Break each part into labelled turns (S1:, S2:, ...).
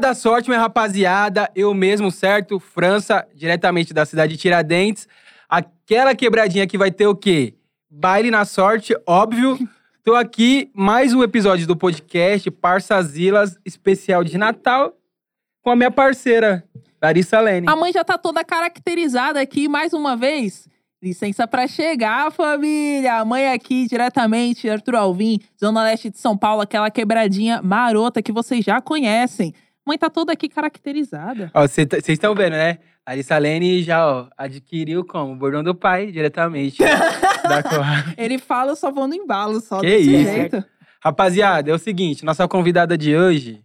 S1: da sorte, minha rapaziada. Eu mesmo, certo? França, diretamente da cidade de Tiradentes. Aquela quebradinha que vai ter o quê? Baile na sorte, óbvio. Tô aqui, mais um episódio do podcast Parçazilas, especial de Natal, com a minha parceira, Larissa Lene.
S2: A mãe já tá toda caracterizada aqui, mais uma vez. Licença pra chegar, família! A mãe aqui, diretamente, Arthur Alvim, Zona Leste de São Paulo, aquela quebradinha marota que vocês já conhecem. Mãe tá toda aqui caracterizada.
S1: Ó, vocês estão vendo, né? Larissa Lene já ó, adquiriu como? O bordão do pai, diretamente. da Coab.
S2: Ele fala, eu só vou no embalo, só
S1: Que
S2: desse
S1: isso.
S2: jeito.
S1: Rapaziada, é o seguinte, nossa convidada de hoje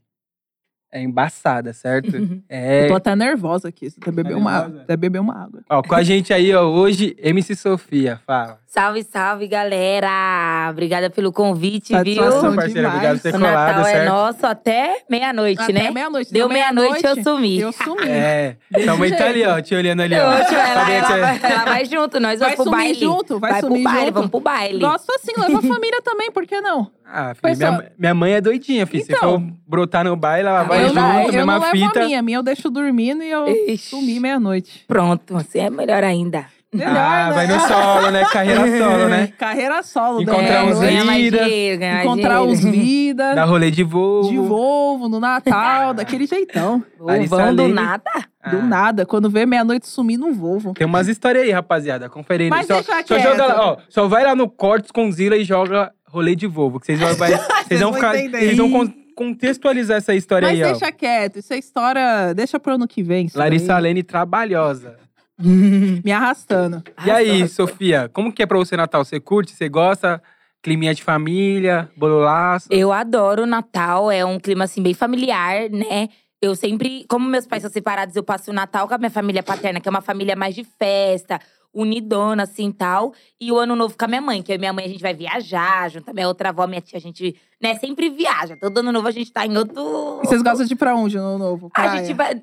S1: é embaçada, certo?
S2: Eu
S1: É.
S2: tô até nervosa aqui, você até beber uma
S1: nervosa?
S2: água. Até beber uma água.
S1: Ó, com a gente aí, ó, hoje, MC Sofia, fala.
S3: Salve, salve, galera! Obrigada pelo convite,
S2: Satisfação
S3: viu?
S1: parceira, obrigado por ter
S3: O
S1: colado,
S3: Natal é
S1: certo?
S3: nosso até meia-noite,
S2: Até
S3: né?
S2: meia-noite.
S3: Deu meia-noite, eu sumi.
S2: Eu sumi.
S1: É, sua mãe tá ali, ó, te olhando ali,
S3: Eu,
S1: ó.
S3: tipo, ela,
S1: Sabia que
S3: ela,
S1: você-
S3: vai, ela vai junto, nós
S2: Vai
S3: vamos pro
S2: sumir
S3: baile.
S2: junto, vai
S3: vai pro
S2: sumir
S3: baile, vamos
S2: junto.
S3: pro baile.
S2: Gosto assim, leva a família também, por que não?
S1: Ah, filho, minha,
S2: Pessoal-
S1: mãe- minha mãe é doidinha, filho. Se
S2: Então.
S1: for brotar no baile, ela vai
S3: Eu
S1: Ah, junto,
S3: não-
S2: eu
S1: mesma
S2: não levo
S1: fita.
S2: a minha, a minha eu deixo dormindo e eu
S3: Ixi.
S2: sumi meia-noite.
S3: Pronto, assim é melhor ainda.
S2: Melhor,
S1: ah,
S2: né? É,
S1: vai no solo, né? Carreira solo, né?
S2: Carreira solo,
S1: Encontrar
S3: é,
S2: né?
S1: uns
S3: ganhar mais
S1: vida,
S3: dinheiro, ganhar mais
S2: Encontrar os
S3: dinheiro.
S2: vida,
S1: Dá rolê de voo.
S2: de Volvo no Natal, daquele jeitão.
S3: Ou
S1: Larissa
S3: vão do
S1: Lene.
S3: nada.
S1: Ah,
S2: Do nada, quando vê meia-noite sumir num Volvo.
S1: Tem umas histórias aí, rapaziada. Confere aí.
S2: Mas
S1: só,
S2: deixa
S1: só
S2: quieto.
S1: joga lá, ó. Só vai lá no Cortes com Zila e joga rolê de Volvo. Que vocês vão, vai- vocês vão
S2: vão
S1: ficar.
S2: entender.
S1: Vocês vão con- contextualizar essa história
S2: Mas
S1: aí, ó.
S2: deixa quieto, isso é história. Deixa pro ano que vem. isso
S1: Larissa
S2: daí.
S1: Lene trabalhosa.
S2: Me arrastando.
S1: E aí,
S3: Arrasou.
S1: Sofia, como que é pra você Natal? Você curte? Você gosta? Climinha de família, bololaço.
S3: Eu adoro o Natal, é um clima assim bem familiar, né? Eu sempre, como meus pais são separados, eu passo o Natal com a minha família paterna, que é uma família mais de festa, unidona assim, tal, e o Ano Novo com a minha mãe, que eu e minha mãe a gente vai viajar, junto a minha outra avó, minha tia, a gente, né, sempre viaja. Todo Ano Novo a gente tá em outro
S2: E vocês gostam de ir pra onde no novo?
S3: a
S2: Praia?
S3: gente vai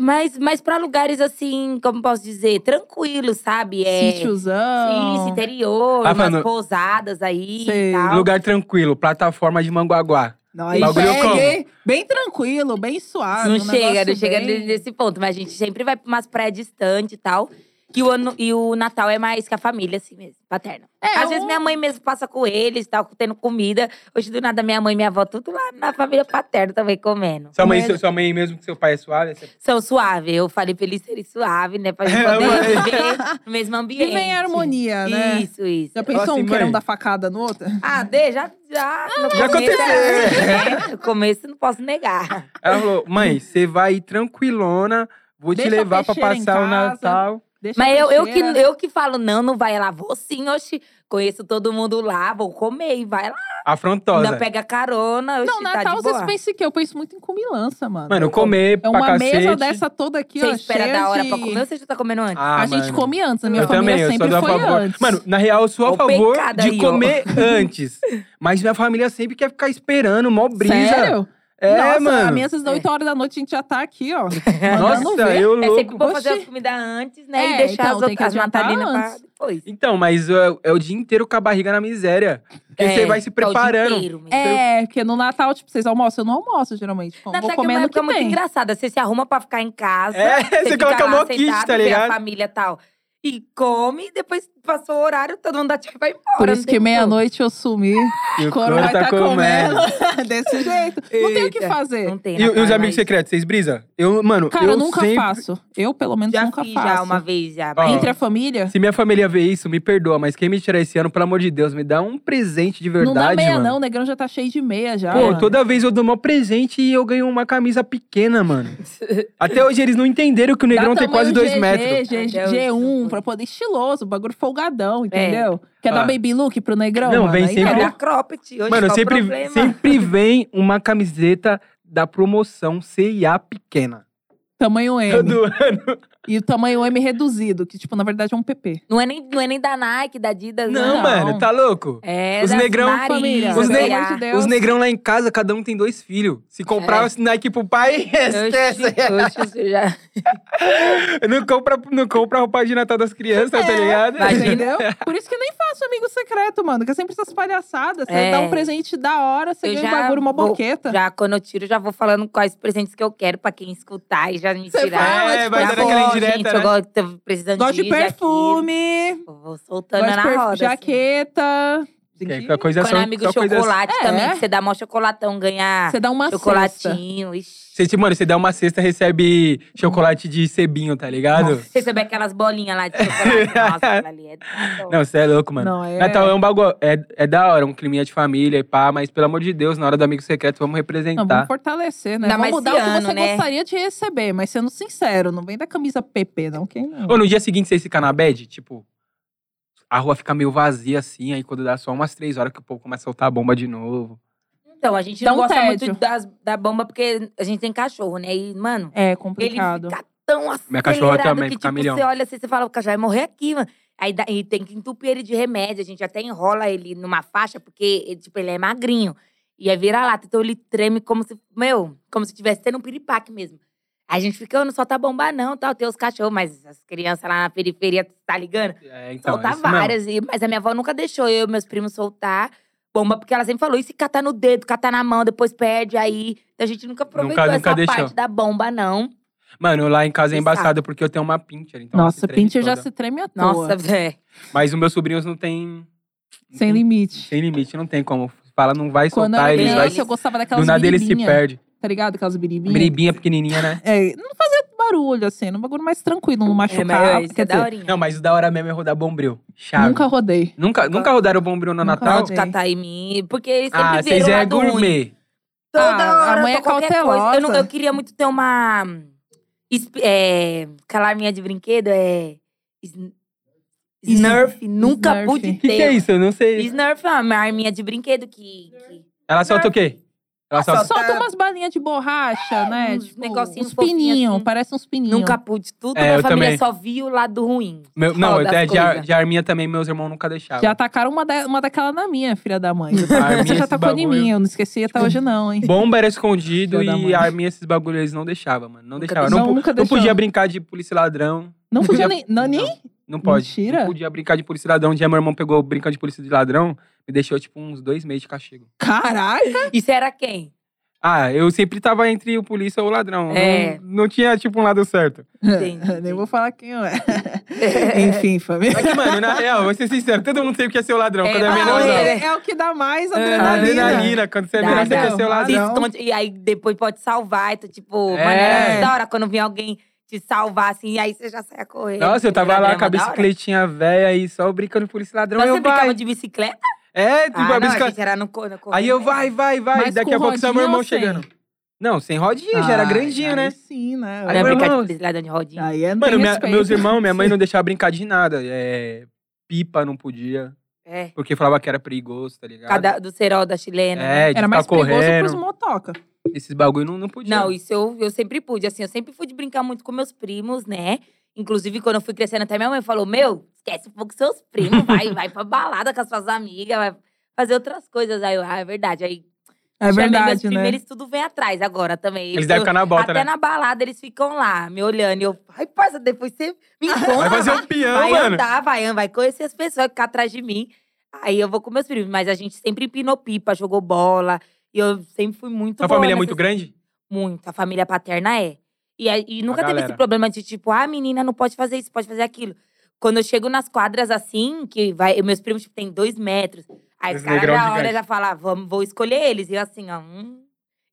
S3: mas mas para lugares assim, como posso dizer, tranquilos, sabe? É
S2: Sítiozão.
S3: isso, interior,
S1: Ah,
S3: umas
S1: mano.
S3: pousadas aí
S2: Sei.
S3: e tal.
S1: Lugar tranquilo, plataforma de Manguaguá.
S2: Não, aí
S1: Bagulho
S2: chega,
S1: como?
S2: hein? Bem tranquilo, bem suave.
S3: não
S2: um
S3: chega, não
S2: negócio
S3: chega
S2: bem-
S3: nesse ponto. Mas a gente sempre vai pra umas praias distantes e tal. E o, ano, e o Natal é mais que a família, assim mesmo, paterna.
S2: É,
S3: Às
S2: um-
S3: vezes minha mãe mesmo passa com eles, tal, tendo comida. Hoje, do nada, minha mãe e minha avó, tudo lá na família paterna também comendo.
S1: Sua mãe,
S3: Comendo.
S1: sua mãe mesmo que seu pai é suave, você
S3: São suave. Eu falei pra eles serem suave, né? Pra gente
S1: É,
S3: poder
S1: mãe.
S3: viver no mesmo ambiente.
S2: Vive em harmonia, né?
S3: Isso, isso.
S2: Já pensou
S1: Assim,
S2: um querendo
S1: mãe.
S2: dar facada no outro?
S3: Ah, Dê, já. Já, no
S1: Já
S3: começo,
S1: aconteceu.
S3: né? No começo, não posso negar.
S1: Ela falou, mãe, você vai ir tranquilona, vou te
S2: Deixa a
S1: levar pra
S2: peixeira em
S1: passar o
S2: casa.
S1: Natal.
S2: Deixa
S3: Mas
S2: a
S3: eu, eu, que,
S2: peixeira.
S3: eu que falo, não, não vai lá. Vou sim, oxi. Conheço todo mundo lá, vou comer e vai lá.
S1: Afrontosa.
S3: Ainda pega carona, oxi,
S2: Não,
S3: tá
S2: Natal
S3: de
S2: vocês
S3: boa.
S2: pensam que eu penso muito em comilança, mano.
S1: Mano, comer
S2: É
S1: pra
S2: uma
S1: cacete.
S2: mesa dessa toda aqui, ó.
S3: Você espera
S2: cheia
S3: da hora
S2: de...
S3: pra comer ou você já tá comendo antes?
S1: Ah,
S2: a gente
S1: mano.
S2: come antes, a minha
S1: eu
S2: família
S1: também, eu sou
S2: sempre
S1: do a
S2: foi
S1: favor.
S2: antes.
S1: Mano, na real, eu sou a
S3: Ó o
S1: favor
S3: pecado
S1: de
S3: aí, ó.
S1: comer antes. Mas minha família sempre quer ficar esperando, mó brisa.
S2: Sério?
S1: É,
S2: Nossa,
S1: mano.
S2: a minha às 8 horas da noite a gente já tá aqui, ó. mandando
S1: Nossa,
S2: ver.
S1: eu
S3: é sempre
S1: louco.
S3: bom fazer
S2: Oxi.
S3: as comidas antes, né?
S2: É,
S3: e deixar
S2: então,
S3: as,
S2: tem que
S3: outras as
S2: adiantar
S3: natalinas pra
S2: antes.
S3: depois.
S1: Então, mas é, é o dia inteiro com a barriga na miséria. Porque
S3: É,
S1: você vai se
S3: tá o dia
S1: preparando.
S3: inteiro, mas-
S2: É, porque no Natal, tipo, vocês almoçam? Eu não almoço, geralmente. Como,
S3: Natal
S2: vou
S3: é uma
S2: comendo o
S3: época
S2: que
S3: muito
S2: tem.
S3: engraçada. Você se arruma pra ficar em casa.
S1: É, você
S3: fica
S1: coloca
S3: lá
S1: mó kit,
S3: sentado,
S1: tá
S3: vê
S1: ligado?
S3: a família e tal. E come, depois passou o horário, todo mundo dá tchau e vai embora.
S2: Por
S3: não
S2: isso
S3: tem
S2: que
S3: como.
S2: meia-noite eu sumi,
S1: E o
S2: o coro vai
S1: couro tá comendo.
S2: Desse jeito. Não tem o que
S3: Eita.
S2: fazer.
S3: Não tem,
S1: E, e
S3: Natal
S1: os
S3: é
S1: amigos
S3: mais-
S1: secretos, vocês brisa? Eu, mano,
S2: Cara, eu,
S1: eu
S2: nunca
S1: sempre...
S2: faço. Eu, pelo menos,
S3: Já
S2: nunca
S3: fiz
S2: faço.
S3: já uma vez, já.
S1: Ó.
S3: mas-
S2: Entre a família?
S1: Se minha família vê isso, me perdoa, mas quem me tirar esse ano, pelo amor de Deus, me dá um presente de verdade,
S2: não dá meia,
S1: mano.
S2: não. O negrão já tá cheio de meia já.
S1: Pô,
S2: mano.
S1: toda vez eu dou meu presente e eu ganho uma camisa pequena, mano. Até hoje eles não entenderam que o negrão
S2: Dá
S1: tem quase dois
S2: tamanho GG,
S1: metros.
S2: G,
S3: Ai, É, Deus, É.
S2: G1,
S3: Deus.
S2: pra poder estiloso, bagulho folgadão, entendeu? Quer
S1: Ah.
S2: dar baby look pro negrão?
S1: Não,
S2: mano?
S1: vem
S2: Aí
S1: sempre-
S3: Era
S2: não.
S3: a cropped, hoje
S2: tá
S1: Mano,
S3: qual o
S1: sempre,
S3: problema?
S1: sempre vem uma camiseta da promoção CIA pequena.
S2: Tamanho M.
S1: Todo ano.
S2: E o tamanho M reduzido, que, tipo, na verdade é um PP.
S3: Não é nem, não é nem da Nike, da Adidas.
S1: Não,
S2: Não.
S1: mano, tá louco?
S3: É
S1: Os
S3: das
S1: negrão-
S3: Maris,
S2: Família,
S1: os
S3: sei
S1: ne-
S3: lá.
S2: pelo amor de Deus.
S1: Os negrão lá em casa, cada um tem dois filhos. Se comprar
S3: É.
S1: esse Nike pro pai, esquece.
S3: Oxi, oxi, já-
S1: Não compra, não compra a roupa de Natal das crianças, tá
S2: É,
S1: ligado?
S3: imagina.
S2: Entendeu? Por isso que eu nem faço amigo secreto, mano. Que é sempre essas palhaçadas. Você
S3: É.
S2: dá um presente da hora, você
S3: Eu
S2: ganha um
S3: já
S2: bagulho, uma
S3: vou-
S2: boqueta.
S3: Já quando eu tiro, já vou falando quais presentes que eu quero pra quem escutar e já me
S2: Você
S3: tirar.
S2: fala, É, tipo, vai
S3: Já
S2: dando
S3: vou,
S1: aquela indireta,
S3: gente,
S1: né?
S3: eu gosto, tô precisando
S2: Gosto de
S3: giz aqui.
S2: perfume,
S3: Eu Vou soltando
S2: gosto de
S3: na
S2: perf-
S3: roda. assim.
S2: jaqueta. Tem
S1: É,
S2: que-
S1: qualquer coisa é
S3: Quando
S1: só,
S3: é amigo
S1: só coisa-
S3: chocolate
S2: assim.
S3: também,
S2: É.
S3: que você dá mó chocolatão, ganhar
S2: Ah, Você dá uma cesta.
S3: chocolatinho. Ixi.
S1: Você, tipo, mano, você dá uma cesta, recebe chocolate de cebinho, tá ligado?
S3: Você sabe aquelas bolinhas lá de chocolate. Nossa, aquela ali é doido.
S1: Não, você é louco, mano.
S2: Não, é...
S1: Natal é um bagulho, é, é da hora, um climinha de família e pá, mas pelo amor de Deus, na hora do amigo secreto, vamos
S2: Não,
S1: representar.
S2: vamos fortalecer, né?
S3: Ainda
S2: vamos
S3: mais
S2: mudar
S3: esse
S2: o que
S3: ano,
S2: você
S3: né?
S2: gostaria de receber, mas sendo sincero, não vem da camisa PP, não, quem não.
S1: Ou no dia seguinte você fica na bad, tipo, a rua fica meio vazia assim, aí quando dá só umas três horas que o povo começa a soltar a bomba de novo.
S3: Então, a gente
S2: Dá
S3: não
S2: um
S3: gosta
S2: tédio.
S3: muito das- da bomba porque a gente tem cachorro, né? E, mano,
S2: É
S3: ele
S2: complicado.
S3: fica tão acelerado
S1: Minha cachorra também
S3: que,
S1: fica
S3: tipo,
S1: a milhão.
S3: você olha assim, você fala, o cachorro vai morrer aqui, mano. Aí dá- e tem que entupir ele de remédio. A gente até enrola ele numa faixa, porque, ele, tipo, ele é magrinho. E aí vira lata. Então ele treme como se, meu, como se estivesse tendo um piripaque mesmo. Aí a gente fica, "Ô, não solta bomba não, tal. Tem os cachorros, mas as crianças lá na periferia, tá ligando?
S1: É, então,
S3: soltar
S1: é isso mesmo.
S3: várias. e- mas a minha avó nunca deixou eu e meus primos soltar bomba, porque ela sempre falou: e se catar no dedo, catar na mão, depois perde aí. Então, A gente nunca aproveitou
S1: nunca
S3: essa
S1: deixou.
S3: parte da bomba, não.
S1: Mano, lá em casa é
S3: Que
S1: embaçado porque eu tenho uma pincher. Então ela se
S2: Nossa,
S1: treme
S2: Pinter já
S1: toda.
S2: se treme à toa.
S3: Nossa, velho.
S1: Mas os meus sobrinhos não tem. não
S2: sem
S1: tem-
S2: limite.
S1: Sem limite, não tem como. Fala, não vai
S2: Quando eu
S1: soltar,
S2: era
S1: eles vai.
S2: criança,
S3: vai-
S2: eu gostava daquelas
S1: Do nada eles se
S2: biribinhas,
S1: perde.
S2: tá ligado? Aquelas biribinhas.
S1: Miribinha pequenininha, né?
S2: É, não fazer barulho, assim, num bagulho mais tranquilo, não machucar.
S3: isso
S2: quer
S3: é
S2: dizer,
S3: daorinha.
S1: assim, Não, mas o da hora mesmo é rodar bombril. Chave.
S2: nunca rodei.
S1: Nunca, nunca rodaram bombril no
S2: Nunca
S1: Natal?
S2: rodei.
S3: catar em mim, porque eles sempre
S1: Ah,
S3: viram
S1: vocês
S3: o
S1: é
S3: lado ruim.
S1: gourmet.
S3: Toda
S2: Ah, a
S3: hora,
S2: mãe é
S3: tô qualquer coisa. Eu, não-
S2: cautelosa.
S3: eu queria muito ter uma… esp- É, calarminha de brinquedo, é… sn-
S2: Isso.
S3: Snurf, nunca
S2: Snurf.
S3: pude
S1: O
S3: ter.
S1: que, que é isso? Eu não sei.
S3: Snurf é uma arminha de brinquedo que… que-
S1: Ela solta o quê? Ela solta.
S3: solta-
S2: Solta umas balinhas de borracha, né?
S3: uns
S2: tipo,
S3: negocinhos
S2: uns
S3: fofinhos,
S2: pininhos,
S3: assim.
S2: parece uns pininhos.
S3: Nunca pude. Tudo
S1: É,
S3: minha
S1: eu
S3: família
S1: também.
S3: só via o lado ruim.
S1: Meu- não,
S3: roda
S1: até
S3: as
S1: de, ar-
S3: coisas.
S1: de arminha também, meus irmãos nunca deixavam.
S2: Já tacaram uma, da- uma daquela na minha, filha da mãe.
S1: Arminha,
S2: Você já tá
S1: esse
S2: tacou em
S1: bagulho.
S2: mim, eu não esqueci até hoje não, hein?
S1: Bomba era escondido
S2: Filha da
S1: e
S2: mãe.
S1: a arminha, esses bagulho eles não deixavam, mano. Não
S3: Nunca
S1: deixavam.
S2: deixou.
S1: Não,
S2: Não,
S1: po-
S2: nunca
S1: não podia
S2: deixou.
S1: brincar de polícia e ladrão.
S2: Não podia nem... Não, nem?
S1: Não pode.
S2: Mentira.
S1: Não podia brincar de polícia e ladrão. Um dia meu irmão pegou brincando de polícia e ladrão me deixou, tipo, uns dois meses de castigo.
S2: Caraca!
S3: Isso era quem?
S1: Ah, eu sempre tava entre o polícia ou o ladrão.
S3: É.
S1: Não, não tinha, tipo, um lado certo.
S3: Entendi.
S2: nem vou falar quem eu é. Enfim, família.
S1: Mas que, mano, na real, vou ser sincero, todo mundo sabe o que é ser o ladrão.
S3: É,
S1: quando é
S3: mas-
S1: menorzão.
S3: Ah,
S2: é, é o que dá mais
S1: A
S2: adrenalina.
S1: Adrenalina, quando você é
S3: Dá,
S1: menor, você
S3: dá.
S1: quer ser o
S3: E
S1: ladrão.
S3: tonte- E aí depois pode salvar. E tu, tipo,
S1: É.
S3: mano, era muito da hora quando vinha alguém te salvar, assim, e aí você já saia correndo.
S1: Nossa, eu tava lá com a
S3: Era mó da hora.
S1: bicicletinha velha e só brincando de polícia e ladrão.
S3: Mas
S1: eu
S3: você brincava
S1: vai.
S3: de bicicleta?
S1: É, tipo,
S3: Ah,
S1: a
S3: não, a
S1: bicicleta.
S3: gente era no, co- no correr,
S1: Aí eu
S3: né?
S1: vai, vai, vai.
S2: Mas
S1: Daqui
S2: com
S1: a pouco só meu
S2: rodinha
S1: irmão
S2: ou sem?
S1: chegando. Não, sem rodinha,
S3: Ah,
S1: já era
S2: Ai,
S1: grandinho,
S2: Ah, aí
S1: né?
S2: Sim, né?
S1: Aí
S3: Era
S1: meu
S3: brincar
S1: irmão-
S3: de bicicleta de rodinha.
S1: Ah.
S2: Aí é não
S1: Mano,
S2: tem
S1: minha-
S2: respeito.
S1: meus irmãos, minha mãe não deixava brincar de nada. É, pipa não podia,
S3: É.
S1: porque falava que era perigoso, tá ligado?
S3: Cada, né? do cerol da chilena.
S1: É, de
S2: Era mais
S1: ficar
S2: perigoso pros
S1: correndo.
S2: motoca.
S1: Esses bagulho não, não podia.
S3: hum Não, isso eu, eu sempre pude, assim, eu sempre fui de brincar muito com meus primos, né? Inclusive, quando eu fui crescendo, até minha mãe falou: Meu, esquece um pouco seus primos, vai, vai pra balada com as suas amigas, vai fazer outras coisas. Aí eu, ah, é verdade. Aí
S2: É
S3: chamei meus
S2: verdade, né?
S3: primeiros, tudo vem atrás agora também.
S1: Eles devem
S3: Eu-
S1: ficar na bota, né?
S3: Até na balada eles ficam lá, me olhando. E eu, ai, parça, depois você me encontra.
S1: Vai fazer um
S3: vai
S1: peão, mano.
S3: andar, vai, vai conhecer as pessoas, vai ficar atrás de mim. Aí eu vou com meus primos. Mas a gente sempre empinou pipa, jogou bola. E eu sempre fui muito
S1: Sua
S3: boa
S1: família é muito
S3: nessas-
S1: grande?
S3: Muito. A família paterna é. E, aí- e nunca teve
S1: galera.
S3: esse problema de tipo, ah, menina, não pode fazer isso, pode fazer aquilo. Quando eu chego nas quadras assim, que vai, meus primos tipo, têm dois metros. Aí os
S1: Esse
S3: caras
S1: negrão
S3: da hora
S1: gigante.
S3: já falam, "Ah, vamos, vou escolher eles. E eu assim, ó, hum.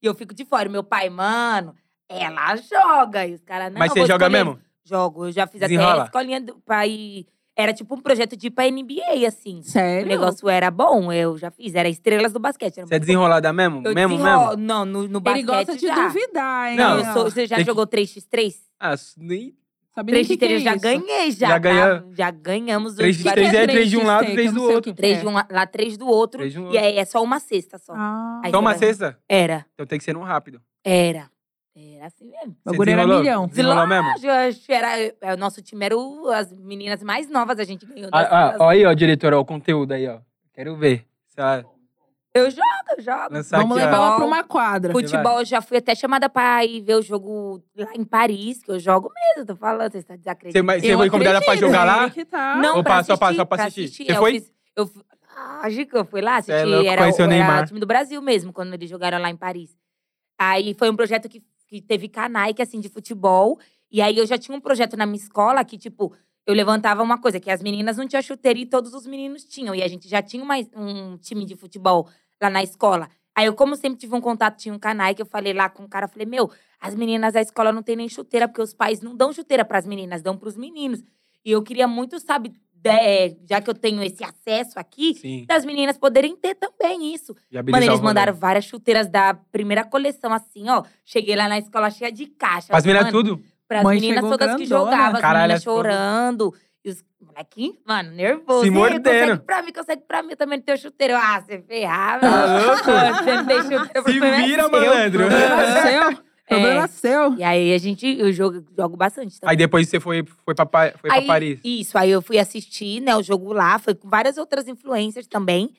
S3: E eu fico de fora. E Meu pai, mano, ela joga. E os caras, não,
S1: Mas
S3: vou
S1: você joga
S3: escolher
S1: mesmo?
S3: eles." Jogo. Eu já fiz até
S1: Desenrola.
S3: a escolinha do pai. Era tipo um projeto de ir pra NBA, assim. O
S2: Sério?
S3: negócio era bom, eu já fiz. Era estrelas do basquete. Era
S1: Você é
S3: muito bom.
S1: desenrolada mesmo?
S3: Eu
S1: mesmo,
S3: desenrolo-
S1: mesmo?
S3: Não, no, no
S2: Ele
S3: basquete
S2: gosta é de
S3: já.
S2: duvidar, hein?
S1: Não,
S3: Eu sou- você já
S1: Tem que-
S3: jogou 3x3?
S1: Ah, s- nem-
S2: Sabe nem o que
S3: 3x3
S2: que é
S3: eu já
S2: isso?
S3: ganhei, já.
S1: Já
S3: tá?
S1: ganhou.
S3: Já ganhamos os
S1: 3x3
S3: vários-
S1: é três de um lado, três do outro.
S3: três de um la- lá, três do outro.
S1: Três de um
S3: E aí é só uma cesta só.
S2: Ah.
S3: Aí
S1: Toma a
S3: você vai-
S1: cesta?
S3: Era,
S1: Então tem que ser num rápido.
S3: era. Era assim mesmo.
S2: O bagulho era
S1: desenrolou?
S2: milhão.
S1: Desenrolou mesmo?
S3: Lógico, eu acho que era, é, o nosso time era o- as meninas mais novas, a gente ganhou. das-
S1: Ah, ah,
S3: das-
S1: ó aí, ó, diretora, ó, o conteúdo aí, ó. Quero ver. ah, Se ela
S3: Eu jogo, eu jogo.
S1: lançar
S2: Vamos
S1: aqui, ó.
S2: levar ela pra uma quadra.
S3: Futebol, eu já fui até chamada pra ir ver o jogo lá em Paris, que eu jogo mesmo, tô falando, vocês estão
S1: Você,
S3: desacreditando.
S1: mas você foi convidada pra
S2: acredito,
S1: jogar
S2: é
S1: lá?
S2: que tá.
S3: Não,
S1: Ou
S3: pra
S1: pra- só
S3: assistir,
S1: pra- só pra assistir? Você
S3: Eu
S1: foi?
S3: fiz, eu fui, lógico, eu fui lá
S1: Você é
S3: assistir.
S1: louco,
S3: era,
S1: conheceu o
S3: o era
S1: Neymar.
S3: o time do Brasil mesmo, quando eles jogaram lá em Paris. Aí foi um projeto que, que teve canaique, assim, de futebol. E aí eu já tinha um projeto na minha escola que, tipo, eu levantava uma coisa, que as meninas não tinham chuteira e todos os meninos tinham. E a gente já tinha uma- um time de futebol lá na escola. Aí eu, como sempre tive um contato, tinha um canaique, eu falei lá com o cara, eu falei, meu, as meninas da escola não tem nem chuteira, porque os pais não dão chuteira pras meninas, dão pros meninos. E eu queria muito, sabe, de- é, já que eu tenho esse acesso aqui,
S1: Sim.
S3: das meninas poderem ter também isso.
S1: E habilizar
S3: Mano,
S1: o
S3: eles
S1: rolê.
S3: mandaram várias chuteiras da primeira coleção, assim, ó. Cheguei lá na escola cheia de caixa.
S1: As meninas
S3: Mano,
S1: tudo.
S3: Pras
S2: Mãe
S3: meninas
S2: chegou
S3: todas que
S2: grandona.
S3: jogavam, as
S1: Caralho,
S3: meninas
S1: as todas.
S3: chorando. E os molequinhos, mano, nervoso.
S1: Se
S3: Ih,
S1: mordendo.
S3: Consegue pra mim, consegue pra mim, eu também não tenho chuteiro. Eu, Ah, você ferrava.
S1: Tá louco?
S3: Você não tem chuteiro. o
S1: Se
S3: problema é
S1: vira,
S3: seu.
S1: malandro.
S2: Problema seu. Problema seu.
S3: E aí, a gente, eu jogo, jogo bastante. também.
S1: Aí depois você foi, foi, pra, Pa- foi pra
S3: então Aí,
S1: Paris.
S3: Isso, aí eu fui assistir, né, o jogo lá, foi com várias outras influencers também.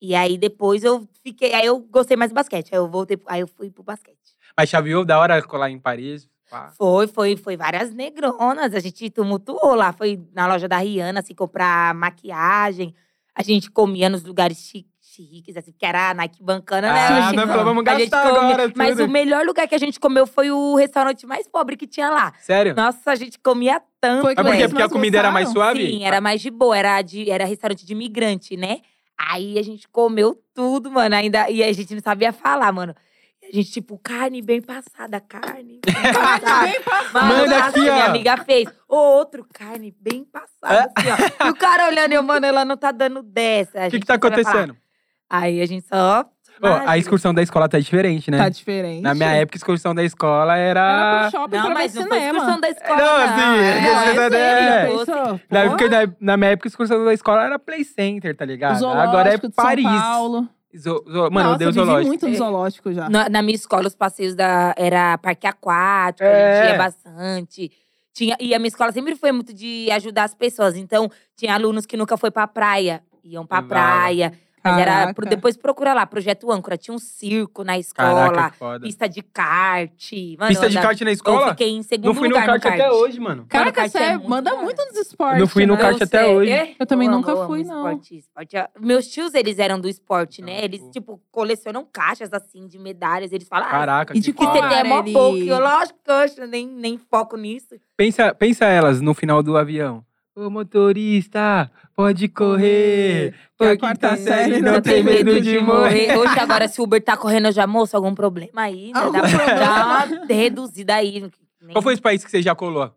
S3: E aí depois eu fiquei, aí eu gostei mais do basquete, aí eu voltei, pro- aí eu fui pro basquete.
S1: Mas chaveou da hora colar em Paris. pá.
S3: Foi, foi, foi várias negronas, a gente tumultuou lá, foi na loja da Rihanna, assim, comprar maquiagem. A gente comia nos lugares chi- chiques, assim, porque era a Nike bancana, né?
S1: Ah,
S3: A gente-
S1: nós falamos, "Vamos
S3: a gente
S1: gastar
S3: comia.
S1: agora
S3: Mas
S1: tudo."
S3: o melhor lugar que a gente comeu foi o restaurante mais pobre que tinha lá.
S1: Sério?
S3: Nossa, a gente comia tanto.
S2: Foi que
S1: Mas por quê?
S2: vocês
S1: Porque a
S2: mais
S1: comida era mais
S2: gostaram?
S1: suave? Ah.
S3: Sim, era mais de boa, era, de, era restaurante de imigrante, né? Aí a gente comeu tudo, mano, ainda, e a gente não sabia falar, mano. E A gente, tipo, carne bem passada, carne. Bem passada.
S2: Bem passado.
S3: Mano,
S1: Manda
S3: a
S1: aqui,
S3: minha
S1: ó.
S3: amiga fez. Ô, outro carne bem passada, assim, ó. E o cara olhando, eu, mano, ela não tá dando dessa. A
S1: O É? que,
S3: gente
S1: que tá
S3: não sabia falar.
S1: acontecendo?
S3: Aí a gente só.
S1: Ó, a excursão da escola tá diferente, né?
S2: Tá diferente.
S1: Na minha época, a excursão da escola
S2: Era pro
S1: era.
S2: shopping
S3: Não,
S2: pra
S3: mas
S2: ver
S3: não foi
S2: cinema.
S3: excursão da escola.
S1: Não,
S3: Não,
S1: assim,
S3: é,
S1: não,
S3: é,
S1: excursão da-
S3: é,
S2: é.
S3: doce.
S1: Na, época- na- na minha época, a excursão da escola era Play Center, tá ligado?
S2: Zoológico
S1: Agora é
S2: de São
S1: Paris.
S2: Paulo.
S1: Zo- zo- Mano, eu
S2: Nossa,
S1: dei o
S2: eu vivi
S1: zoológico.
S2: muito no
S3: É.
S2: zoológico já.
S3: Na, na minha escola, os passeios da, era parque aquático, a
S1: É.
S3: gente ia bastante. Tinha, e a minha escola sempre foi muito de ajudar as pessoas. Então, tinha alunos que nunca foi pra praia. Iam pra
S1: Levava.
S3: praia. Mas era, pro-
S2: Caraca.
S3: depois procura lá, Projeto Âncora. Tinha um circo na escola,
S1: Caraca, que foda.
S3: pista de kart. Mano,
S1: Pista
S3: eu
S1: de
S3: andava-
S1: kart na
S3: Eu
S1: escola?
S3: fiquei em segundo
S1: Não fui no
S3: lugar
S1: kart até hoje, mano.
S3: Mano,
S2: Caraca,
S3: kart é
S2: você
S3: muito
S2: manda
S3: da hora.
S2: muito nos esportes.
S1: Não fui no
S2: né?
S1: kart até hoje.
S2: Eu também
S3: amo,
S2: nunca
S3: é. eu amo
S2: fui, não.
S3: Esporte, esporte. Ah, Meus tios, eles eram do esporte, né?
S1: Então,
S3: Eles,
S1: tipo-
S3: tipo, colecionam caixas, assim, de medalhas. Eles falam, ah,
S1: Caraca,
S2: E de
S1: que
S2: que
S3: que
S1: foda.
S3: você tem é mó
S2: Ele-
S3: pouco. Eu, lógico que eu acho, nem, nem foco nisso.
S1: Pensa, pensa elas no final do avião. Ô motorista, pode correr. Que a
S2: Foi
S1: quarta
S2: quarta
S1: série
S2: série,
S1: não
S3: né?
S2: não
S1: tem medo de morrer.
S3: Hoje, agora, se o Uber tá correndo, eu já moço, algum problema aí, né?
S2: Algum
S3: Dá, pra
S2: problema.
S3: dar uma reduzida aí. Nem-
S1: Qual foi esse país que você já colou?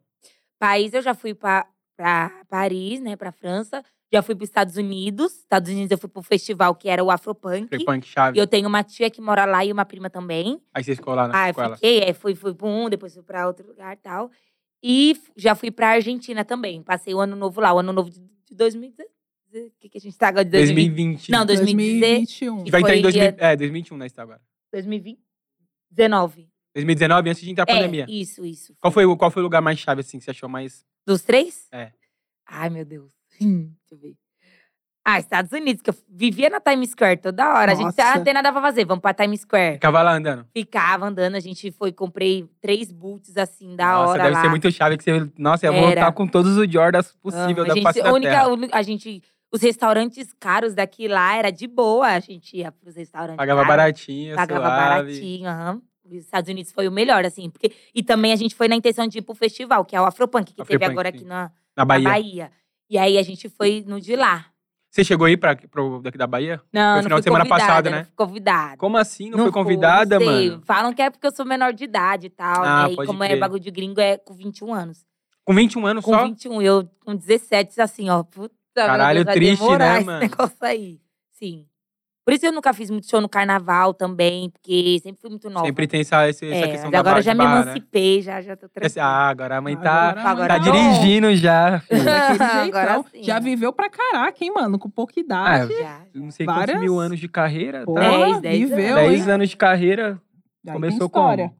S3: País, eu já fui pra, pra Paris, né? Pra França. Já fui pros Estados Unidos. Estados Unidos, eu fui pro festival que era o Afropunk.
S1: Foi punk
S3: E
S1: chave.
S3: eu tenho uma tia que mora lá e uma prima também.
S1: Aí você ficou lá na,
S3: Ah, eu
S1: com ela.
S3: fiquei, é, fui, fui pra um, depois fui pra outro lugar e tal. E f- já fui pra Argentina também. Passei o ano novo lá, o ano novo de, de 2010. O que, que a gente tá agora de 2020?
S1: 2020.
S3: Não, 2019.
S2: 2021.
S1: Vai entrar em
S3: foi
S1: 2000, é, 2021, né? Está agora.
S3: 2019.
S1: 2019, antes de entrar a pandemia.
S3: É, isso, isso.
S1: Qual, foi, o- qual foi o lugar mais chave, assim, que você achou mais.
S3: Dos três?
S1: É.
S3: Ai, meu Deus. Hum, Deixa eu ver. Ah, Estados Unidos, que eu vivia na Times Square toda hora. A gente ah,
S2: Nossa.
S3: não tem nada pra fazer, vamos pra Times Square.
S1: Ficava lá andando.
S3: Ficava andando, a gente foi, comprei três boots assim, da
S1: Nossa,
S3: hora
S1: deve
S3: lá.
S1: ser muito chave que você. Nossa, eu vou
S3: Era.
S1: voltar com todos os Jordans
S3: Amo.
S1: possível
S3: a
S1: da
S3: gente,
S1: face da
S3: a única-
S1: terra.
S3: uni- a gente, os restaurantes caros daqui lá era de boa. A gente ia pros restaurantes
S1: Pagava
S3: caros,
S1: baratinho,
S3: Pagava
S1: suave.
S3: baratinho, aham. Os Estados Unidos foi o melhor, assim. Porque, e também a gente foi na intenção de ir pro festival, que é o Afropunk, que teve
S1: Afropunk,
S3: agora
S1: sim.
S3: aqui na,
S1: Na
S3: na Bahia.
S1: Bahia.
S3: E aí a gente foi no de lá.
S1: Você chegou aí pra, pro, daqui da Bahia? Foi
S3: Não, não
S1: final
S3: fui
S1: de semana
S3: convidada,
S1: passada,
S3: não
S1: né?
S3: fui convidada.
S1: Como assim? Não, foi
S3: fui,
S1: convidada,
S3: não sei.
S1: mano?
S3: Falam que é porque eu sou menor de idade e tal.
S1: Ah,
S3: né? E
S1: pode
S3: como é
S1: crer.
S3: bagulho de gringo, é com 21 anos.
S1: Com 21 anos
S3: Com
S1: só?
S3: 21, eu com 17, assim, ó. Puta, meu
S1: Caralho,
S3: Deus, vai
S1: triste,
S3: demorar
S1: né,
S3: esse
S1: mano?
S3: negócio aí. Sim. Por isso eu nunca fiz muito show no carnaval também, porque sempre fui muito nova.
S1: Sempre tem essa, esse- essa
S3: é,
S1: questão
S3: mas
S1: da
S3: agora
S1: barra
S3: eu já
S1: de
S3: me
S1: barra, né?
S3: emancipei, já, já tô
S1: Essa-
S3: tranquila.
S1: Ah, agora a mãe tá, tá
S3: Agora não.
S1: dirigindo já. filho.
S3: Agora
S2: Agora
S3: sim.
S2: Já viveu pra caraca, hein, mano? Com pouca idade.
S3: Já.
S1: Não sei quantos
S2: Várias?
S1: mil anos de carreira.
S2: Pô,
S1: Tá?
S3: Dez, dez
S2: viveu,
S3: anos.
S2: hein?
S1: 10 anos de carreira.
S2: Aí tem
S1: começou
S2: história.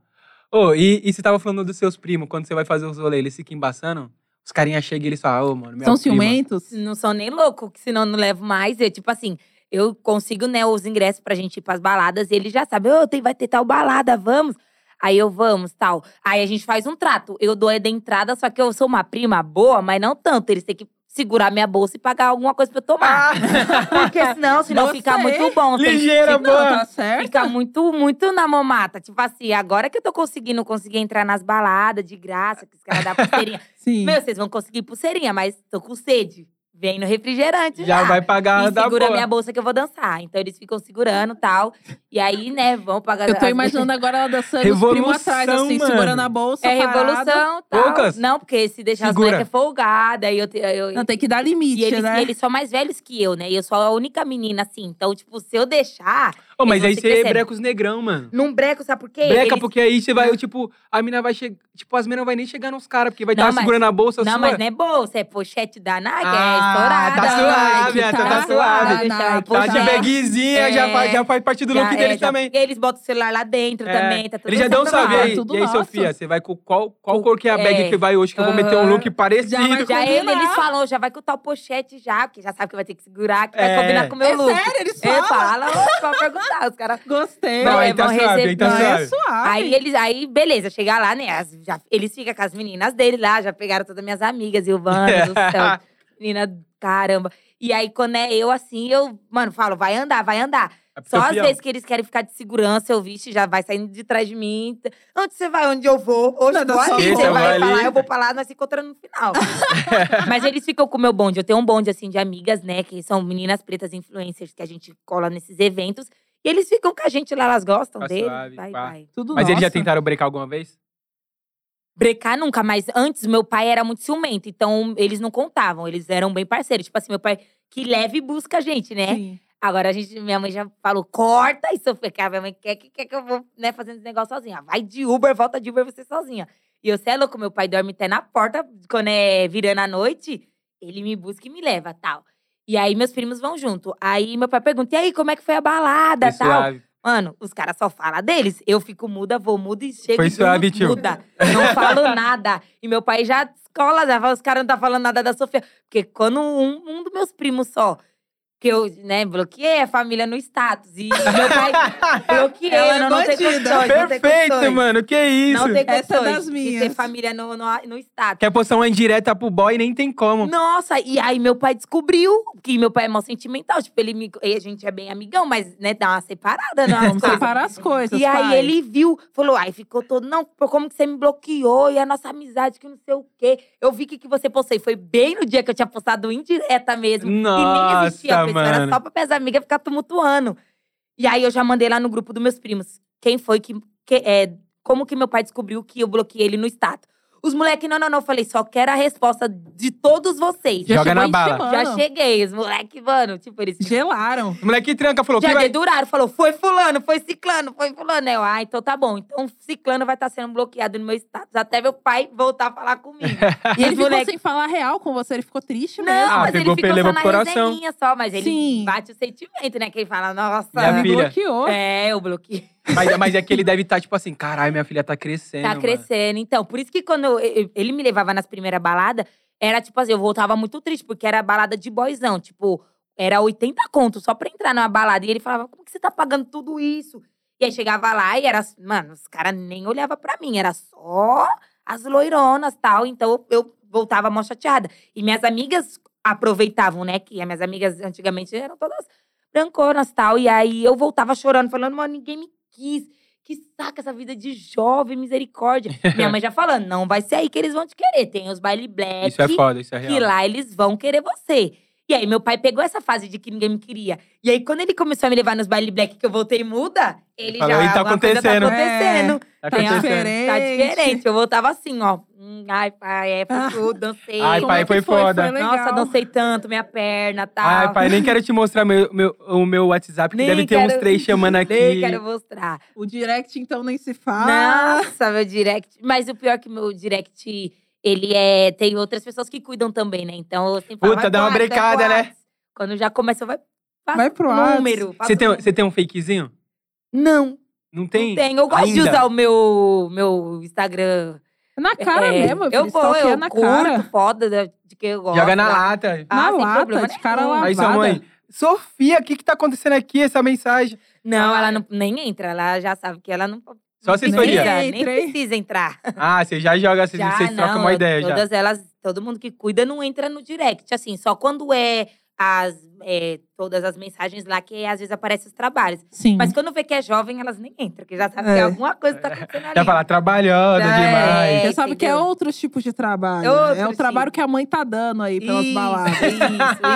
S1: como? Ô, e, e você tava falando dos seus primos, quando você vai fazer os rolês, eles ficam embaçando? Os carinhas chegam e eles falam, ô, mano, minha prima.
S2: São ciumentos?
S3: Não são nem louco, que senão eu não levo mais. Eu, tipo assim, eu consigo, né, os ingressos pra gente ir pras baladas e ele já sabe, ô, tem vai ter tal balada, vamos. Aí eu, vamos, tal. Aí a gente faz um trato. Eu dou a da entrada, só que eu sou uma prima boa, mas não tanto. Eles têm que segurar minha bolsa e pagar alguma coisa pra eu tomar. Porque senão, senão
S2: Você
S3: fica muito bom. Tem que
S1: Ligeira,
S2: Não,
S1: boa.
S2: tá certo.
S3: Fica muito, muito na mamata. Tipo assim, agora que eu tô conseguindo conseguir entrar nas baladas de graça, que os caras dão pulseirinha.
S2: Sim.
S3: Meu, vocês vão conseguir pulseirinha, mas tô com sede. Vem no refrigerante. Já,
S1: Já vai pagar
S3: E
S1: da
S3: ah, segura
S1: boa.
S3: minha bolsa que eu vou dançar. Então eles ficam segurando e tal. E aí, né, vão pagar.
S2: Eu tô
S3: as-
S2: imaginando agora ela dançando
S1: Tá. Revolução,
S2: os primos atrás, assim,
S1: mano.
S2: segurando a bolsa.
S3: É
S2: parada.
S3: revolução, tal.
S1: Poucas?
S3: Não, porque se deixar
S1: Segura.
S3: as moleques folgadas, aí eu, te- eu,
S2: Não, tem que dar limite,
S3: E eles,
S2: né?
S3: eles são mais velhos que eu, né? E eu sou a única menina, assim. Então, tipo, se eu deixar,
S1: Ô, mas
S3: eles
S1: aí
S3: não se
S1: você
S3: percebem.
S1: breca os negrão, mano.
S3: num breco, sabe por quê?
S1: Breca,
S3: Eles-
S1: porque aí você vai, tipo, a mina vai chegar. Tipo, as minas não vai nem chegar nos caras, porque vai
S3: Não,
S1: estar
S3: mas-
S1: segurando a bolsa
S3: Não,
S1: sua.
S3: mas não é bolsa, é pochete da Nike,
S1: Ah,
S3: é estourada.
S1: tá suave,
S3: Nike,
S1: tá- tá suave.
S3: deixar a
S2: Tá
S1: Tá de
S3: pochete.
S1: beguizinha,
S3: É.
S1: já, faz, já faz parte do look
S3: Já- é,
S1: deles
S3: já-
S1: também.
S3: Eles botam o celular lá dentro
S1: É.
S3: também, tá tudo
S1: Eles já dão um salve
S3: separado.
S1: aí.
S2: É tudo
S1: E aí,
S2: nosso.
S1: Sofia, você vai com qual, qual cor que é a
S3: É.
S1: bag que vai hoje? Que eu vou meter um
S3: Aham.
S1: look parecido.
S2: Já vai-
S3: Já ele,
S2: Combinar.
S3: eles falam, já vai com tal pochete já, porque já sabe que vai ter que segurar, que vai
S1: É.
S3: combinar com o meu
S2: É
S3: look.
S2: sério, eles
S3: Ele
S2: falam.
S3: fala, "Ô, pode perguntar, os caras…
S2: Gostei.
S1: Não,
S3: Não,
S1: aí
S3: é
S1: tá
S3: bom
S1: suave, aí
S3: receber-
S1: tá
S2: Não, é
S1: suave.
S2: suave.
S3: Aí eles, aí beleza, chegar lá, né, as- já- eles ficam com as meninas dele lá, já pegaram todas minhas amigas, Silvana, do céu, menina, caramba. E aí, quando é eu assim, eu, mano, falo, vai andar, vai andar.
S1: É pro
S3: Só
S1: seu
S3: às
S1: fiel.
S3: vezes que eles querem ficar de segurança, eu vixe, já vai saindo de trás de mim. Onde você vai? Onde eu vou? Hoje
S2: Nada
S3: eu vou ali,
S1: solta.
S3: você
S1: Eu vou
S3: vai pra
S1: ali.
S3: lá, eu vou pra lá, nós se encontramos no final. Mas eles ficam com o meu bonde. Eu tenho um bonde, assim, de amigas, né? Que são meninas pretas influencers que a gente cola nesses eventos. E eles ficam com a gente lá, elas gostam
S1: Tá
S3: dele.
S1: suave,
S3: vai,
S1: pá.
S3: vai.
S2: Tudo
S1: Mas eles já
S2: nosso.
S1: tentaram brecar alguma vez?
S3: Brecar nunca, mas antes meu pai era muito ciumento. Então, eles não contavam, eles eram bem parceiros. Tipo assim, meu pai que leva e busca a gente, né?
S2: Sim.
S3: Agora a gente, minha mãe já falou, corta isso. Eu falei, cara, minha mãe quer que, quer que eu vou né, fazendo esse negócio sozinha. Vai de Uber, volta de Uber você sozinha. E eu, cê é louco, meu pai dorme até na porta, quando é virando a noite, ele me busca e me leva, tal. E aí meus primos vão junto. Aí meu pai pergunta, e aí, como é que foi a balada,
S1: Foi
S3: tal?
S1: suave.
S3: Mano, os caras só falam deles. Eu fico muda, vou muda e chego
S1: Foi
S3: e durmo
S1: suave, tio.
S3: muda. Não falo nada. E meu pai já escola, já fala, os caras não tá falando nada da Sofia. Porque quando um, um dos meus primos só, que eu, né, bloqueei a família no status. E meu pai bloqueei,
S2: Ela é
S3: eu não tenho
S2: bandida.
S3: condições. não tem
S1: Perfeito,
S3: condições.
S1: mano. Que isso?
S3: Não tem
S2: Essa é
S3: condições
S2: das
S3: de
S2: minhas.
S3: ter família no, no, no status.
S1: Quer um- postar uma é indireta pro boy e nem tem como.
S3: Nossa, e aí meu pai descobriu que meu pai é mó sentimental. Tipo, ele me, e a gente é bem amigão, mas né, dá uma separada nas
S2: Vamos
S3: coisas.
S2: separar as coisas,
S3: E aí
S2: pai.
S3: ele viu, falou, ai, ficou todo, não, pô, como que você me bloqueou? E a nossa amizade, que não sei o quê. Eu vi o que, que você postei. Foi bem no dia que eu tinha postado indireta mesmo. e nem existia, a
S1: Nossa,
S3: pessoa era
S1: mano.
S3: só pra minhas amigas ficar tumultuando. E aí eu já mandei lá no grupo dos meus primos. Quem foi que. que- é, como que meu pai descobriu que eu bloqueei ele no status? Os moleques, não, não, não. Eu falei, só quero a resposta de todos vocês.
S1: Já Joga
S2: chegou
S1: na
S2: em
S1: bala.
S2: semana.
S3: Já cheguei, os moleques, mano, tipo, eles
S2: Gelaram.
S1: O moleque tranca, falou que
S3: já
S1: vai.
S3: deduraram, falou, foi fulano, foi ciclano, foi fulano. Eu, ah, então tá bom. Então ciclano vai estar sendo bloqueado no meu status até meu pai voltar a falar comigo.
S2: E ele ficou
S3: moleque-
S2: sem falar real com você, ele ficou triste
S3: Não,
S2: mesmo.
S1: Ah,
S3: mas
S1: pegou
S3: ele ficou
S1: pelo
S3: só
S1: levou
S3: na
S1: pro coração.
S3: resenha só. Mas ele
S2: Sim.
S3: bate o sentimento, né? Que ele fala,
S1: Minha
S3: nossa…
S1: filha.
S2: bloqueou.
S3: É, eu bloqueei.
S1: Mas, mas é que ele deve estar, tipo assim, caralho, minha filha tá crescendo.
S3: Tá
S1: mano."
S3: crescendo. Então, por isso que quando eu- eu- ele me levava nas primeiras baladas, era tipo assim, eu voltava muito triste, porque era balada de boyzão. Tipo, era 80 conto só pra entrar numa balada. E ele falava, como que você tá pagando tudo isso? E aí chegava lá e era… Mano, os caras nem olhavam pra mim. Era só as loironas e tal. Então, eu voltava mó chateada. E minhas amigas aproveitavam, né? Que as minhas amigas antigamente eram todas branconas e tal. E aí, eu voltava chorando, falando, mano, ninguém me quis. Que saca essa vida de jovem, misericórdia. Minha mãe já falando, não vai ser aí que eles vão te querer. Tem os baile black,
S1: Isso é foda, isso é
S3: que
S1: real.
S3: lá eles vão querer você. E aí, meu pai pegou essa fase de que ninguém me queria. E aí, quando ele começou a me levar nos baile black que eu voltei muda, ele
S1: Falou,
S3: já…
S1: "Ih, tá
S3: alguma coisa
S1: acontecendo."
S3: Tá acontecendo.
S1: Tá
S3: tem a
S1: acontecendo.
S2: diferença.
S3: Tá
S2: É, Gente.
S3: diferente. Eu voltava assim, ó. Hum, ai, pai, é, foi tudo, dancei.
S1: Ai,
S2: Como
S1: pai,
S2: é que
S1: foi foda.
S2: Foi legal.
S3: Nossa, dancei tanto, minha perna, tal.
S1: Ai, pai, nem quero te mostrar meu, meu- o meu WhatsApp, que
S3: Nem
S1: deve ter uns
S3: quero-
S1: três chamando aqui.
S3: Nem quero mostrar.
S2: O direct, então, nem se fala.
S3: Nossa, meu direct. Mas o pior é que meu direct, ele é. Tem outras pessoas que cuidam também, né? Então eu sempre falo,
S1: Puta,
S3: vai
S1: dá
S3: pro
S1: uma
S3: Whats, vai pro
S1: brecada, né?
S3: Whats. Quando já começa, vai. passa
S2: Vai pro
S3: o
S2: Whats.
S3: número. passa
S1: Você tem,
S3: o
S1: você tem um fakezinho?
S3: número. Não.
S1: Não tem.
S3: Não tem. Eu gosto de
S1: ainda.
S3: usar o meu, meu Instagram.
S2: Na cara
S3: É,
S2: mesmo,
S3: Eu vou,
S2: stalkear
S3: eu
S2: na
S3: curto
S2: cara.
S3: foda de, de que eu gosto.
S1: Joga na lata.
S3: Ah,
S2: Na
S3: sem
S2: lata,
S3: problema
S2: de cara
S3: nenhum.
S2: lavada.
S1: Aí sua mãe. Sofia, o que, que tá acontecendo aqui? Essa mensagem.
S3: Não, ela não, nem entra. Ela já sabe que ela não, não
S1: Só assessoria.
S3: precisa, nem
S2: Entrei.
S3: precisa entrar.
S1: Ah, você já joga, vocês,
S3: Já,
S1: vocês trocam
S3: não,
S1: uma ideia já.
S3: Todas elas, todo mundo que cuida não entra no direct. Assim, só quando é as é, todas as mensagens lá que às vezes aparecem os trabalhos.
S1: Uhum.
S2: Sim.
S3: Mas quando vê que é jovem, elas nem entram, porque já sabe
S2: É.
S3: que alguma coisa tá acontecendo ali.
S1: Já fala, trabalhando
S3: Já
S1: demais.
S3: é.
S2: Você sabe que é
S3: entendeu?
S2: outros tipos de trabalho. né?
S3: É outro
S2: É o trabalho
S3: tipo.
S2: que a mãe tá dando aí pelas
S3: Isso,
S2: baladas.
S3: isso,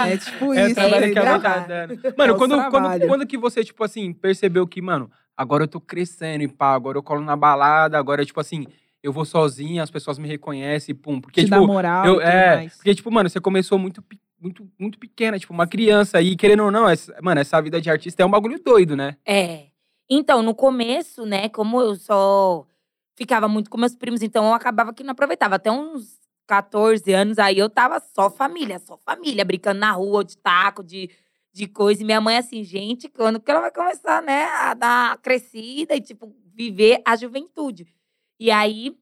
S2: É tipo
S1: É, trabalho
S2: isso.
S1: que a
S2: entendeu?
S1: mãe
S3: trabalho.
S1: tá dando. Mano,
S2: o
S1: quando, quando,
S2: trabalho.
S1: quando que você, tipo assim, percebeu que, mano, agora eu tô crescendo e pá, agora eu colo na balada, agora, tipo assim, eu vou sozinha, as pessoas me reconhecem e pum. Porque,
S2: Te dá
S1: tipo,
S2: moral
S1: eu-
S2: e tudo
S1: é,
S2: mais.
S1: porque, tipo, mano, você começou muito, pe- muito, muito pequena, tipo, uma criança. E querendo ou não, essa, mano, essa vida de artista é um bagulho doido, né?
S3: É. Então, no começo, né, como eu só ficava muito com meus primos, então eu acabava que não aproveitava. Até uns 14 anos aí eu tava só família, só família, brincando na rua, de taco, de, de coisa. E minha mãe assim, gente, quando que ela vai começar, né, a dar crescida e, tipo, viver a juventude? E aí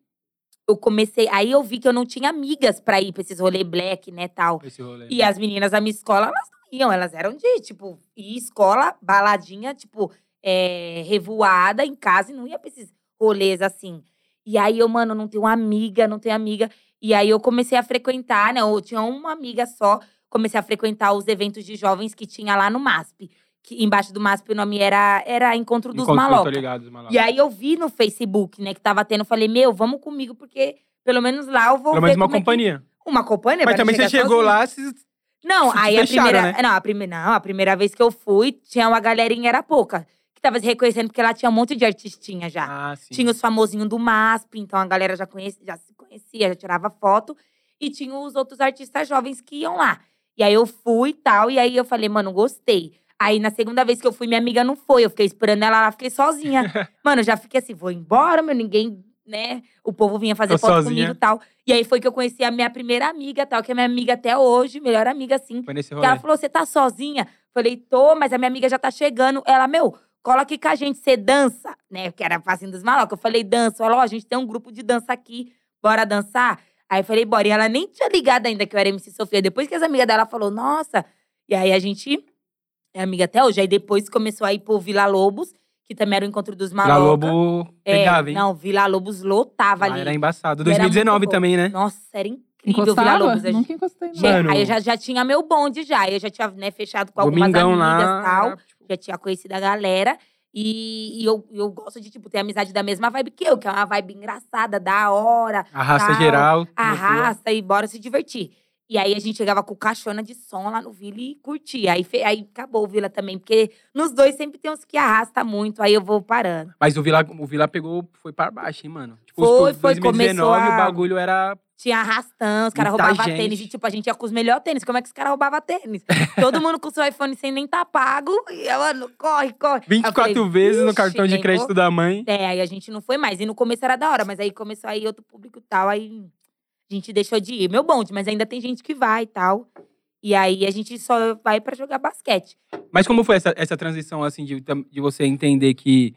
S3: eu comecei, aí eu vi que eu não tinha amigas pra ir pra esses rolê black, né, tal.
S1: Esse rolê.
S3: E as meninas da minha escola, elas não iam, elas eram de, tipo, ir escola, baladinha, tipo, é, revoada em casa e não ia pra esses rolês assim. E aí eu, mano, não tenho amiga, não tenho amiga. E aí eu comecei a frequentar, né? Eu tinha uma amiga só, comecei a frequentar os eventos de jovens que tinha lá no MASP. Que embaixo do MASP o nome era, era Encontro dos
S1: Enquanto eu tô
S3: Malocas.
S1: tá ligado, dos malocas.
S3: E aí eu vi no Facebook, né, que tava tendo, eu falei, meu, vamos comigo, porque pelo menos lá eu vou
S1: Pelo menos
S3: ver
S1: uma
S3: como é que-
S1: companhia.
S3: Uma companhia,
S1: Mas
S3: pra não
S1: também você
S3: chegar
S1: chegou
S3: sozinha.
S1: lá, vocês-
S3: Não,
S1: Se
S3: aí a
S1: fecharam,
S3: primeira.
S1: né?
S3: Não, a primeira, não, a primeira vez que eu fui, tinha uma galerinha, era pouca. Que tava se reconhecendo porque lá tinha um monte de artistinha já.
S1: Ah, sim.
S3: Tá. tinha um os famosinhos do MASP, então a galera já, conhecia, já se conhecia, já tirava foto. E tinha os outros artistas jovens que iam lá. E aí eu fui e tal, e aí eu falei, mano, gostei. Aí na segunda vez que eu fui, minha amiga não foi. Eu fiquei esperando ela lá, fiquei sozinha. mano, eu já fiquei assim, vou embora, meu, ninguém, né? O povo vinha fazer
S1: Tô
S3: foto
S1: sozinha.
S3: comigo e tal. E aí foi que eu conheci a minha primeira amiga, tal, que é minha amiga até hoje, melhor amiga, assim.
S1: Foi nesse
S3: Que
S1: rolê.
S3: ela falou: você tá sozinha? Falei, tô, mas a minha amiga já tá chegando. Ela, meu, cola aqui com a gente, você dança, né? Que era facinho dos malocas. Eu falei, dança. Ela, ó, a gente tem um grupo de dança aqui, bora dançar? Aí eu falei, bora. E ela nem tinha ligado ainda que eu era MC Sofia. Depois que as amigas dela falou, nossa. E aí a gente é amiga até hoje. Aí depois começou a ir pro Vila Lobos, que também era o encontro dos
S1: Pra
S3: malocas.
S1: Lobo
S3: É,
S1: pegava, hein?
S3: Não, Vila Lobos lotava
S1: Ah,
S3: ali.
S1: era embaçado.
S3: Era muito
S1: 2019
S3: bom.
S1: também, né?
S3: Nossa, era incrível Vila
S2: Encostava?
S3: Lobos. A gente
S2: Nunca encostei, não.
S1: Gente, Mano.
S3: aí eu já, já tinha meu bonde já. Eu já tinha né, fechado com algumas
S1: Domingão
S3: amigas
S1: lá.
S3: e tal.
S1: era, tipo,
S3: Já tinha conhecido a galera. E, e eu, eu gosto de, tipo, ter amizade da mesma vibe que eu. Que é uma vibe engraçada, da hora.
S1: Arrasta
S3: tal,
S1: geral. mostrou.
S3: Arrasta e bora se divertir. E aí a gente chegava com caixona de som lá no Vila e curtia. Aí, fe- aí acabou o Vila também. Porque nos dois sempre tem uns que arrasta muito. Aí eu vou parando.
S1: Mas o Vila, o Vila pegou, foi pra baixo, hein, mano? Tipo,
S3: Foi,
S1: os-
S3: foi,
S1: 2019
S3: começou a-
S1: o bagulho era
S3: Tinha arrastão, os caras
S1: Muita
S3: roubavam
S1: gente.
S3: tênis. E, tipo, a gente ia com os melhores tênis. Como é que os caras roubavam tênis? Todo mundo com seu iPhone sem nem tá pago. E eu, mano, corre, corre. Aí eu
S1: 24
S3: falei,
S1: vezes no
S3: "Vixe,
S1: cartão de
S3: nem
S1: crédito
S3: vou."
S1: da mãe.
S3: É, aí a gente não foi mais. E no começo era da hora, mas aí começou aí outro público e tal. Aí a gente deixou de ir. Meu bonde, mas ainda tem gente que vai e tal. E aí a gente só vai pra jogar basquete.
S1: Mas como foi essa, essa transição, assim, de, tam- de você entender que,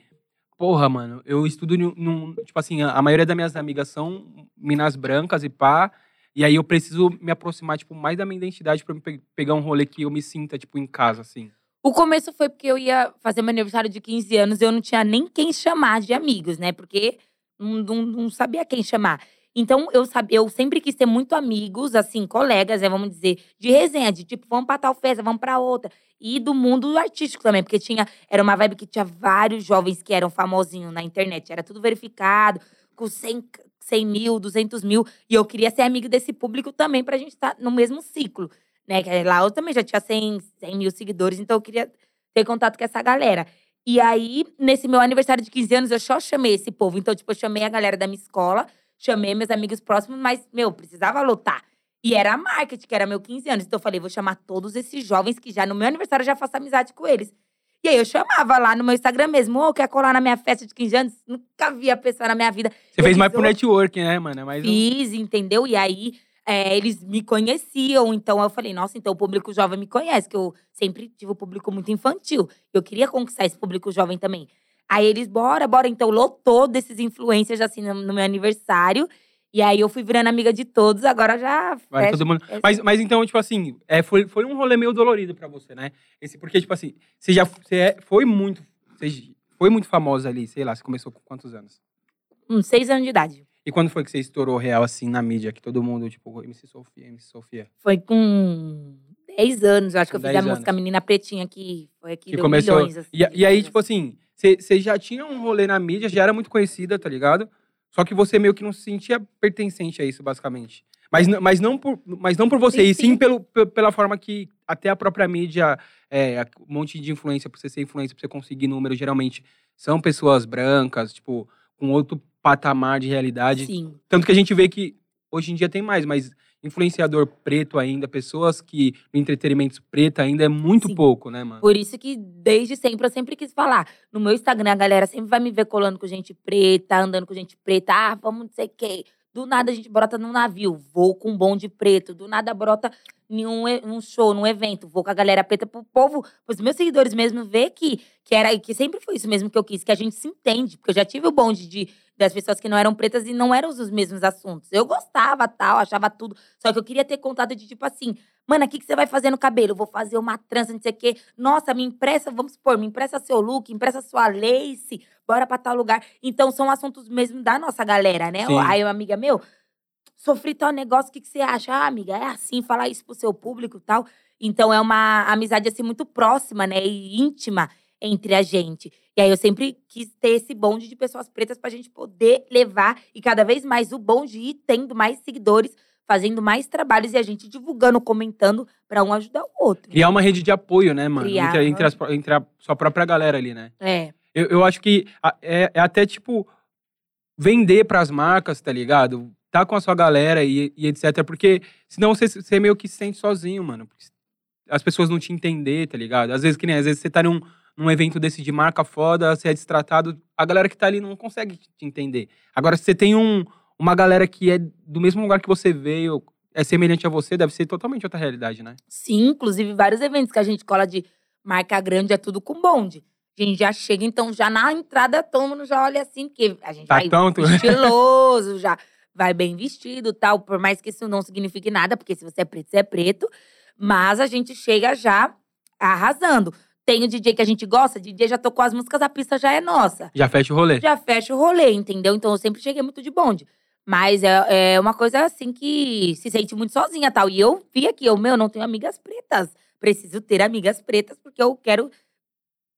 S1: porra, mano, eu estudo num, num- Tipo assim, a, a maioria das minhas amigas são minas brancas e pá. E aí eu preciso me aproximar, tipo, mais da minha identidade pra eu pe- pegar um rolê que eu me sinta, tipo, em casa, assim.
S3: O começo foi porque eu ia fazer meu aniversário de 15 anos e eu não tinha nem quem chamar de amigos, né? Porque não, não- não sabia quem chamar. Então, eu, sabia, eu sempre quis ter muito amigos, assim, colegas, né, vamos dizer, de resenha, de tipo, vamos pra tal festa, vamos pra outra. E do mundo artístico também, porque tinha, era uma vibe que tinha vários jovens que eram famosinhos na internet. Era tudo verificado, com 100, 100 mil, 200 mil. E eu queria ser amigo desse público também, pra gente estar no mesmo ciclo né? Que lá eu também já tinha 100, 100 mil seguidores, então eu queria ter contato com essa galera. E aí, nesse meu aniversário de 15 anos, eu só chamei esse povo. Então, tipo, eu chamei a galera da minha escola, chamei meus amigos próximos, mas, meu, precisava lutar. E era a marketing, que era meu 15 anos. Então, eu falei, vou chamar todos esses jovens que já no meu aniversário eu já faço amizade com eles. E aí, eu chamava lá no meu Instagram mesmo, ou quer colar na minha festa de 15 anos? Nunca vi a pessoa na minha vida.
S1: Você fez mais
S3: Eles
S1: pro networking, né, mano? É mais um-
S3: Fiz, entendeu? E aí é, eles me conheciam, então eu falei, nossa, então o público jovem me conhece, que eu sempre tive um público muito infantil. Eu queria conquistar esse público jovem também. Aí eles, bora, bora. Então lotou desses influencers assim no, no meu aniversário. E aí eu fui virando amiga de todos, agora já. é,
S1: Vai
S3: fecha-
S1: todo mundo.
S3: fecha-
S1: Mas, mas então, tipo assim, é, foi, foi um rolê meio dolorido pra você, né? Esse, porque, tipo assim, você já você é- foi muito. Você j- foi muito famosa ali, sei lá, você começou com quantos anos?
S3: Uns seis anos de idade.
S1: E quando foi que você estourou real, assim, na mídia, que todo mundo, tipo, MC Sofia, MC Sofia?
S3: Foi com 10 anos, eu acho que eu
S1: Com
S3: fiz a
S1: 10
S3: música Menina Pretinha, que foi aqui
S1: Que começou-
S3: milhões. assim,
S1: E, a-
S3: de
S1: e aí,
S3: coisas.
S1: tipo assim, você já tinha um rolê na mídia, já era muito conhecida, tá ligado? Só que você meio que não se sentia pertencente a isso, basicamente. Mas, n- mas, não, por, mas não por você,
S3: Sim,
S1: e sim
S3: sim.
S1: pelo, pe- pela forma que até a própria mídia, é, a- um monte de influência, pra você ser influência, pra você conseguir número, geralmente são pessoas brancas, tipo, com outro patamar de realidade.
S3: Sim.
S1: Tanto que a gente vê que hoje em dia tem mais, mas influenciador preto ainda, pessoas que no entretenimento preto ainda é muito
S3: Sim.
S1: pouco, né, mano?
S3: Por isso que desde sempre eu sempre quis falar. No meu Instagram, a galera sempre vai me ver colando com gente preta, andando com gente preta. Ah, vamos não sei o quê. Do nada a gente brota num navio, vou com um bonde preto. Do nada brota em um, e- um show, num evento, vou com a galera preta pro povo, pros meus seguidores mesmo ver que, que era que sempre foi isso mesmo que eu quis, que a gente se entende. Porque eu já tive o bonde de, das pessoas que não eram pretas e não eram os mesmos assuntos. Eu gostava, tal, achava tudo. Só que eu queria ter contato de tipo assim, Mano, o que, que você vai fazer no cabelo? Vou fazer uma trança, não sei o quê. Nossa, me empresta, vamos supor, me empresta seu look, empresta sua lace, bora pra tal lugar. Então, são assuntos mesmo da nossa galera, né?
S1: Sim.
S3: Aí, uma amiga meu, sofri tal negócio, o que, que você acha? Ah, amiga, é assim, falar isso pro seu público e tal. Então, é uma amizade, assim, muito próxima, né? E íntima entre a gente. E aí, eu sempre quis ter esse bonde de pessoas pretas pra gente poder levar. E cada vez mais o bonde ir tendo mais seguidores fazendo mais trabalhos e a gente divulgando, comentando pra um ajudar o outro.
S1: Criar é uma rede de apoio, né, mano?
S3: Criar,
S1: Entre, entre
S3: aham.
S1: as pró- entre a sua própria galera ali, né?
S3: É.
S1: Eu, eu acho que a- é, é até, tipo, vender pras marcas, tá ligado? Tá com a sua galera e, e etc. Porque senão você, você meio que se sente sozinho, mano. Porque as pessoas não te entender, tá ligado? Às vezes, que nem, às vezes você tá num, num evento desse de marca foda, você é destratado, a galera que tá ali não consegue te te entender. Agora, se você tem um, uma galera que é do mesmo lugar que você veio, é semelhante a você, deve ser totalmente outra realidade, né?
S3: Sim, inclusive vários eventos que a gente cola de marca grande é tudo com bonde. A gente já chega, então já na entrada todo mundo já olha assim, porque a gente
S1: Tá
S3: vai
S1: tonto?
S3: estiloso, já vai bem vestido tal, por mais que isso não signifique nada, porque se você é preto, você é preto. Mas a gente chega já arrasando. Tem o DJ que a gente gosta, DJ já tocou as músicas, a pista já é nossa.
S1: Já fecha o rolê.
S3: já fecha o rolê, entendeu? Então eu sempre cheguei muito de bonde. Mas é, é uma coisa assim que se sente muito sozinha tal. E eu vi aqui, eu, meu, não tenho amigas pretas. Preciso ter amigas pretas, porque eu quero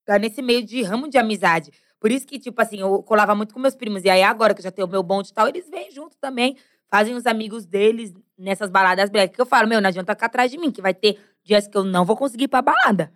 S3: estar nesse meio de ramo de amizade. Por isso que, tipo assim, eu colava muito com meus primos. E aí, agora que eu já tenho o meu bonde e tal, eles vêm junto também. Fazem os amigos deles nessas baladas black. Que eu falo, meu, não adianta ficar atrás de mim, que vai ter dias que eu não vou conseguir ir pra balada.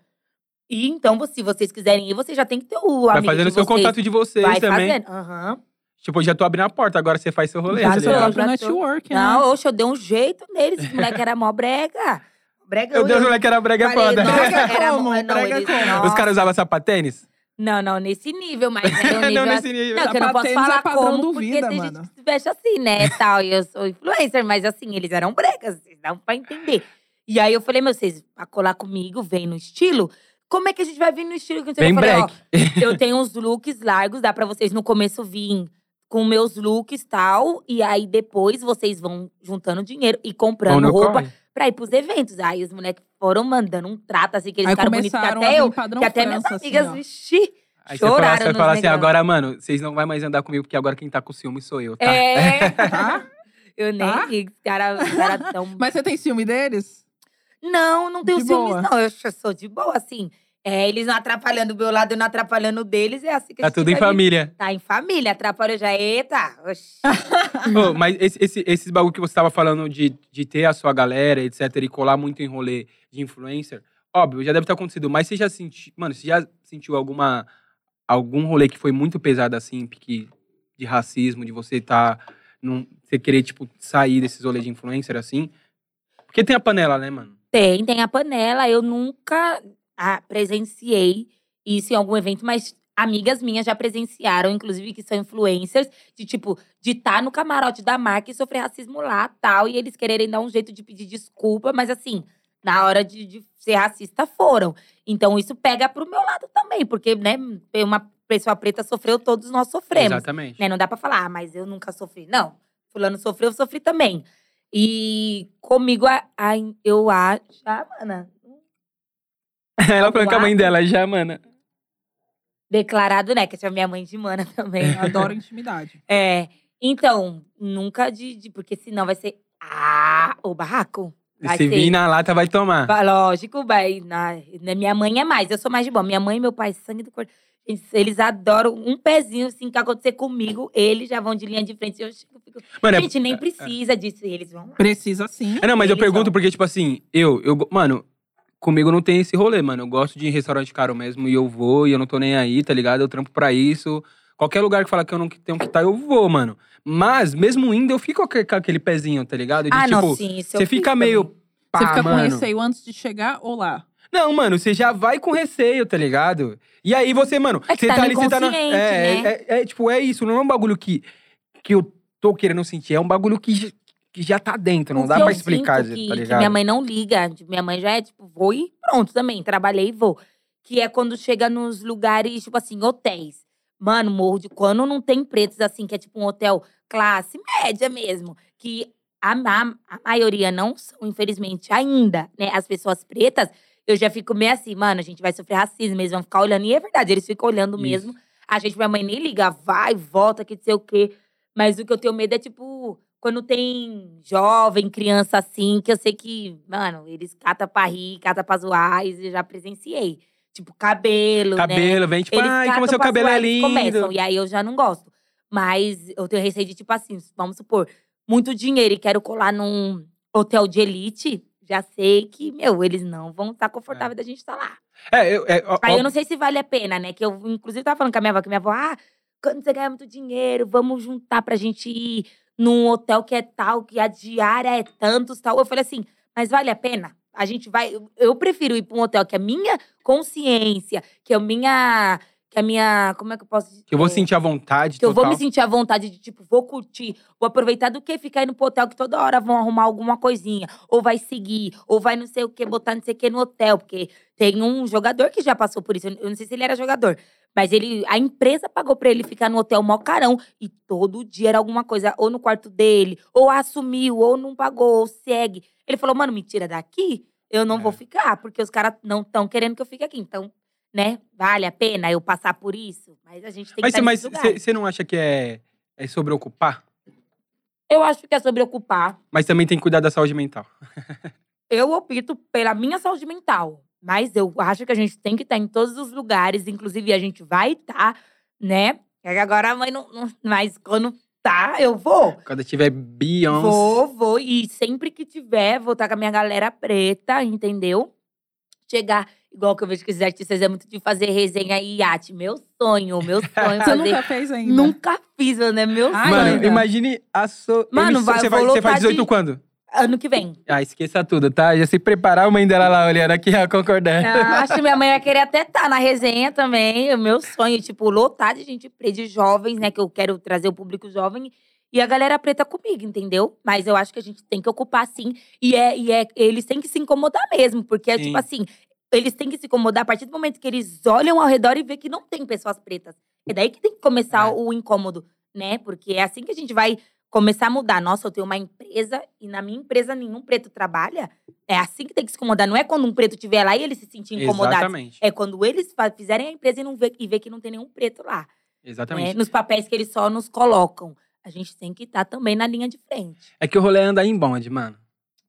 S3: E então, se vocês quiserem ir, vocês já tem que ter o
S1: Vai
S3: amigo
S1: fazendo
S3: de
S1: seu
S3: vocês.
S1: contato de vocês
S3: Vai
S1: também.
S3: fazendo. Aham.
S1: Tipo, eu já tô abrindo a porta, agora você faz seu rolê,
S3: Já
S1: tá
S2: Faz seu
S3: tô.
S1: ligado?
S2: próprio
S3: Já
S2: network, né?
S3: Não, oxe, eu dei um jeito neles. Esse moleque era mó brega. um Brega
S1: Meu Deus, o moleque um era
S3: é
S1: brega foda.
S2: Brega
S3: Era
S2: como?
S3: mó- não,
S2: Brega
S3: eles-
S2: como?
S3: nossa.
S1: Os caras usavam sapatênis?
S3: Não, não, nesse nível, mas era um nível
S1: não, nesse
S3: assim.
S1: nível.
S3: Não, que eu não posso
S2: Sapatênis é
S3: falar
S2: padrão do
S3: como, porque
S2: vida,
S3: tem
S2: mano.
S3: gente que se veste assim, né, e tal. E eu sou influencer, mas assim, eles eram bregas, vocês dão pra entender. E aí eu falei, meu, vocês a colar comigo, vem no estilo. Como é que a gente vai vir no estilo? Que não sei o
S1: Bem
S3: que? eu falei, ó,
S1: break.
S3: eu tenho uns looks largos, dá pra vocês no começo virem com meus looks e tal. E aí depois vocês vão juntando dinheiro e
S1: Vão
S3: comprando
S1: no
S3: roupa
S1: corre.
S3: pra ir pros eventos. Aí os moleques foram mandando um trato, assim, que eles
S2: Aí
S3: ficaram bonitos, que
S2: começaram
S3: até
S2: a
S3: eu,
S2: vir padrão
S3: que até minhas
S2: França,
S3: amigas
S2: assim, ó.
S3: vesti.
S1: Aí você fala,
S3: Choraram
S1: você
S3: nos
S1: fala assim,
S3: negócios.
S1: agora, mano, vocês não vão mais andar comigo, porque agora quem tá com ciúme sou eu, tá?
S3: É,
S2: Tá?
S3: eu nem
S2: Tá?
S3: vi, os caras cara tão…
S2: Mas você tem ciúme deles?
S3: Não, não tenho
S2: De
S3: ciúmes,
S2: boa.
S3: não. Eu ch- sou de boa, assim. É, eles não atrapalhando o meu lado, eu não atrapalhando o deles. É assim que a
S1: Tá
S3: gente
S1: tudo em
S3: vai viver.
S1: família.
S3: Tá em família, atrapalhou já. Eita, oxi.
S1: Ô, mas esse, esse, esses bagulho que você tava falando de, de ter a sua galera, etc., e colar muito em rolê de influencer, óbvio, já deve ter acontecido. Mas você já sentiu. Mano, você já sentiu alguma. algum rolê que foi muito pesado, assim, que, de racismo, de você tá. Num, você querer, tipo, sair desses rolês de influencer, assim? Porque tem a panela, né, mano?
S3: Tem, tem a panela. Eu nunca ah, presenciei isso em algum evento, mas amigas minhas já presenciaram, inclusive que são influencers, de tipo, de estar no camarote da marca e sofrer racismo lá tal, e eles quererem dar um jeito de pedir desculpa, mas assim, na hora de, de ser racista foram. Então isso pega pro meu lado também, porque, né, tem uma pessoa preta sofreu, todos nós sofremos.
S1: Exatamente.
S3: Né? Não dá pra falar, ah, mas eu nunca sofri. Não, fulano sofreu, eu sofri também. E comigo, a, a- eu acho… Ah, mana,
S1: Ela falou com a mãe
S3: né?
S1: dela, já, mana.
S3: declarado, né? Que eu chamo minha mãe de mana também.
S2: Eu adoro intimidade.
S3: É, então, nunca de, de- Porque senão vai ser… Ah, o barraco. Vai
S1: Se
S3: ser.
S1: vir na lata, vai tomar.
S3: Vai, Lógico, vai. Na, na minha mãe é mais, eu sou mais de boa. Minha mãe e meu pai, sangue do corpo. Eles, eles adoram um pezinho, assim, que acontecer comigo, eles já vão de linha de frente. Eu chego, fico,
S1: Mano, é-
S3: gente, nem precisa disso. E eles vão lá.
S2: Precisa sim.
S1: É, não, mas eu
S3: Eles
S1: pergunto
S3: são.
S1: porque, tipo assim, eu, eu. go- Mano, comigo não tem esse rolê, mano. Eu gosto de ir em restaurante caro mesmo e eu vou e eu não tô nem aí, tá ligado? Eu trampo pra isso. Qualquer lugar que falar que eu não tenho que estar, eu vou, mano. Mas, mesmo indo, eu fico com aquele pezinho, tá ligado? De,
S3: Ah,
S1: tipo,
S3: não, sim. Isso eu
S1: você fica
S3: fiz
S1: meio.
S3: também.
S1: Pá,
S2: Você fica com
S1: mano.
S2: receio antes de chegar ou lá?
S1: Não, mano, você já vai com receio, tá ligado? E aí você, mano,
S3: É que
S1: você
S3: tá no
S1: ali, você tá na.
S3: inconsciente,
S1: É,
S3: né?
S1: é, é, é, tipo, é isso, não é um bagulho que, que eu tô querendo sentir, é um bagulho que, j- que já tá dentro, não
S3: O
S1: dá
S3: que
S1: pra
S3: eu
S1: explicar,
S3: sinto que,
S1: tá
S3: que
S1: ligado?
S3: minha mãe não liga. Tipo, Minha mãe já é, tipo, vou e pronto também. Trabalhei e vou. Que é quando chega nos lugares, tipo assim, hotéis. Mano, morro de quando não tem pretos, assim, que é tipo um hotel classe média mesmo. Que a, ma- a maioria não são, infelizmente, ainda, né? As pessoas pretas, eu já fico meio assim, mano, a gente vai sofrer racismo, eles vão ficar olhando. E é verdade, eles ficam olhando
S1: Isso.
S3: mesmo. A gente, minha mãe nem liga, vai, volta, que não sei o quê. Mas o que eu tenho medo é, tipo, quando tem jovem, criança assim, que eu sei que, mano, eles cata pra rir, cata pra zoar, e eu já presenciei. Tipo, cabelo, né?
S1: Cabelo, vem tipo,
S3: Eles
S1: ai,
S3: catam
S1: como seu
S3: pra
S1: cabelo é
S3: zoar, eles
S1: lindo.
S3: Começam, e aí eu já não gosto. Mas eu tenho receio de, tipo assim, vamos supor, muito dinheiro e quero colar num hotel de elite, já sei que, meu, eles não vão estar confortáveis da gente estar lá.
S1: É, eu, é, ó,
S3: Aí
S1: ó,
S3: eu não sei se vale a pena, né? Que eu, inclusive, tava falando com a minha avó, que minha avó, ah, quando você ganhar muito dinheiro, vamos juntar pra gente ir num hotel que é tal, que a diária é tantos, tal. Eu falei assim, mas vale a pena? A gente vai. eu- Eu prefiro ir pra um hotel que a minha consciência, que a minha. Que a minha. Como é que eu posso dizer?
S1: que eu vou
S3: É,
S1: sentir a vontade
S3: que eu
S1: total.
S3: vou me sentir à vontade de, tipo, vou curtir, vou aproveitar do que ficar indo pro hotel que toda hora vão arrumar alguma coisinha. Ou vai seguir, ou vai não sei o que, botar não sei o que no hotel. Porque tem um jogador que já passou por isso. Eu não sei se ele era jogador, mas ele a empresa pagou pra ele ficar no hotel mó carão. E todo dia era alguma coisa, ou no quarto dele, ou assumiu, ou não pagou, ou segue. Ele falou, mano, me tira daqui, eu não
S1: É.
S3: vou ficar, porque os caras não estão querendo que eu fique aqui. Então. Né? Vale a pena eu passar por isso? Mas a gente tem
S1: Mas você-
S3: que estar
S1: Mas
S3: nesse lugar.
S1: você não acha que é, é sobre ocupar?
S3: Eu acho que é sobre ocupar.
S1: Mas também tem que cuidar da saúde mental.
S3: Eu opto pela minha saúde mental. Mas eu acho que a gente tem que estar em todos os lugares. Inclusive, a gente vai estar, né? É que agora a mãe não, não- Mas quando tá, eu vou.
S1: Quando tiver Beyoncé.
S3: Vou, vou. E sempre que tiver, vou estar com a minha galera preta, entendeu? Chegar, igual que eu vejo que esses artistas é muito de fazer resenha e iate. Meu sonho, meu sonho.
S2: Você
S3: fazer.
S2: nunca fez ainda?
S3: Nunca fiz, mano. É meu
S2: Ai,
S3: sonho.
S1: Mano,
S2: ainda.
S1: imagine a sua.
S3: Mano, vai-
S1: você,
S3: vou
S1: você
S3: lotar
S1: faz 18
S3: de-
S1: quando?
S3: Ano que vem.
S1: Ah, esqueça tudo, tá? Já se preparar, a mãe dela lá olhando aqui, ó, concordando.
S3: Ah, Acho que minha mãe ia querer até estar na resenha também. É O meu sonho, tipo, lotar de gente preta, de jovens, né? Que eu quero trazer o público jovem e a galera preta comigo, entendeu? Mas eu acho que a gente tem que ocupar sim. E, é, e é, eles têm que se incomodar mesmo, porque é
S1: Sim.
S3: tipo assim. Eles têm que se incomodar a partir do momento que eles olham ao redor e vê que não tem pessoas pretas. É daí que tem que começar
S1: É.
S3: o incômodo, né? Porque é assim que a gente vai começar a mudar. Nossa, eu tenho uma empresa e na minha empresa nenhum preto trabalha. É assim que tem que se incomodar. Não é quando um preto estiver lá e ele se sentir incomodado.
S1: Exatamente.
S3: É quando eles fa- fizerem a empresa e, não vê, e vê que não tem nenhum preto lá. né?
S1: Exatamente.
S3: Nos papéis que eles só nos colocam. A gente tem que estar também na linha de frente.
S1: É que o rolê é andar em bonde, mano.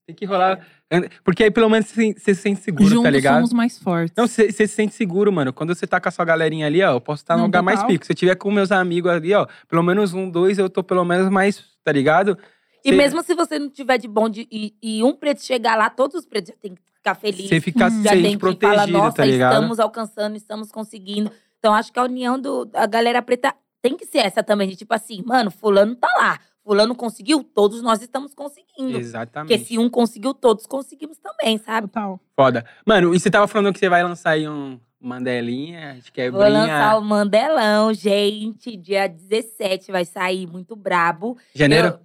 S1: Tem que rolar. anda- Porque aí pelo menos você se- você se sente seguro,
S2: Juntos
S1: tá ligado?
S2: somos mais fortes.
S1: Não, você você se sente seguro, mano. Quando você tá com a sua galerinha ali, ó, eu posso estar num
S2: Não,
S1: lugar mais
S2: total.
S1: pico. Se eu tiver com meus amigos ali, ó, pelo menos um, dois, eu tô pelo menos mais, tá ligado?
S3: E
S1: Cê-
S3: mesmo se você não tiver de bonde e, e um preto chegar lá, todos os pretos já têm que ficar felizes.
S1: Você fica
S2: Hum.
S3: já
S1: se
S3: tem que
S1: protegido,
S3: falar, nossa,
S1: tá ligado?
S3: estamos alcançando, estamos conseguindo. Então, acho que a união do, da galera preta tem que ser essa também. De, tipo assim, mano, fulano tá lá. Fulano conseguiu, todos nós estamos conseguindo. Porque
S1: Exatamente.
S3: se um conseguiu, todos conseguimos também, sabe?
S2: Total.
S1: Foda. Mano, e você tava falando que você vai lançar aí um Mandelinha, acho que é
S3: Vou lançar
S1: Brinha.
S3: o Mandelão, gente. Dia 17 vai sair, muito brabo.
S1: Janeiro?
S3: Eu-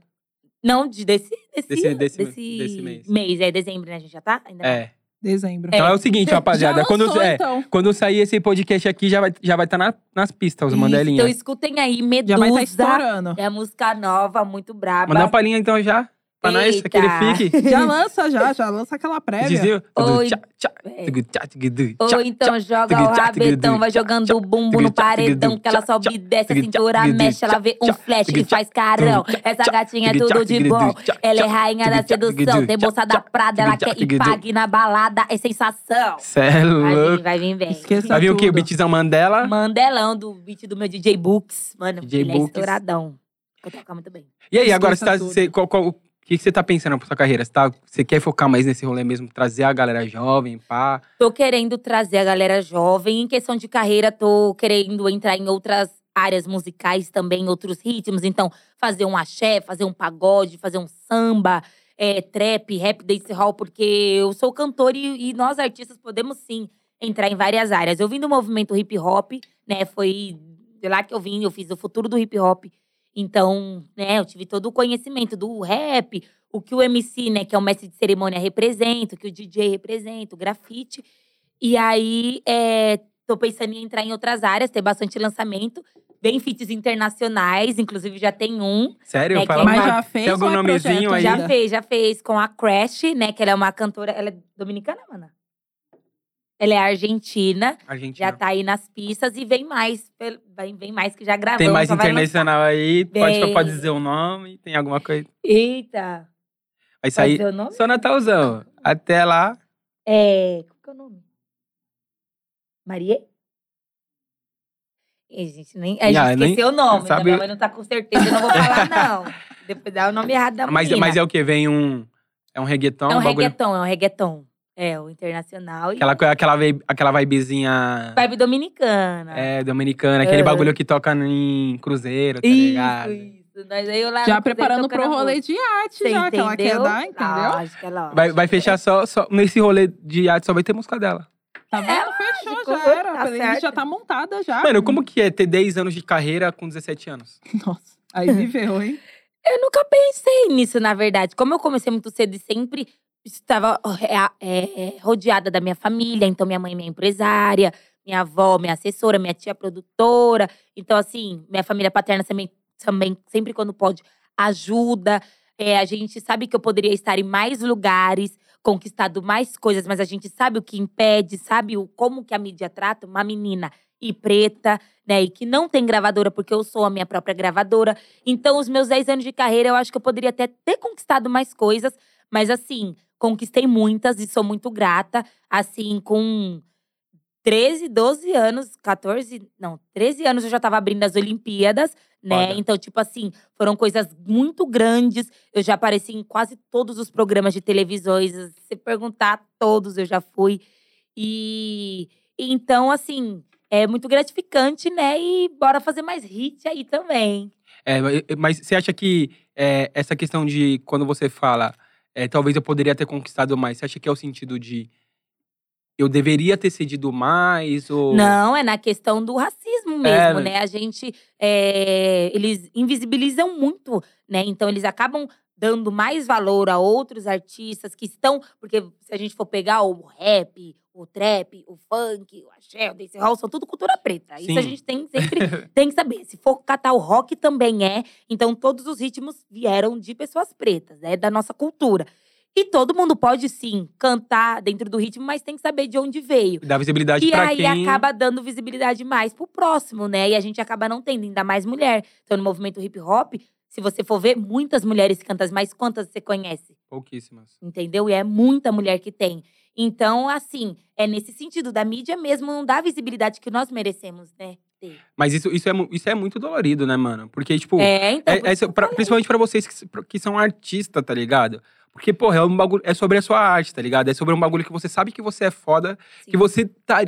S3: não, de- desse, desse,
S1: Desse-
S3: desse,
S1: desse- desse mês.
S3: mês. É dezembro, né? A gente já tá? Ainda não.
S1: É.
S2: Dezembro.
S1: Então é o seguinte, rapaziada.
S2: Já
S1: quando,
S2: lançou,
S1: é,
S2: então.
S1: quando sair esse podcast aqui, já vai estar já vai tá na- nas pistas, os
S3: Então
S1: mandelinhas.
S3: escutem aí,
S2: Já
S1: tá
S2: vai estar
S3: Medusa.
S2: estourando.
S3: É a música nova, muito braba.
S1: Manda uma palhinha então já. Pra nós,
S3: tá Eita.
S1: aquele pique.
S2: Já lança, já, já lança aquela prévia.
S1: Dizia.
S3: Oi.
S1: Tchá, tchá,
S3: É.
S1: tugu, tchá, tugu, du,
S3: então, Ou
S1: tchá,
S3: então joga o
S1: tigre, tchá, tigre,
S3: rabetão,
S1: du,
S3: vai jogando o bumbo
S1: tigre,
S3: no
S1: tchá,
S3: paredão.
S1: tigre,
S3: Que ela
S1: du,
S3: sobe e desce, a
S1: tigre, tchá,
S3: cintura
S1: tigre, du,
S3: mexe, ela
S1: tchá,
S3: vê um
S1: tchá,
S3: flash
S1: tigre,
S3: e faz carão. Essa gatinha é
S1: tigre, tchá,
S3: tudo de
S1: tigre,
S3: bom.
S1: du, tchá,
S3: Ela é
S1: tchá,
S3: rainha
S1: tigre,
S3: da
S1: tchá, tigre,
S3: sedução,
S1: du,
S3: tem
S1: tchá,
S3: bolsa
S1: tchá,
S3: da Prada, ela
S1: tigre,
S3: quer
S1: tchá, tigre,
S3: ir
S1: du.
S3: pague na balada, é sensação.
S1: Cê é
S3: Vai vir,
S1: louco.
S3: vai vir, vem.
S2: Esqueça
S1: Já viu o é que? O
S2: tudo.
S1: beatzão Mandela.
S3: Mandelão do beat do meu DJ Books. Mano,
S1: DJ
S3: ele
S1: Books.
S3: é estouradão. Vou tocar muito bem.
S1: E aí, agora, você tá,
S2: Esqueça tudo.
S1: você- qual, qual- o que que você tá pensando pra sua carreira? Você, tá- você quer focar mais nesse rolê mesmo? Trazer a galera jovem, pá?
S3: Tô querendo trazer a galera jovem. Em questão de carreira, tô querendo entrar em outras áreas musicais também, outros ritmos. Então, fazer um axé, fazer um pagode, fazer um samba, é, trap, rap, dancehall. Porque eu sou cantora e, e nós artistas podemos sim entrar em várias áreas. Eu vim do movimento hip hop, né? Foi de lá que eu vim, eu fiz o futuro do hip hop. Então, né, eu tive todo o conhecimento do rap, o que o MC, né, que é o mestre de cerimônia, representa, o que o DJ representa, o grafite. E aí, é, tô pensando em entrar em outras áreas, ter bastante lançamento. Bem feats internacionais, inclusive já tem um.
S1: Sério?
S3: É,
S1: Fala
S3: quem-
S2: Mas
S1: mais.
S2: já fez
S1: tem algum
S2: ou é
S1: nomezinho
S2: projeto
S1: aí?
S3: Já
S2: ainda?
S3: fez, já fez com a Crash, né? Que ela é uma cantora. Ela é dominicana, mana? Ela é argentina,
S1: Argentina.
S3: já tá aí nas pistas e vem mais. pel- Vem, vem mais que já gravamos.
S1: Tem mais
S3: só vai lançar.
S1: internacional aí, pode, só
S3: Bem.
S1: pode dizer o nome, tem alguma coisa.
S3: Eita!
S1: Vai
S3: Pode
S1: sair.
S3: dizer o nome?
S1: Só Natalzão. Até lá.
S3: É. Qual que é o nome? Marie? E A gente nem. A gente
S1: Ah, nem-
S3: esqueceu o nome.
S1: sabe-
S3: Sabe... Minha mãe não tá com certeza, eu não vou falar, não. Depois dá o nome errado da
S1: Mas,
S3: Então, menina.
S1: mas é o quê? Vem um. É um reggaeton,
S3: É um
S1: bagulho.
S3: reggaeton, é um reggaeton. É, o internacional e.
S1: Aquela, co- aquela, vi- aquela vibezinha
S3: Vibe dominicana.
S1: é, dominicana, aquele
S3: Ah.
S1: bagulho que toca em cruzeiro, tá
S3: Isso,
S1: ligado?
S3: isso. Nós aí eu lá
S2: Já
S3: no cruzeiro
S2: preparando
S3: tocando
S2: pro
S3: a
S2: rolê
S3: música.
S2: de arte,
S3: Você
S2: já, que ela quer
S3: entendeu?
S2: dar, entendeu? Ah,
S3: Lógico, é lógico.
S1: Vai, vai fechar só, só. Nesse rolê de arte só vai ter música dela.
S2: Tá vendo? Fechou,
S3: lógico,
S2: já era.
S3: tá
S2: A playlist
S3: certo.
S2: já tá montada já.
S1: Mano, como que é ter 10 anos de carreira com 17 anos?
S2: Nossa, aí me ferrou, hein?
S3: Eu nunca pensei nisso, na verdade. Como eu comecei muito cedo e sempre estava é, é, rodeada da minha família, então minha mãe é minha empresária, minha avó, minha assessora, minha tia produtora. Então, assim, minha família paterna também, também sempre quando pode, ajuda. É, a gente sabe que eu poderia estar em mais lugares, conquistado mais coisas, mas a gente sabe o que impede, sabe o, como que a mídia trata uma menina e preta, né? E que não tem gravadora, porque eu sou a minha própria gravadora. Então, os meus 10 anos de carreira, eu acho que eu poderia até ter conquistado mais coisas, mas assim, conquistei muitas e sou muito grata. Assim, com 13, 12 anos, 14, não, 13 anos eu já tava abrindo as Olimpíadas, né?
S1: Foda.
S3: Então, tipo assim, foram coisas muito grandes. Eu já apareci em quase todos os programas de televisões. Se perguntar, todos eu já fui. E então, assim, é muito gratificante, né? E bora fazer mais hit aí também.
S1: É, mas você acha que é, essa questão de quando você fala, é, talvez eu poderia ter conquistado mais, você acha que é o sentido de eu deveria ter cedido mais? Ou...
S3: Não, é na questão do racismo mesmo,
S1: É.
S3: né? A gente. é, eles invisibilizam muito, né? Então eles acabam dando mais valor a outros artistas que estão. Porque se a gente for pegar o rap, o trap, o funk, o axé, o dancehall, são tudo cultura preta. Isso a
S1: Sim.
S3: gente tem sempre tem que saber. Se for catar o rock também é. Então todos os ritmos vieram de pessoas pretas, né? Da nossa cultura. E todo mundo pode sim cantar dentro do ritmo, mas tem que saber de onde veio.
S1: Dá visibilidade
S3: E
S1: pra
S3: aí
S1: quem.
S3: acaba dando visibilidade mais pro próximo, né? E a gente acaba não tendo ainda mais mulher. Então, no movimento hip hop, se você for ver, muitas mulheres cantam, mas quantas você conhece?
S1: Pouquíssimas.
S3: Entendeu? E é muita mulher que tem. Então, assim, é nesse sentido da mídia mesmo não dá a visibilidade que nós merecemos, né? ter.
S1: Mas isso, isso, é, mu- isso é muito dolorido, né, mano? Porque, tipo,
S3: é, então.
S1: É-
S3: por isso
S1: essa-
S3: que eu
S1: pra-
S3: falei.
S1: principalmente pra vocês que, s- pro- que são artistas, tá ligado? Porque, porra, é um bagulho. É sobre a sua arte, tá ligado? É sobre um bagulho que você sabe que você é foda, que
S3: Sim.
S1: você tá.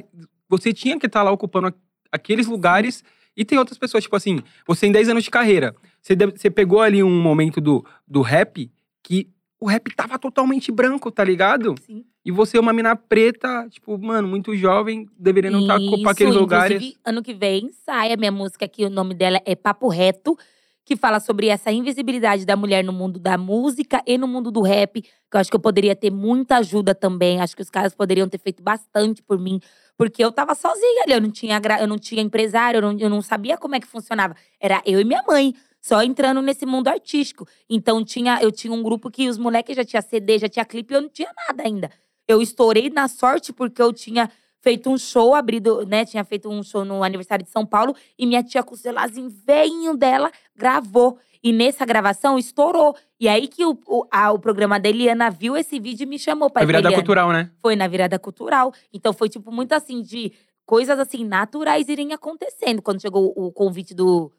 S1: Você tinha que estar lá ocupando a- aqueles lugares. E tem outras pessoas, tipo assim, você tem 10 anos de carreira. Você, deve- você pegou ali um momento do, do rap que o rap tava totalmente branco, tá ligado?
S3: Sim.
S1: E você é uma mina preta, tipo, mano, muito jovem, deveria não estar tá
S3: Isso,
S1: ocupando aqueles lugares.
S3: inclusive, Ano que vem sai a minha música que o nome dela é Papo Reto, que fala sobre essa invisibilidade da mulher no mundo da música e no mundo do rap, que eu acho que eu poderia ter muita ajuda também. Acho que os caras poderiam ter feito bastante por mim, porque eu tava sozinha ali, eu não tinha, gra- eu não tinha empresário, eu não, eu não sabia como é que funcionava. Era eu e minha mãe. Só entrando nesse mundo artístico. Então tinha, eu tinha um grupo que os moleques já tinha CD, já tinha clipe, eu não tinha nada ainda. Eu estourei na sorte porque eu tinha feito um show, abrido, né? Tinha feito um show no aniversário de São Paulo e minha tia com o celularzinho veinho dela gravou. E nessa gravação estourou. E aí que o, o, a- o programa da Eliana viu esse vídeo e me chamou pra
S1: Vai
S3: ir pra
S1: virar da
S3: Eliana.
S1: cultural, né?
S3: Foi na virada cultural. Então foi, tipo, muito assim, de coisas assim, naturais irem acontecendo. Quando chegou o convite do,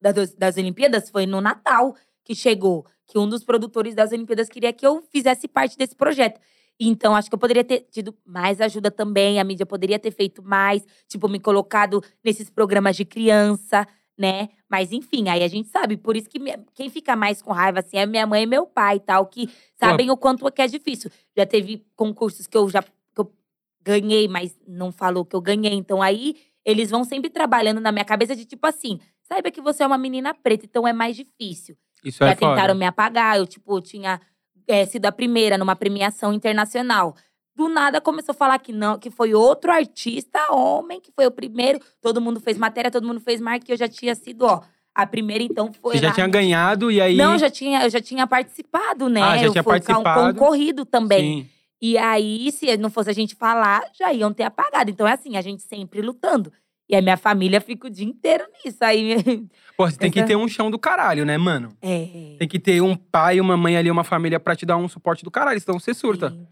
S3: da- das, das Olimpíadas, foi no Natal que chegou. Que um dos produtores das Olimpíadas queria que eu fizesse parte desse projeto. Então, acho que eu poderia ter tido mais ajuda também. A mídia poderia ter feito mais, tipo, me colocado nesses programas de criança, né? Mas enfim, aí a gente sabe. Por isso que minha- quem fica mais com raiva, assim, é minha mãe e meu pai e tal, que sabem o quanto que é difícil. Já teve concursos que eu já que eu ganhei, mas não falou que eu ganhei. Então aí eles vão sempre trabalhando na minha cabeça de tipo assim: saiba que você é uma menina preta, então é mais difícil.
S1: Isso
S3: Já
S1: é foda.
S3: tentaram me apagar, eu, tipo, tinha é, sido a primeira numa premiação internacional. Do nada começou a falar que não, que foi outro artista homem que foi o primeiro. Todo mundo fez matéria, todo mundo fez marca, e eu já tinha sido, ó, a primeira, então foi
S1: Você já
S3: lá.
S1: tinha ganhado e aí.
S3: Não, eu já tinha, eu já tinha participado, né?
S1: Ah, já
S3: eu
S1: tinha
S3: fui
S1: participado.
S3: concorrido também.
S1: Sim.
S3: E aí, se não fosse a gente falar, já iam ter apagado. Então é assim, a gente sempre lutando. E a minha família fica o dia inteiro nisso. Aí.
S1: Pô, você tem que
S3: Essa-
S1: ter um chão do caralho, né, mano?
S3: É.
S1: Tem que ter um pai, uma mãe ali, uma família pra te dar um suporte do caralho, senão você surta.
S3: Sim.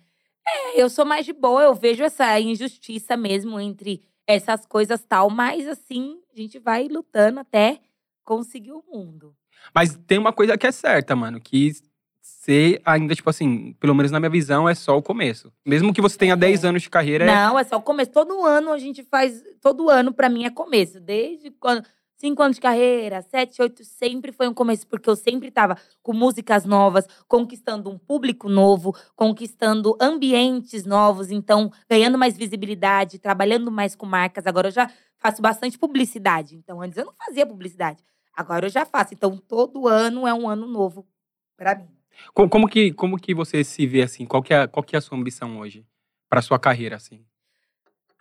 S3: É, eu sou mais de boa, eu vejo essa injustiça mesmo entre essas coisas tal, mas assim, a gente vai lutando até conseguir o mundo.
S1: Mas tem uma coisa que é certa, mano, que ser ainda, tipo assim, pelo menos na minha visão, é só o começo. Mesmo que você tenha 10 anos de carreira, é-
S3: Não, é só o começo. Todo ano a gente faz. Todo ano, pra mim, é começo. Desde quando. Cinco anos de carreira, sete, oito, sempre foi um começo, porque eu sempre tava com músicas novas, conquistando um público novo, conquistando ambientes novos, então ganhando mais visibilidade, trabalhando mais com marcas. Agora eu já faço bastante publicidade. Então, antes eu não fazia publicidade. Agora eu já faço. Então, todo ano é um ano novo pra mim.
S1: co- como, que, como que você se vê assim? Qual que é, qual que é a sua ambição hoje? Pra sua carreira, assim?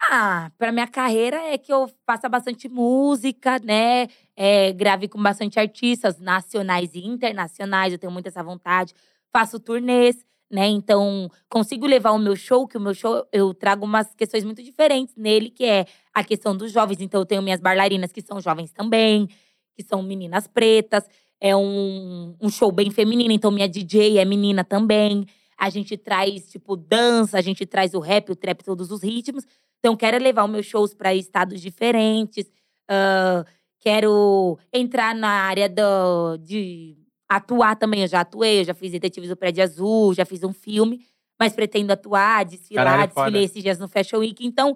S3: Ah, pra minha carreira é que eu faça bastante música, né? É, grave com bastante artistas nacionais e internacionais, eu tenho muito essa vontade. Faço turnês, né? Então, consigo levar o meu show, que o meu show eu trago umas questões muito diferentes nele, que é a questão dos jovens. Então, eu tenho minhas bailarinas que são jovens também, que são meninas pretas. É um, um show bem feminino, então minha DJ é menina também. A gente traz, tipo, dança, a gente traz o rap, o trap, todos os ritmos. Então, quero levar os meus shows para estados diferentes. ah, quero entrar na área do, de atuar também. Eu já atuei, eu já fiz Detetives do Prédio Azul, já fiz um filme. Mas pretendo atuar, desfilar,
S1: Caralho, é foda.
S3: desfilei esses dias no Fashion Week. Então,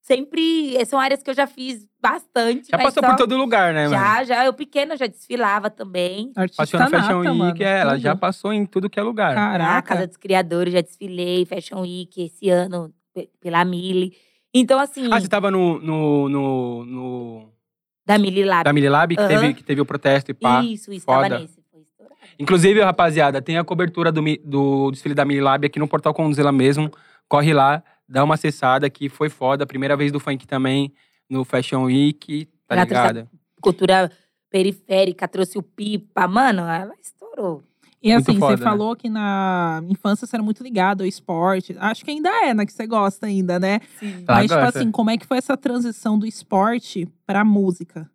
S3: sempre… eh, São áreas que eu já fiz bastante.
S1: Já
S3: mas
S1: passou
S3: só-
S1: por todo lugar, né, mano?
S3: Já, já. Eu pequena já desfilava também. né?
S2: Artista
S1: Passou na Fashion
S2: nata,
S1: Week,
S2: mano.
S1: é, ela já
S2: Tudo.
S1: passou em tudo que é lugar.
S3: Na
S2: Caraca.
S3: Casa dos Criadores já desfilei, Fashion Week esse ano pe- pela Mili. Então, assim,
S1: Ah, você tava no. no, no, no
S3: da Mili Lab.
S1: da Mili Lab, que,
S3: Aham.
S1: teve, que teve o protesto e pá.
S3: Isso, isso,
S1: foda.
S3: tava nesse. Foi estourado.
S1: Inclusive, rapaziada, tem a cobertura do, mi- do desfile da Mililab aqui no Portal Conduzela mesmo. Corre lá, dá uma acessada que foi foda. Primeira vez do funk também no Fashion Week, tá
S3: Ela trouxe a-
S1: ligado?
S3: Cultura periférica, trouxe o Pipa. Mano, ela estourou.
S2: E
S1: Muito
S2: assim,
S1: foda,
S2: você
S1: né?
S2: falou que na infância você era muito ligado ao esporte. Acho que ainda é, né? Que você gosta ainda, né?
S3: Sim.
S1: Ela
S2: Mas, tipo
S1: gosta.
S2: assim, como é que foi essa transição do esporte pra música?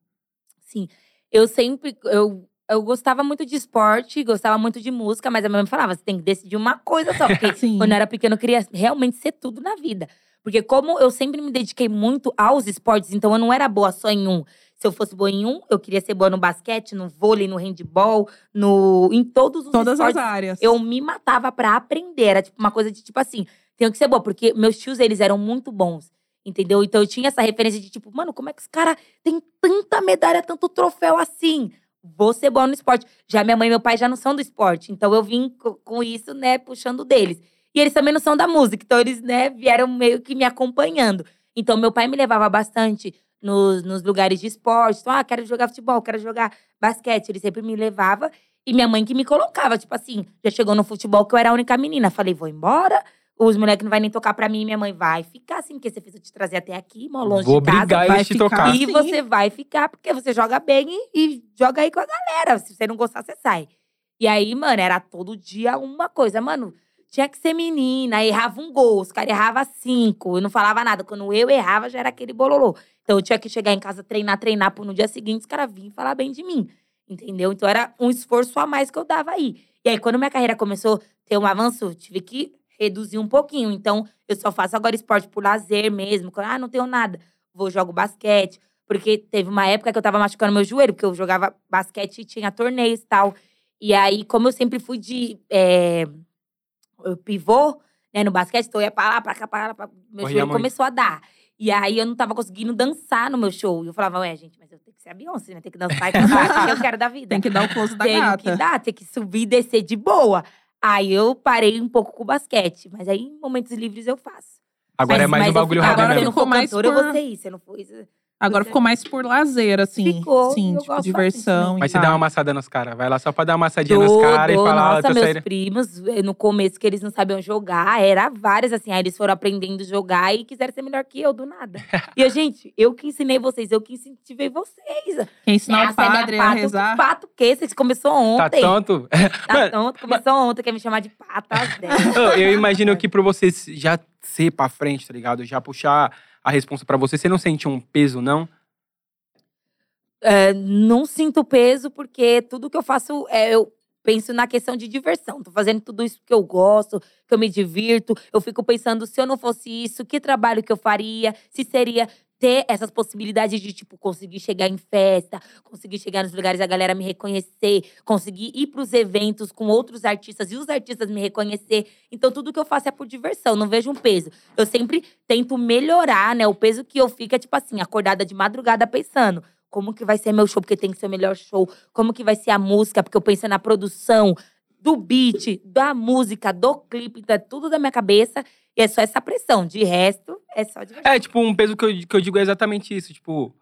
S3: Sim. Eu sempre. Eu, eu gostava muito de esporte, gostava muito de música, mas a minha mãe falava: você tem que decidir uma coisa só. Porque
S2: Sim.
S3: É, quando eu era pequena, eu queria realmente ser tudo na vida. Porque como eu sempre me dediquei muito aos esportes, então eu não era boa só em um. Se eu fosse boa em um, eu queria ser boa no basquete, no vôlei, no handball, no, em todos os
S2: Todas as
S3: esportes.
S2: áreas.
S3: Eu me matava pra aprender. Era tipo uma coisa de tipo assim, tenho que ser boa, porque meus tios eles eram muito bons. Entendeu? Então eu tinha essa referência de tipo, mano, como é que os caras têm tanta medalha, tanto troféu assim? Vou ser boa no esporte. Já minha mãe e meu pai já não são do esporte. Então eu vim co- com isso, né, puxando deles. E eles também não são da música, então eles, né, vieram meio que me acompanhando. Então meu pai me levava bastante nos, nos lugares de esporte. Então, ah, quero jogar futebol, quero jogar basquete. Ele sempre me levava. E minha mãe que me colocava, tipo assim, já chegou no futebol que eu era a única menina. Falei, vou embora. Os moleques não vai nem tocar pra mim. Minha mãe vai ficar assim, porque você fez eu te trazer até aqui, mó longe
S1: Vou
S3: de casa.
S1: brigar
S2: vai
S1: eles te
S2: ficar
S1: tocar.
S3: E
S2: Sim.
S3: você vai ficar, porque você joga bem e, e joga aí com a galera. Se você não gostar, você sai. E aí, mano, era todo dia uma coisa. Mano, tinha que ser menina, errava um gol, os caras erravam cinco, eu não falava nada. Quando eu errava, já era aquele bololô. Então eu tinha que chegar em casa, treinar, treinar, pro no dia seguinte os caras vinham falar bem de mim. Entendeu? Então era um esforço a mais que eu dava aí. E aí, quando minha carreira começou a ter um avanço, tive que reduzir um pouquinho. Então, eu só faço agora esporte por lazer mesmo. Quando, Ah, não tenho nada. Vou jogo basquete. Porque teve uma época que eu tava machucando meu joelho, porque eu jogava basquete e tinha torneios e tal. E aí, como eu sempre fui de é, eu pivô, né, no basquete, então eu ia pra lá, pra cá, pra lá, pra... meu
S1: Corria
S3: joelho
S1: muito.
S3: começou a dar. E aí, eu não tava conseguindo dançar no meu show. E eu falava, ué, gente, mas eu tenho que ser a Beyoncé, né? Tem que dançar e cantar, o que eu quero da vida.
S2: Tem que dar o close da
S3: Tem
S2: gata.
S3: que dar, tem que subir e descer de boa. Aí eu parei um pouco com o basquete, mas aí em momentos livres eu faço.
S1: Agora
S3: Mas-
S1: é mais
S3: mas
S1: um
S3: eu
S1: bagulho
S3: fico-
S1: rápido
S2: agora
S1: mesmo.
S2: eu
S3: Agora
S2: Ficou
S3: ficou
S2: mais
S3: mais cantora,
S2: por-
S3: eu vou ser isso, eu não for isso.
S2: Agora ficou mais por lazer, assim.
S3: Ficou,
S2: Sim,
S3: eu
S2: tipo,
S3: gosto
S2: diversão.
S3: bastante.
S2: e
S1: Mas você
S2: tal.
S1: dá uma amassada nos caras. Vai lá só pra dar uma amassadinha
S3: tá? Dou,
S1: nos caras e
S3: dou.
S1: falar, ó,
S3: Nossa,
S1: tá
S3: meus
S1: saindo.
S3: primos, eh, no começo que eles não sabiam jogar, era várias, assim. Aí eles foram aprendendo a jogar e quiseram ser melhor que eu, do nada. e eu, gente, eu que ensinei vocês, eu que incentivei vocês.
S2: Quem ensinar o
S3: Essa é minha
S2: padre a
S3: pato,
S2: né? rezar.
S3: Pato que? Vocês começou
S1: Tá
S3: ontem.
S1: tanto?
S3: Tá
S1: Mano,
S3: tonto, começou ontem, quer me chamar de pato às 10.
S1: Ô, Eu imagino que pra você já ser pra frente, tá ligado? Já puxar a responsa pra você, você não sente um peso, não?
S3: É, não sinto peso, porque tudo que eu faço, é, eu penso na questão de diversão. Tô fazendo tudo isso que eu gosto, que eu me divirto. Eu fico pensando, se eu não fosse isso, que trabalho que eu faria? Se seria ter essas possibilidades de, tipo, conseguir chegar em festa, conseguir chegar nos lugares, a galera me reconhecer, conseguir ir pros eventos com outros artistas e os artistas me reconhecer. Então, tudo que eu faço é por diversão, não vejo um peso. Eu sempre tento melhorar, né? O peso que eu fico é, tipo assim, acordada de madrugada pensando como que vai ser meu show, porque tem que ser o melhor show, como que vai ser a música, porque eu penso é na produção, do beat, da música, do clipe, então é tudo da minha cabeça. E é só essa pressão. De resto, é só diversão.
S1: É, tipo, um peso que eu, que eu digo é exatamente isso. Tipo,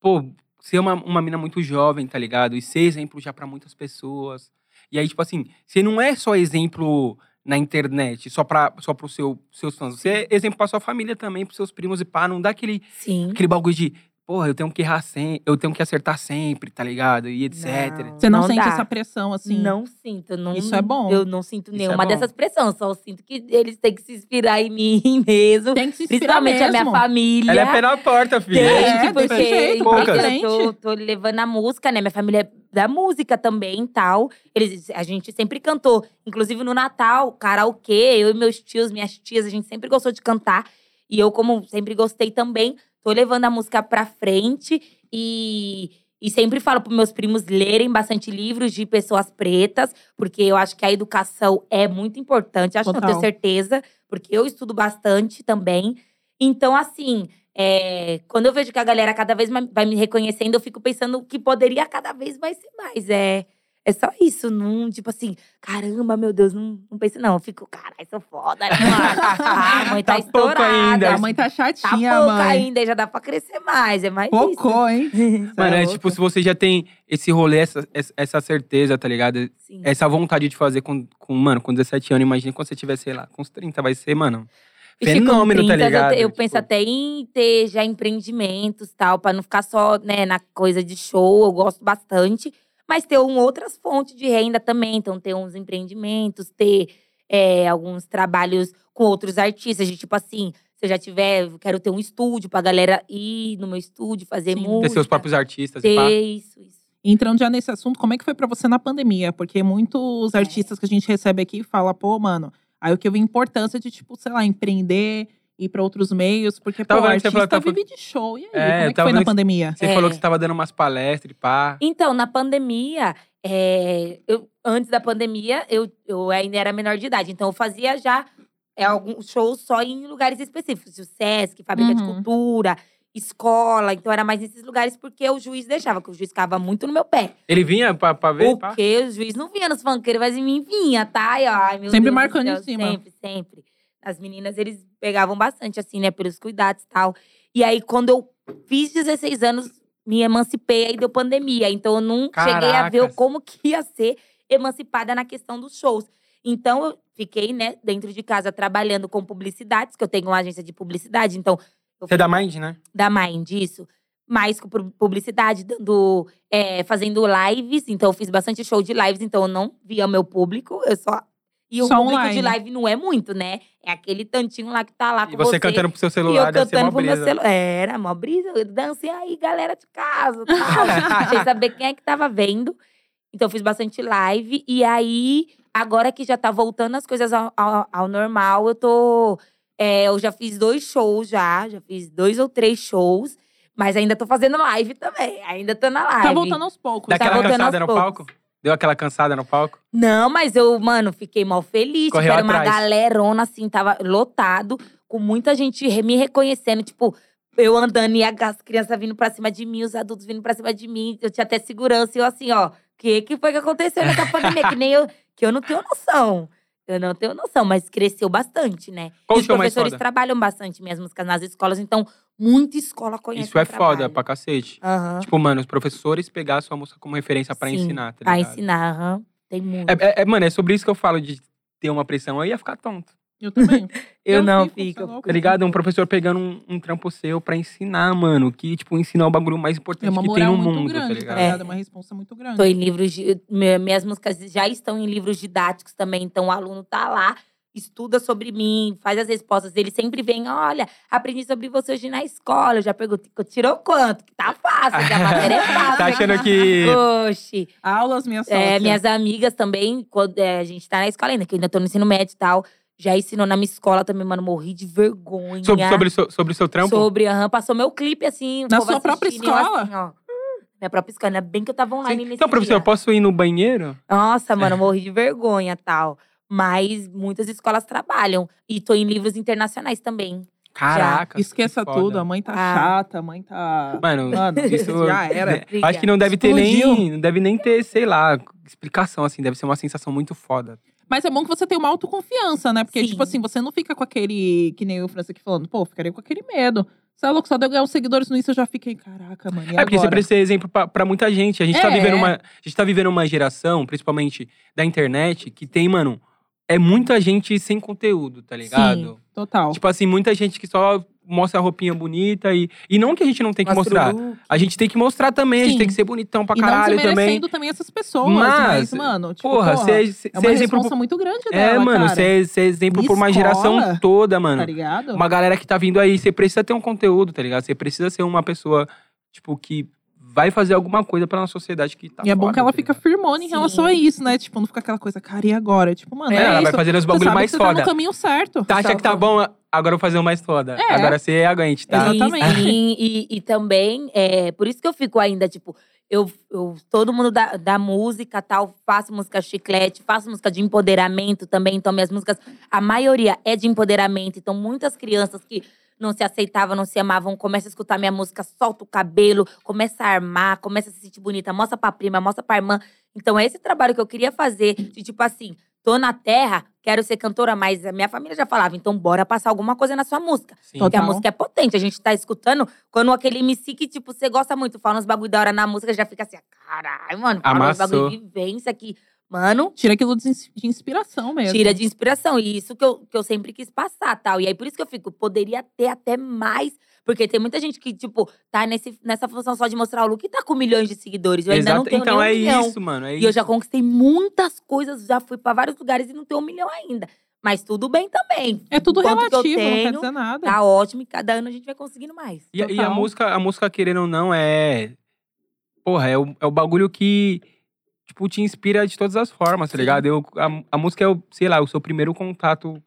S1: pô, ser uma, uma mina muito jovem, tá ligado? E ser exemplo já pra muitas pessoas. E aí, tipo assim, você não é só exemplo na internet, só, pra, só pro seu, seus fãs. Você é exemplo pra sua família também, pros seus primos e pá. Não dá aquele,
S3: Sim.
S1: aquele bagulho de, porra, eu tenho que errar sempre, eu tenho que acertar sempre, tá ligado? E etc.
S2: Você não, sente
S3: dá.
S2: essa pressão, assim.
S3: Não sinto. Não,
S2: Isso é bom.
S3: Eu não sinto
S1: Isso é
S3: nenhuma
S1: bom.
S3: dessas pressões. Só sinto que eles têm que se inspirar em mim mesmo.
S2: Tem que se inspirar
S3: Principalmente
S2: mesmo.
S3: a minha família.
S1: Ela é pé na porta, filho.
S2: É,
S3: Tem,
S2: desse
S3: porque
S2: jeito,
S1: pra
S3: entendeu?
S2: frente.
S3: tipo assim, eu tô, tô levando a música, né? Minha família é da música também e tal. Eles, a gente sempre cantou. Inclusive no Natal, karaokê, eu e meus tios, minhas tias, a gente sempre gostou de cantar. E eu, como sempre gostei também, tô levando a música pra frente e. E sempre falo para meus primos lerem bastante livros de pessoas pretas, porque eu acho que a educação é muito importante. Acho que não
S2: Total.
S3: tenho certeza, porque eu estudo bastante também. Então, assim, é, quando eu vejo que a galera cada vez mais vai me reconhecendo, eu fico pensando que poderia cada vez mais ser mais. É, é só isso, não, tipo assim, caramba, meu Deus, não, não penso, não. Eu fico, caralho, sou foda, né, mano? Ah, A mãe tá,
S1: Tá pouco ainda.
S3: estourada.
S2: A mãe tá
S3: tá
S2: chatinha,
S3: pouca
S2: mãe.
S3: ainda, já dá pra crescer mais. É mais isso.
S2: Focou, hein?
S1: Mano, é
S2: louca.
S1: tipo, se você já tem esse rolê, essa, essa- essa certeza, tá ligado?
S3: Sim.
S1: Essa vontade de fazer com, com, mano, com 17 anos, imagina quando você tiver, sei lá, com uns 30, vai ser, mano.
S3: E um fico com
S1: Fenômeno, tá
S3: 30, eu te-
S1: ligado?
S3: Eu,
S1: Tipo,
S3: penso até em ter já empreendimentos tal, pra não ficar só né, na coisa de show, eu gosto bastante. Mas ter um, outras fontes de renda também, então ter uns empreendimentos, ter é, alguns trabalhos com outros artistas, de tipo assim, se eu já tiver, eu quero ter um estúdio pra galera ir no meu estúdio, fazer
S2: Sim. Ter
S3: música.
S1: Ter seus próprios artistas e pá.
S3: Ter isso, isso.
S2: Entrando já nesse assunto, como é que foi pra você na pandemia? Porque
S1: É.
S2: muitos artistas que a gente recebe aqui falam, pô, mano, aí o que eu vi a importância de, tipo, sei lá, empreender, ir pra outros meios, porque, pô,
S1: Tava
S2: o
S1: vendo que você
S2: artista
S1: falou que tava
S2: vive de show. E aí,
S1: É, eu
S2: como é que
S1: tava
S2: foi na
S1: vendo que-
S2: pandemia?
S1: Você
S3: É.
S1: falou que você tava dando umas palestras e pá.
S3: Então, na pandemia, é, eu- antes da pandemia, eu, eu ainda era menor de idade. Então, eu fazia já é, alguns shows só em lugares específicos. O Sesc, Fábrica de
S2: Uhum.
S3: Cultura, escola. Então, era mais nesses lugares porque o juiz deixava, que o juiz ficava muito no meu pé.
S1: Ele vinha pra, pra ver? pá?
S3: Porque o juiz não vinha nos funkeiros, mas em mim vinha, tá? E, ó, ai, meu
S2: Sempre
S3: Deus do
S2: marcando
S3: céu,
S2: em cima.
S3: Sempre, sempre. As meninas, eles pegavam bastante, assim, né? Pelos cuidados e tal. E aí, quando eu fiz 16 anos, me emancipei, aí deu pandemia. Então eu não cheguei a ver
S1: Caracas.
S3: como que ia ser emancipada na questão dos shows. Então eu fiquei, né, dentro de casa trabalhando com publicidades, que eu tenho uma agência de publicidade, então eu
S1: Você é da Mind, né?
S3: da Mind, isso. Mais com pu- publicidade, dando, é, fazendo lives. Então, eu fiz bastante show de lives, então eu não via meu público. Eu só. E o
S2: Só
S3: público
S2: online.
S3: de live não é muito, né? É aquele tantinho lá que tá lá com
S1: E você, cantando pro seu
S3: e eu
S1: celular, deve ser
S3: cantando
S1: uma
S3: pro meu
S1: brisa.
S3: celular. Era, mó brisa. Eu dancei aí, galera de casa. tal. Sem saber quem é que tava vendo. Então, eu fiz bastante live. E aí, agora que já tá voltando as coisas ao, ao- ao normal, eu tô… é, eu já fiz dois shows já. Já fiz dois ou três shows. Mas ainda tô fazendo live também. Ainda tô na live.
S2: Tá voltando aos poucos.
S3: Daqui a
S1: Daquela
S2: tá
S3: voltando pouco-
S1: cansada
S3: aos
S1: no
S3: poucos.
S1: palco? Deu aquela cansada no palco?
S3: Não, mas eu, mano, fiquei mal feliz. Tipo,
S1: Correu
S3: era uma
S1: atrás.
S3: galerona, assim, tava lotado, com muita gente re- me reconhecendo. Tipo, eu andando e as crianças vindo pra cima de mim, os adultos vindo pra cima de mim. Eu tinha até segurança, e eu assim, ó, que que foi que aconteceu nessa pandemia? Que nem eu, que eu não tenho noção. Eu não tenho noção, mas cresceu bastante, né?
S1: Qual
S3: e
S1: o
S3: os
S1: show mais
S3: professores
S1: foda?
S3: trabalham bastante minhas músicas nas escolas, então muita escola conhece
S1: Isso é
S3: meu trabalho.
S1: foda pra cacete.
S3: Aham.
S1: Tipo, mano, os professores pegar a sua música como referência pra
S3: Sim,
S1: ensinar, tá
S3: pra
S1: ligado?
S3: ensinar, aham. Tem muito.
S1: É, é- é- mano, é sobre isso que eu falo de ter uma pressão. Eu ia ficar tonto,
S2: Eu também.
S3: eu,
S2: eu
S3: não
S2: fico, tá
S3: fico.
S2: louco?
S1: tá ligado? Um professor pegando um, um trampo seu pra ensinar, mano. Que, tipo, ensinar o bagulho mais
S2: É
S1: importante
S2: uma
S1: que tem no
S2: moral muito
S1: mundo, tá
S2: grande, tá
S1: ligado?
S2: ligado? É uma responsa muito grande.
S1: Uhum.
S3: Tô em livros de, me- minhas músicas já estão em livros didáticos também, então o aluno tá lá, estuda sobre mim, faz as respostas. Ele sempre vem, olha, aprendi sobre você hoje na escola. Eu já pergunto, tirou quanto? Que tá fácil, que a matéria é fácil.
S1: Ah, tá achando que.
S3: Oxi.
S2: Aulas, minha sorte.
S3: É, minhas amigas também, quando é, a gente tá na escola ainda, que eu ainda tô no ensino médio e tal, já ensinou na minha escola também, mano, morri de vergonha.
S1: Sobre, sobre, o seu- sobre o seu trampo?
S3: Sobre, aham, passou meu clipe assim. o
S2: Na
S3: povo
S2: sua própria
S3: assistindo, e eu
S2: escola?
S3: Assim, ó, hum, minha própria escola, ainda bem que eu tava online
S1: Sim.
S3: nesse
S1: Então, professor,
S3: dia.
S1: eu posso ir no banheiro?
S3: Nossa,
S1: É.
S3: mano, eu morri de vergonha tal. Mas muitas escolas trabalham. E tô em livros internacionais também.
S1: Caraca.
S2: Esqueça
S1: que foda.
S2: tudo, a mãe tá
S3: Ah.
S2: chata, a mãe tá…
S1: Mano,
S2: Mano,
S1: isso
S2: já era.
S3: Briga.
S1: Acho que não deve ter nem.
S2: Explodiu.
S1: Não deve nem ter, sei lá, explicação, assim. Deve ser uma sensação muito foda.
S2: Mas é bom que você tenha uma autoconfiança, né? Porque,
S3: Sim.
S2: tipo assim, você não fica com aquele… Que nem o França aqui falando, pô, ficaria com aquele medo. Você é louco, só de eu ganhar uns seguidores no Insta, eu já fiquei… Caraca, mano, e
S1: É porque você
S2: agora?
S1: precisa ser exemplo pra, pra muita gente. A gente, tá
S2: É.
S1: vivendo uma, a gente tá vivendo uma geração, principalmente da internet, que tem, mano, é muita gente sem conteúdo, tá ligado?
S2: Total.
S1: Tipo assim, muita gente que só mostra a roupinha bonita e. E não que a gente não tem que mostrar. A gente tem que mostrar também, a gente
S2: Sim.
S1: tem que ser bonitão pra
S2: e não
S1: caralho também.
S2: desmerecendo também. essas pessoas,
S1: Mas,
S2: mas, mano… Tipo,
S1: Porra, você é, cê
S2: É
S1: é
S2: uma
S1: exemplo.
S2: responsa muito grande dela,
S1: É, mano,
S2: cara.
S1: você é, cê é exemplo
S2: Na
S1: por uma geração
S2: escola,
S1: toda,
S2: Tá
S1: mano.
S2: ligado?
S1: uma galera que tá vindo aí, você precisa ter um conteúdo, tá ligado? Você precisa ser uma pessoa, tipo, que vai fazer alguma coisa pela nossa sociedade que tá
S2: e é bom
S1: foda,
S2: que ela
S1: tá
S2: fica
S1: ligado?
S2: firmona em
S3: Sim.
S2: relação a isso, né? Tipo, não fica aquela coisa, cara, e agora? Tipo, mano,
S1: É,
S2: é,
S1: ela
S2: isso.
S1: vai fazer os
S2: Você
S1: bagulho
S2: sabe
S1: mais
S2: que você tá
S1: foda.
S2: no caminho certo.
S1: Tá, acha que tá bom, agora eu vou fazer um mais foda.
S2: É.
S1: Agora você é aguente, tá?
S2: Exato. Exatamente.
S3: Sim, e, e também, é, por isso que eu fico ainda, tipo, eu, eu todo mundo da, da música tal, faço música chiclete, faço música de empoderamento também. Então, minhas músicas, a maioria é de empoderamento. Então, muitas crianças que não se aceitavam, não se amavam, começam a escutar minha música, solta o cabelo, começa a armar, começa a se sentir bonita, mostra pra prima, mostra pra irmã. Então, é esse trabalho que eu queria fazer, de tipo assim, tô na terra, quero ser cantora, mas a minha família já falava, então bora passar alguma coisa na sua música.
S1: Sim.
S2: Total.
S3: Porque a música é potente, a gente tá escutando. Quando aquele MC que, tipo, você gosta muito, fala uns bagulho da hora na música, já fica assim, caralho, mano, fala uns
S1: Amassou.
S3: bagulho de vivência que, mano,
S2: Tira aquilo de ins- de inspiração mesmo.
S3: tira de inspiração. E isso que eu, que eu sempre quis passar, tal. E aí, por isso que eu fico, poderia ter até mais. Porque tem muita gente que, tipo, tá nesse, nessa função só de mostrar o look e tá com milhões de seguidores. Eu ainda não
S1: Exato.
S3: tenho
S1: Então
S3: nem um
S1: é
S3: milhão.
S1: isso, mano. É
S3: E eu
S1: isso.
S3: já conquistei muitas coisas, já fui pra vários lugares e não tenho um milhão ainda. Mas tudo bem também.
S2: É tudo
S3: Quanto que eu
S2: relativo, não quer
S3: tenho,
S2: dizer nada.
S3: Tá ótimo e cada ano a gente vai conseguindo mais.
S1: E, e a
S2: total.
S1: música, a música, querendo ou não, é. Porra, é o, é o bagulho que. Tipo, te inspira de todas as formas, tá
S3: Sim.
S1: ligado? Eu, a, a música é, o, sei lá, o seu primeiro contato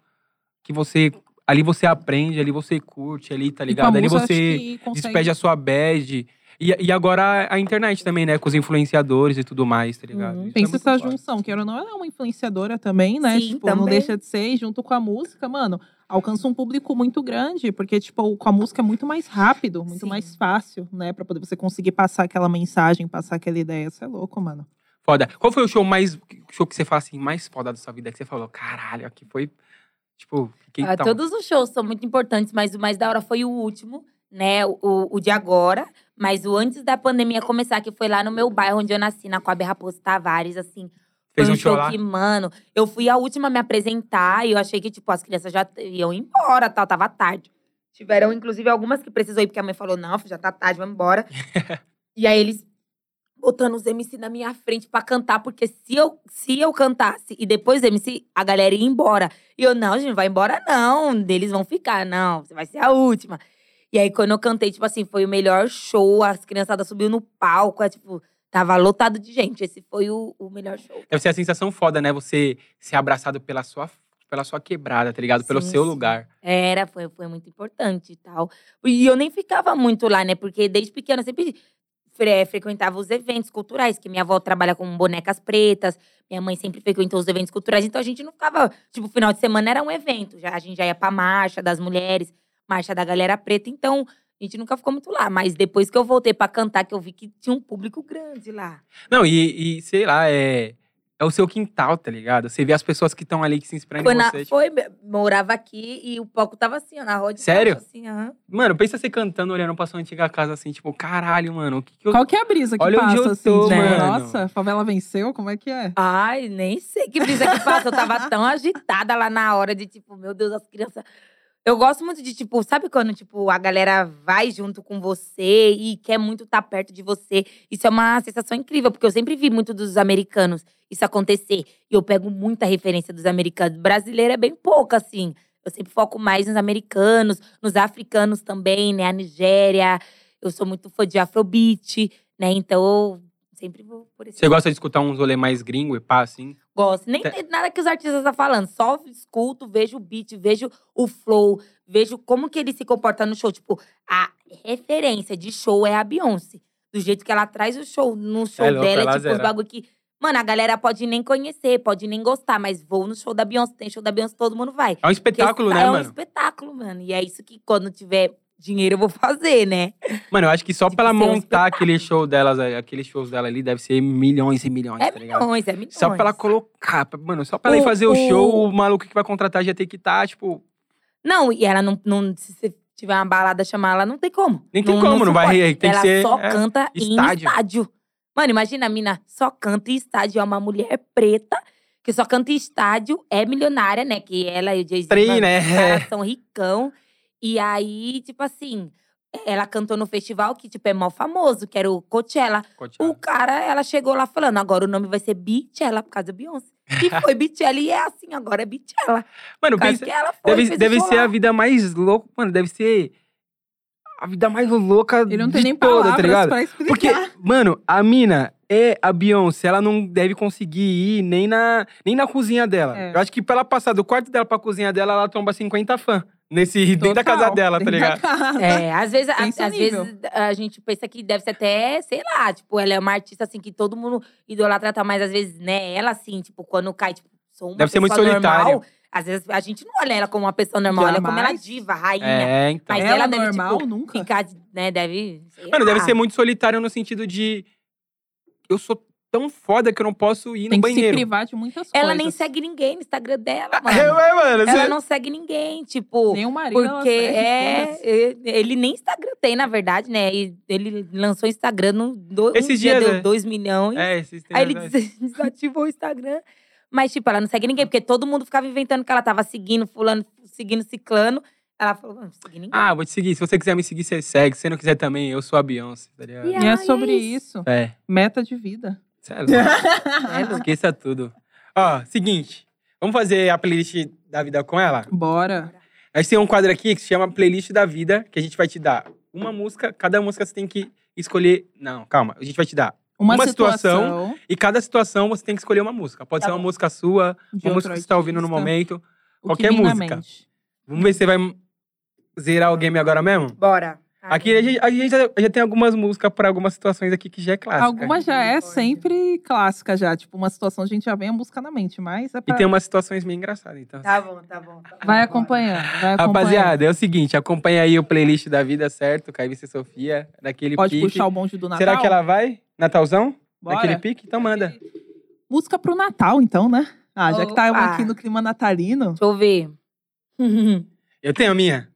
S1: que você. Ali você aprende, ali você curte, ali, tá
S2: E com a
S1: ligado? Ali
S2: música, eu acho
S1: você.
S2: que consegue-
S1: despede a sua bad. E, e agora a internet também, né? Com os influenciadores e tudo mais, tá ligado?
S3: Uhum.
S1: Isso é
S2: Pensa
S1: muito
S2: essa
S1: foda.
S2: junção, que ela não ela é uma influenciadora também, né?
S3: Sim,
S2: tipo, não
S3: também.
S2: deixa de ser, e junto com a música, mano, alcança um público muito grande, porque, tipo, com a música é muito mais rápido, muito
S3: Sim.
S2: mais fácil, né? Pra poder você conseguir passar aquela mensagem, passar aquela ideia. Isso é louco, mano.
S1: Foda. Qual foi o show mais. o show que você fala assim, mais foda da sua vida? Que você falou, caralho, aqui foi. Tipo, fiquei
S3: Ah,
S1: tão.
S3: Todos os shows são muito importantes, mas o mais da hora foi o último, né, o, o de agora. Mas o antes da pandemia começar, que foi lá no meu bairro onde eu nasci, na Coab Raposo Tavares, assim.
S1: Fez
S3: foi
S1: um show lá?
S3: que, mano, eu fui a última a me apresentar e eu achei que, tipo, as crianças já iam embora, tal, tava tarde. Tiveram, inclusive, algumas que precisou ir, porque a mãe falou, não, filho, já tá tarde, vamos embora. e aí eles botando os MC na minha frente pra cantar, porque se eu, se eu cantasse e depois os MC, a galera ia embora. E eu, não, gente, não vai embora não, eles vão ficar, não, você vai ser a última. E aí, quando eu cantei, tipo assim, foi o melhor show, as criançadas subiu no palco, é, tipo, tava lotado de gente, esse foi o, o melhor show.
S1: Deve ser É a sensação foda, né? Você ser abraçado pela sua, pela sua quebrada, tá ligado? Pelo
S3: Sim,
S1: seu
S3: sim.
S1: lugar.
S3: Era, foi, foi muito importante e tal. E eu nem ficava muito lá, né? Porque desde pequena eu sempre fre- frequentava os eventos culturais, que minha avó trabalha com bonecas pretas, minha mãe sempre frequentou os eventos culturais, então a gente não ficava. Tipo, final de semana era um evento, já, a gente já ia pra marcha das mulheres, marcha da galera preta, então a gente nunca ficou muito lá. Mas depois que eu voltei pra cantar, que eu vi que tinha um público grande lá.
S1: Não, e, e sei lá, é, é o seu quintal, tá ligado? Você vê as pessoas que estão ali, que se inspiram em
S3: Foi, na,
S1: você. tipo,
S3: foi, morava aqui e o palco tava assim, ó, na roda. de
S1: Sério?
S3: baixo, Assim, aham.
S1: Mano, pensa você cantando, olhando pra sua antiga casa assim, tipo, caralho, mano, o que, que eu.
S2: Qual que é a brisa que
S1: Olha onde
S2: passa,
S1: eu
S2: assim?
S1: tô,
S2: tipo,
S1: mano.
S2: Nossa, a favela venceu? Como é que é?
S3: Ai, nem sei que brisa que passa. Eu tava tão agitada lá na hora de, tipo, meu Deus, as crianças. Eu gosto muito de, tipo, sabe quando, tipo, a galera vai junto com você e quer muito estar perto de você. Isso é uma sensação incrível, porque eu sempre vi muito dos americanos isso acontecer. E eu pego muita referência dos americanos. Brasileiro é bem pouco, assim. Eu sempre foco mais nos americanos, nos africanos também, né? A Nigéria. Eu sou muito fã de Afrobeat, né? Então, eu sempre vou por esse
S1: Você gosta de escutar uns rolê mais gringo e pá, assim?
S3: Gosto. Nem
S1: Tá.
S3: tem nada que os artistas estão falando. Só escuto, vejo o beat, vejo o flow, vejo como que ele se comporta no show. Tipo, a referência de show é a Beyoncé. Do jeito que ela traz o show. No show
S1: louco, ela
S3: dela, é tipo os
S1: zera.
S3: bagulho que. Mano, a galera pode nem conhecer, pode nem gostar, mas vou no show da Beyoncé. Tem show da Beyoncé, todo mundo
S1: É
S3: vai.
S1: um
S3: Porque
S1: espetáculo, né,
S3: é um
S1: mano?
S3: espetáculo, mano. E é isso que quando tiver dinheiro eu vou fazer, né?
S1: Mano, eu acho que só
S3: Tem
S1: pra ela
S3: que ser um
S1: montar aquele show delas, é, aqueles shows dela ali, deve ser milhões e milhões,
S3: É
S1: tá ligado?
S3: milhões, é milhões.
S1: Só pra ela colocar, pra- mano, só pra ela ir
S3: O-
S1: fazer o,
S3: o-
S1: show, o maluco que vai contratar já tem que estar, tipo,
S3: Não, e ela não. não se você tiver uma balada chamar ela, não tem como.
S1: Nem tem como, não vai-
S3: suporta.
S1: tem que
S3: Ela
S1: ser,
S3: só
S1: é,
S3: canta
S1: estádio.
S3: em estádio. Mano, imagina a mina só canta em estádio. É uma mulher preta que só canta em estádio, é milionária, né? Que ela e o Jay-Z.
S1: trem,
S3: mano, os
S1: né?
S3: caras são ricão. E aí, tipo assim, ela cantou no festival que, tipo, é mal famoso, que era o Coachella.
S1: Tá.
S3: O cara, ela chegou lá falando, agora o nome vai ser Beachella, por causa da Beyoncé. E foi Beachella, e é assim, agora é Beachella.
S1: Mano,
S3: Por causa
S1: pensa,
S3: que ela foi, fez
S1: deve,
S3: o
S1: deve
S3: show
S1: ser
S3: lá.
S1: a vida mais louca, mano, deve ser a vida mais louca
S2: Ele não tem
S1: de
S2: nem
S1: toda,
S2: palavras
S1: tá ligado?
S2: pra explicar.
S1: Porque, mano, a mina é a Beyoncé, ela não deve conseguir ir nem na, nem na cozinha dela.
S2: É.
S1: Eu acho que pra ela passar do quarto dela pra cozinha dela, ela tomba 50 fã. Nesse, dentro da
S2: Total,
S1: casa dela, tá
S2: dentro da
S1: ligado?
S2: casa.
S3: É, às vezes, a-
S2: Pensa
S3: às
S2: nível.
S3: vezes a gente pensa que deve ser até, sei lá, tipo, ela é uma artista assim que todo mundo idolatra, tá? mas às vezes, né, ela assim, tipo, quando cai, tipo, sou uma
S1: Deve ser
S3: pessoa
S1: muito
S3: normal.
S1: solitária.
S3: Às vezes a gente não olha ela como uma pessoa normal, olha como ela é
S2: Jamais.
S3: diva, rainha.
S1: É, então.
S3: Mas
S2: Ela
S3: ela deve,
S2: normal
S3: tipo,
S2: nunca.
S3: Ficar, né, deve. sei
S1: É. Mano,
S3: lá.
S1: deve ser muito solitário no sentido de. Eu sou tão foda que eu não posso ir
S2: Tem
S1: no
S2: que se
S1: banheiro.
S2: privar de muitas coisas.
S3: Ela nem segue ninguém no Instagram dela,
S1: É,
S3: mano.
S1: ué, mano.
S3: Ela
S1: você-
S3: não segue ninguém, tipo.
S2: Nem o marido, ela
S3: Porque
S2: segue,
S3: é,
S2: foda-se.
S3: e- ele nem Instagram tem, na verdade, né? E ele lançou o Instagram, no, do, um
S1: Esses
S3: dia
S1: dias,
S3: deu
S1: é.
S3: 2 milhões.
S1: É, esses tem
S3: Aí ele
S1: razão.
S3: des- desativou o Instagram. Mas, tipo, ela não segue ninguém, porque todo mundo ficava inventando que ela tava seguindo fulano, seguindo ciclano. Ela falou, não, não segui ninguém.
S1: Ah, vou te seguir. Se você quiser me seguir, você segue. Se você não quiser também, eu sou a Beyoncé, tá ligado?
S3: E
S2: E é
S3: Ai,
S2: sobre
S3: é
S2: isso.
S1: É.
S2: Meta de vida.
S1: Cê é louco. É, Esqueça tudo. Ó, seguinte. Vamos fazer a playlist da vida com ela?
S2: Bora.
S1: Nós tem um quadro aqui que se chama Playlist da Vida, que a gente vai te dar uma música. Cada música você tem que escolher. Não, calma. A gente vai te dar.
S2: Uma,
S1: Uma
S2: situação,
S1: situação, E cada situação você tem que escolher uma música. Pode
S3: Tá
S1: ser uma
S3: bom.
S1: música sua,
S2: de
S1: uma
S2: outro
S1: música que você tá ouvindo no
S2: artista,
S1: momento.
S2: o que
S1: qualquer
S2: vem na
S1: música.
S2: mente.
S1: Vamos ver se você vai zerar o game agora mesmo?
S3: Bora.
S1: Aqui a gente, a gente já, já tem algumas músicas pra algumas situações aqui que já é clássica.
S2: Alguma já é
S3: Misericórdia.
S2: sempre clássica já. Tipo, uma situação a gente já vem a música na mente, mas é
S1: E
S2: pra...
S1: tem umas situações meio engraçadas, então.
S2: Ah,
S3: Tá bom, tá bom. tá bom,
S2: Vai
S3: bora.
S2: acompanhando, vai acompanhando.
S1: Rapaziada, é o seguinte, acompanha aí o playlist da vida, certo? Caibice e Sofia, naquele
S2: Pode
S1: pique.
S2: puxar o bonde do Natal?
S1: Será que ela vai? Natalzão?
S2: Bora.
S1: Naquele pique? Então manda.
S2: Música pro Natal, então, né? Ah, já que tá
S3: Opa.
S2: aqui no clima natalino.
S3: Deixa eu ver.
S1: Eu tenho a minha.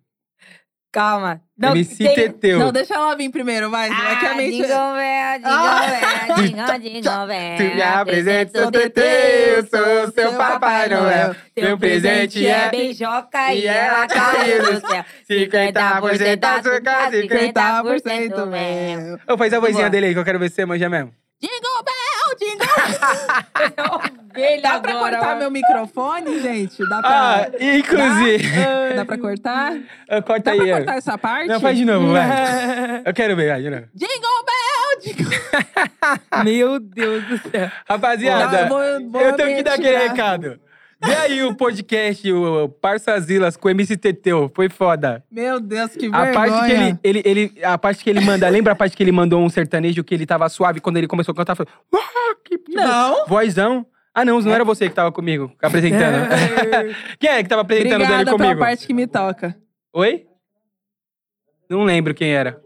S3: Calma.
S1: MC
S3: tem-
S1: Teteu.
S2: Não, deixa ela vir primeiro, vai.
S3: Ah,
S2: é que a mente...
S3: Jingle Bell, Jingle Bell, Jingle Bell.
S1: né? Ah! Tu me apresenta o TT, eu sou seu Papai Noel. Meu presente é
S3: beijoca
S1: e ela caiu no
S3: céu.
S1: 50% da sua casa. e 50%.
S2: 50%
S3: 50%
S2: tá mesmo.
S1: Ô, faz a vozinha
S2: Boa.
S1: dele aí que eu quero ver se você manja mesmo.
S2: Jingle Bell, Jingle Bell.
S3: Ele
S2: Dá pra cortar meu microfone, gente? Dá pra...
S1: Ah, inclusive.
S2: Ah, Dá pra cortar?
S1: Eu Corta
S2: Dá
S1: aí.
S2: pra
S1: ó.
S2: cortar Tá, essa parte?
S1: Não, faz de novo, vai. Eu quero ver, vai, de novo.
S2: Jingle Bell, Jingle
S3: Meu Deus do céu.
S1: Rapaziada,
S2: Vou-
S1: eu,
S2: Tá, vou- vou
S1: tenho que dar aquele
S2: ambientar.
S1: recado. E aí, o podcast, o Parças Ilas com o MC Teteu, foi foda.
S2: Meu Deus, que
S1: A
S2: vergonha.
S1: parte, que ele, ele, ele, a parte que ele manda, lembra a parte que ele mandou um sertanejo que ele tava suave quando ele começou a cantar? Falou, "Uau, que tipo,
S2: Não.
S1: Vozão? Ah, não, não era você que tava comigo apresentando. quem é que tava apresentando
S2: Obrigada
S1: dele
S2: pela
S1: comigo?
S2: parte que me toca.
S1: Oi? Não lembro quem era.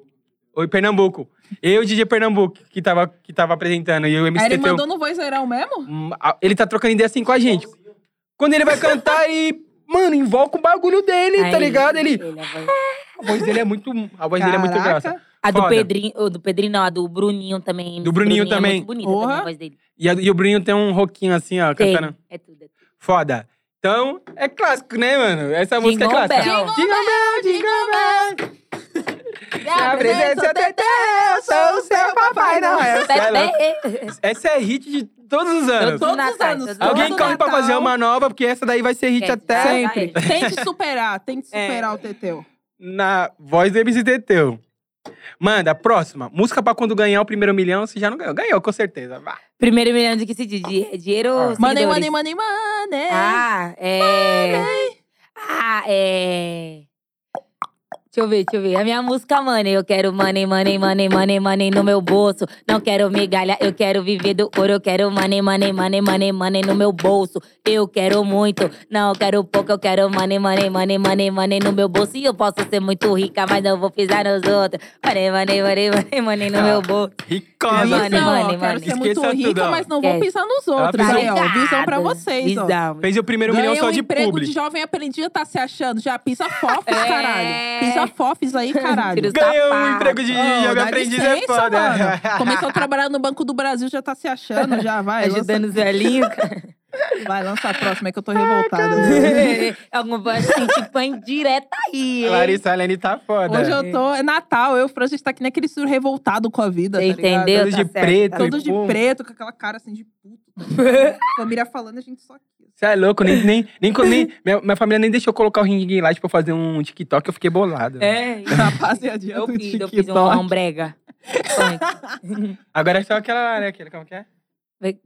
S1: Oi, Pernambuco. Eu e o DJ Pernambuco que tava, que tava apresentando e o MC
S2: Aí ele
S1: Teteu.
S2: mandou no vozeirão mesmo?
S1: Hum, a- Ele tá trocando ideia assim com a gente. Quando ele vai cantar, ele. Mano, invoca o bagulho dele, tá ligado? Ele, a voz dele é muito. A voz dele é muito
S2: Caraca.
S1: grossa.
S3: A do
S1: Foda.
S3: Pedrinho, ou do Pedrinho não, a do Bruninho também.
S1: Do Bruninho também.
S3: É muito bonita
S2: Porra.
S3: também a voz dele.
S1: E, a- e o Bruninho tem um roquinho assim, ó,
S3: Tem,
S1: cantando.
S3: é tudo.
S1: Foda. Então, é clássico, né, mano? Essa música é
S3: Jingle
S1: clássica.
S3: Bell.
S1: Jingle Bell, Jingle Bell. Na
S3: né?
S1: presença do Tetê, eu sou o seu papai, não. Essa é, louca. essa é hit de todos os anos.
S2: Todos
S3: Natal,
S2: os anos.
S3: todos os
S2: todo
S1: Alguém corre pra
S2: Natal.
S1: fazer uma nova, porque essa daí vai ser hit
S3: Quer
S1: até.
S3: dizer,
S2: Sempre.
S3: Ah,
S2: Tente superar, tente
S1: É.
S2: superar o Teteu.
S1: na voz do MC Teteu. Manda, próxima. Música pra quando ganhar o primeiro milhão, você já não ganhou. Ganhou, com certeza. Vá.
S3: Primeiro milhão de que se diz? Di- Dinheiro
S1: Ah.
S3: ou
S2: Money,
S3: seguidores?
S2: money, money, money.
S3: Ah, é. Ah, é. Deixa eu ver, deixa eu ver. A minha música, money. Eu quero money, money, money, money, money no meu bolso. Não quero migalha, eu quero viver do ouro. Eu quero money, money, money, money, money no meu bolso. Eu quero muito, não quero pouco. Eu quero money, money, money, money, money no meu bolso. E eu posso ser muito rica, mas não vou pisar nos outros. Money, money, money, money, money
S2: Ah,
S3: no meu bolso.
S2: Visão,
S1: Ricosa,
S3: Mano,
S1: filho.
S2: Então, ó,
S3: mano,
S2: quero
S3: mano.
S2: ser muito
S1: Esqueça
S2: rica,
S1: tudo, ó.
S2: mas não vou
S3: Esquece.
S2: pisar nos outros.
S1: Tá
S2: Aí, ó,
S3: ligado?
S2: visão pra vocês, ó.
S3: Visão.
S1: Fez o primeiro milhão
S2: Ganhou
S1: só
S2: um
S1: de
S2: emprego
S1: publi.
S2: de jovem aprendiz, tá se achando. Já pisa fofes,
S3: É.
S2: caralho. Pisa fofes aí,
S3: Tira
S2: caralho.
S3: os
S1: Ganhou um
S3: sapato.
S1: emprego de
S2: Ô,
S1: jovem
S2: tá dá
S1: aprendiz
S2: licença,
S1: é foda.
S2: mano. Começou a trabalhar no Banco do Brasil, já tá se achando, já. Vai, lança,
S3: Ajudando os velhinhos.
S2: vai lança a próxima, é que eu tô
S1: Ah,
S2: revoltada.
S3: Alguma coisa assim, tipo, a indireta aí. hein?
S1: Larissa Alene tá foda.
S2: Hoje eu tô. É Natal, eu, Fran, a gente tá que nem aquele sur revoltado com a vida.
S3: Você
S2: tá ligado?
S3: entendeu?
S1: Todos de
S3: tá certo,
S1: preto.
S2: Todos de
S1: Pô.
S2: preto, com aquela cara assim de puto. tá ligado? Família falando, a gente só aqui.
S1: Você é louco, nem, nem, nem, nem- minha, minha família nem deixou eu colocar o ring light pra eu fazer um TikTok, eu fiquei bolado.
S3: É,
S2: Rapaziadinha
S3: eu
S2: do
S3: fiz, um eu fiz uma
S2: TikTok.
S3: ombrega.
S1: Agora é só aquela lá, né? Aquele, como que é?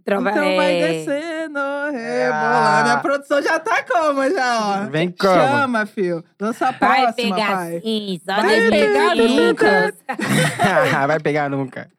S3: Trova,
S2: Então vai
S3: é...
S2: descendo, é,
S1: É,
S2: rebolar. Minha produção já tá como, já, ó.
S1: Vem ah. como?
S2: Chama, fio. Lança a
S3: Vai
S2: próxima,
S3: pegar assim,
S2: pai.
S3: sim, só
S2: Vai
S3: dois
S2: pegar
S3: minutos.
S1: Vai pegar nunca.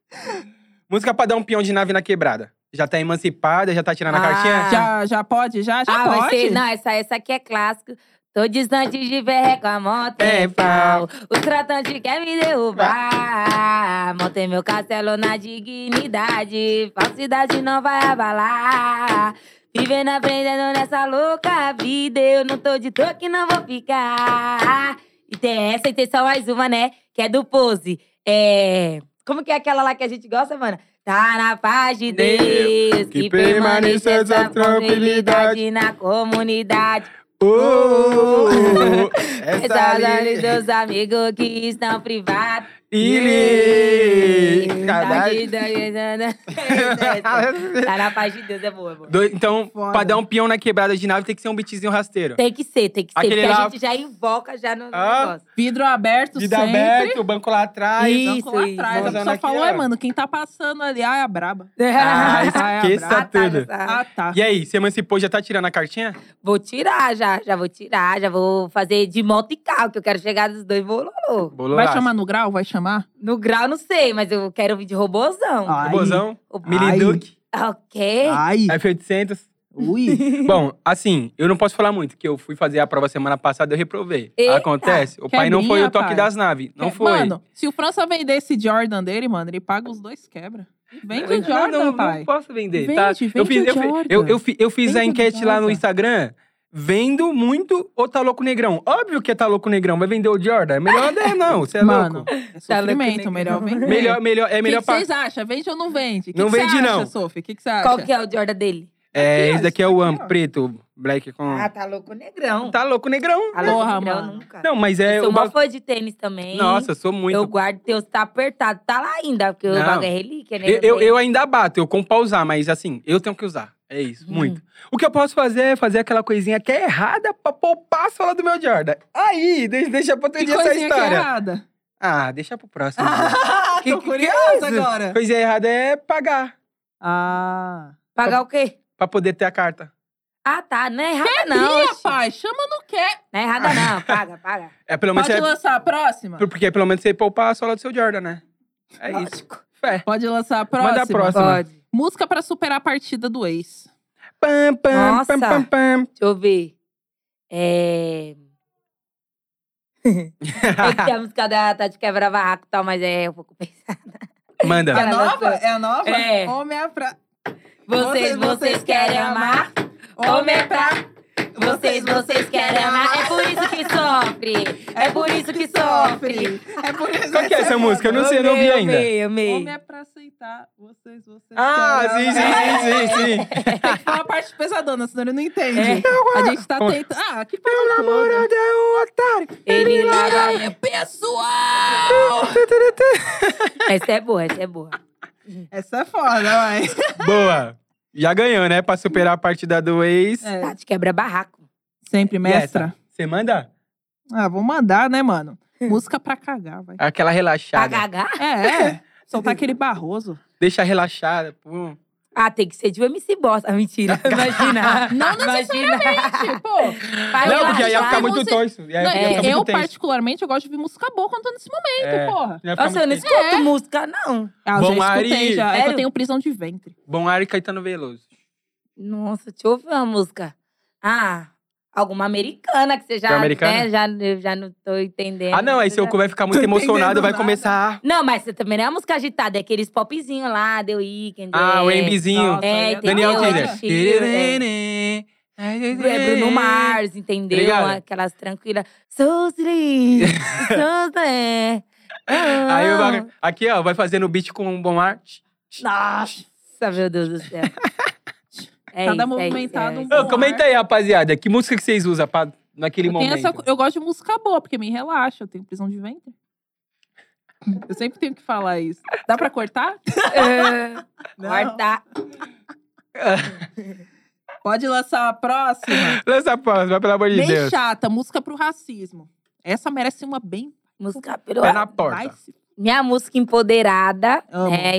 S1: Música pra dar um peão de nave na quebrada. Já tá emancipada, já tá tirando a
S3: Ah.
S1: cartinha?
S2: Já, já pode? Já, já
S3: Ah,
S2: pode.
S3: vai ser. Não, essa, essa aqui é clássico. Tô distante de ver com a moto
S1: É,
S3: é pau. O tratante quer me derrubar. Montei meu castelo na dignidade. Falsidade não vai abalar. Vivendo, aprendendo nessa louca vida. Eu não tô de toque, não vou ficar. E tem essa e tem só mais uma, né? Que é do Pose. É. Como que é aquela lá que a gente gosta, mano? Tá na paz de
S1: Deus,
S3: Deus.
S1: que permaneça essa tranquilidade
S3: na comunidade.
S1: Uh,
S3: Essa
S1: essa ali-
S3: dos amigos que estão privados.
S1: Ili!
S3: Tá
S1: Caralho.
S3: de- Tá na paz de Deus, é boa, é boa.
S1: Do- Então,
S2: Foda.
S1: pra dar um peão na quebrada de nave, tem que ser um beatzinho rasteiro.
S3: Tem que ser, tem que ser.
S1: Aquele
S3: Porque
S1: lá-
S3: a gente já invoca já no no
S1: Ah.
S3: negócio.
S2: Vidro aberto
S1: Vida
S2: sempre.
S1: aberto, o banco lá atrás.
S3: Ih.
S2: Banco lá
S3: Isso,
S2: atrás.
S1: isso.
S2: A pessoa
S1: Aqui,
S2: falou,
S1: ó.
S2: é, mano, quem tá passando ali, ah, é a braba.
S1: Ah,
S2: Ah,
S1: esqueça
S3: tá, já
S1: tudo.
S3: tá.
S2: Ah, tá.
S1: E aí, se emancipou, já tá tirando a cartinha?
S3: Vou tirar já, já vou tirar, já vou fazer de moto e carro, que eu quero chegar dos dois bololô.
S1: Bololaço.
S2: Vai chamar no grau? Vai chamar?
S3: No grau, não sei, mas eu quero vir de robôzão.
S2: Ah.
S1: Robozão,
S3: O-
S1: Mili Duke,
S3: Ok.
S1: Ah,
S2: Ai,
S1: F800.
S2: ui.
S1: Bom, assim, eu não posso falar muito, que eu fui fazer a prova semana passada e eu reprovei.
S3: Eita.
S1: Acontece? O
S2: Que
S1: pai não foi
S2: minha,
S1: o toque
S2: pai.
S1: das naves. Não
S2: Que-
S1: foi.
S2: Mano, se o França vender esse Jordan dele, mano, ele paga os dois quebra. Vende o
S1: não, é
S2: Jordan,
S1: não, não
S2: pai.
S1: posso vender,
S2: Vende,
S1: tá? eu
S2: vende
S1: fiz,
S2: o
S1: eu, fi-
S2: Jordan.
S1: eu, eu fi- eu fiz
S2: Vende
S1: a
S2: o
S1: enquete lá no
S2: Jordan.
S1: Instagram. vendo muito o Tá Louco Negrão. Óbvio que é Tá Louco Negrão, vai vender o Jordan. Melhor não é, não, você é
S2: Mano,
S1: louco.
S3: Tá
S2: é
S3: né?
S2: sofrimento, melhor vender.
S1: Melhor, melhor, é melhor
S2: O que
S1: pra...
S2: vocês acham? Vende ou não vende? Que
S1: Não
S2: que cê
S1: vende,
S2: acha,
S1: não.
S2: Sophie? O que que você acha?
S3: Qual que é o Jordan dele?
S1: É,
S2: Aqui, ó,
S1: esse daqui é
S2: esse
S1: o
S2: daqui,
S1: Am,
S2: ó.
S1: preto, black com...
S3: Ah, tá louco negrão.
S1: Tá Louco Negrão.
S3: Tá louco
S2: Porra,
S3: negrão
S2: mano.
S3: nunca.
S1: Não, mas é...
S3: eu sou
S1: o
S3: uma
S1: ba-
S3: fã de tênis também.
S1: Nossa, sou muito...
S3: Eu guardo teus, tá apertado. Tá lá ainda, porque
S1: Não.
S3: o bagulho é relíquia, né?
S1: Eu, eu, eu ainda bato, eu compro pra usar, mas assim, eu tenho que usar. É isso,
S2: Uhum.
S3: Hum.
S1: muito. O que eu posso fazer é fazer aquela coisinha que é errada pra poupar a sola do meu Jordan. Aí, deixa, deixa pra outro
S2: Que
S1: dia essa
S2: coisinha que é
S1: história.
S2: errada.
S1: ah, deixa pro próximo. dia.
S2: Ah,
S1: Que-
S2: tô
S1: que- que é
S2: curiosa
S1: isso?
S2: agora.
S1: Coisa errada é pagar
S2: Ah.
S3: Pagar o quê?
S1: pra poder ter a carta.
S3: Ah, tá. Não é errada, não.
S2: Ih,
S3: oxi.
S2: rapaz, chama no quê?
S3: Não é errada, não. Paga, paga.
S1: É pelo menos
S2: Pode
S1: você,
S2: lançar a próxima?
S1: porque pelo menos você poupar a sola do seu Jordan, né? É isso.
S3: Lógico.
S1: Fé.
S2: Pode lançar a próxima?
S1: Manda a próxima.
S3: Pode.
S2: Música pra superar a partida do ex.
S1: Pam, pam,
S3: Nossa.
S1: pam, pam, pam.
S3: Deixa eu ver. É...
S1: Tá.
S3: Eu sei a música da Tati Quebra Barraco e tal, mas é um pouco pesado.
S1: Manda.
S3: Ela lançou.
S2: É a nova?
S3: É.
S2: Homem é pra...
S3: Vocês, vocês querem amar? Homem é pra... Vocês, vocês querem amar? É por isso que sofre! É por isso que sofre!
S2: É por isso
S1: Qual que é essa música? Eu não sei, eu não vi
S3: Amei,
S1: ainda.
S3: Amei, amei.
S2: Homem é pra aceitar. Vocês, vocês
S1: Ah,
S2: querem
S1: sim,
S2: amar.
S1: sim, sim, sim, sim.
S2: Tem que falar a É parte pesadona, senão ele não entende.
S3: É.
S2: A gente tá
S1: Como-
S2: tentando... Ah, que
S1: Meu
S2: porra toda.
S1: namorado é um otário.
S3: Ele vai...
S2: Aí, pessoal!
S3: Essa é boa, essa é boa.
S2: Essa é foda, vai.
S1: Boa. Já ganhou, né? Pra superar a partida do ex.
S2: É.
S3: Tati Quebra Barraco.
S2: Sempre,
S1: E essa?
S2: mestra.
S1: Você manda
S2: Ah, vou mandar, né, mano? Música pra cagar, vai.
S1: aquela
S3: Pra
S1: relaxada.
S3: cagar?
S2: É, é. Soltar aquele barroso.
S1: Deixa relaxada. pum.
S3: Ah, tem que ser de um MC Bosta. Ah, mentira. Imagina.
S2: Não
S3: Imagina.
S2: Tipo,
S3: Pra
S1: Não, porque aí ia
S3: relaxar.
S1: ficar muito
S2: você-
S1: tenso. Aí ia
S3: é,
S1: ficar
S2: eu,
S1: muito tenso.
S2: particularmente, eu gosto de ouvir música boa quando tô nesse momento,
S1: É.
S2: porra.
S1: Ia ficar
S3: Nossa, eu
S1: muito
S3: não
S1: tenso.
S3: escuto música, não.
S2: Ah, eu
S1: Bom,
S2: já escutei,
S1: Ari-
S2: já. É que eu
S3: Sério?
S2: tenho prisão de ventre.
S1: Bom ar e Caetano Veloso.
S3: Nossa, deixa eu ouvir uma música. Ah, alguma americana que você já.
S1: Tem americana?
S3: Né, já, eu já não tô entendendo.
S1: Ah, não, aí seu cu vai ficar muito
S2: Tô entendendo
S1: emocionado, vai
S2: nada.
S1: começar.
S3: Não, mas você também não é música agitada, é aqueles popzinhos lá, The Weeknd.
S1: Ah, o
S3: é-
S1: Embizinho.
S2: Nossa,
S3: É, tem
S1: Daniel
S3: Taylor
S1: Killer.
S3: Swift, é. É Bruno Mars, entendeu?
S1: Obrigado.
S3: Aquelas tranquilas. So sleep, so sleep.
S1: Aí eu vai- aqui, ó, vai fazendo o beat com o Bom Ar.
S3: Nossa, meu Deus do céu. É
S2: Cada
S3: isso, é
S2: movimentado
S3: isso, é
S2: um
S3: isso.
S1: Ô, comenta aí, rapaziada, que música que vocês usam pra, naquele
S2: Eu, tenho
S1: momento?
S2: essa- eu gosto de música boa, porque me relaxa. Eu tenho prisão de ventre. Eu sempre tenho que falar isso. Dá pra cortar?
S3: É. Corta.
S2: Pode lançar a próxima.
S1: Lança a próxima, pelo amor de
S2: bem
S1: Deus.
S2: chata, música pro racismo. Essa merece uma bem.
S3: Música
S1: Pé
S3: peruana.
S1: É Tá na porta.
S2: Vai se-
S3: Minha música empoderada.
S2: Amo.
S3: É,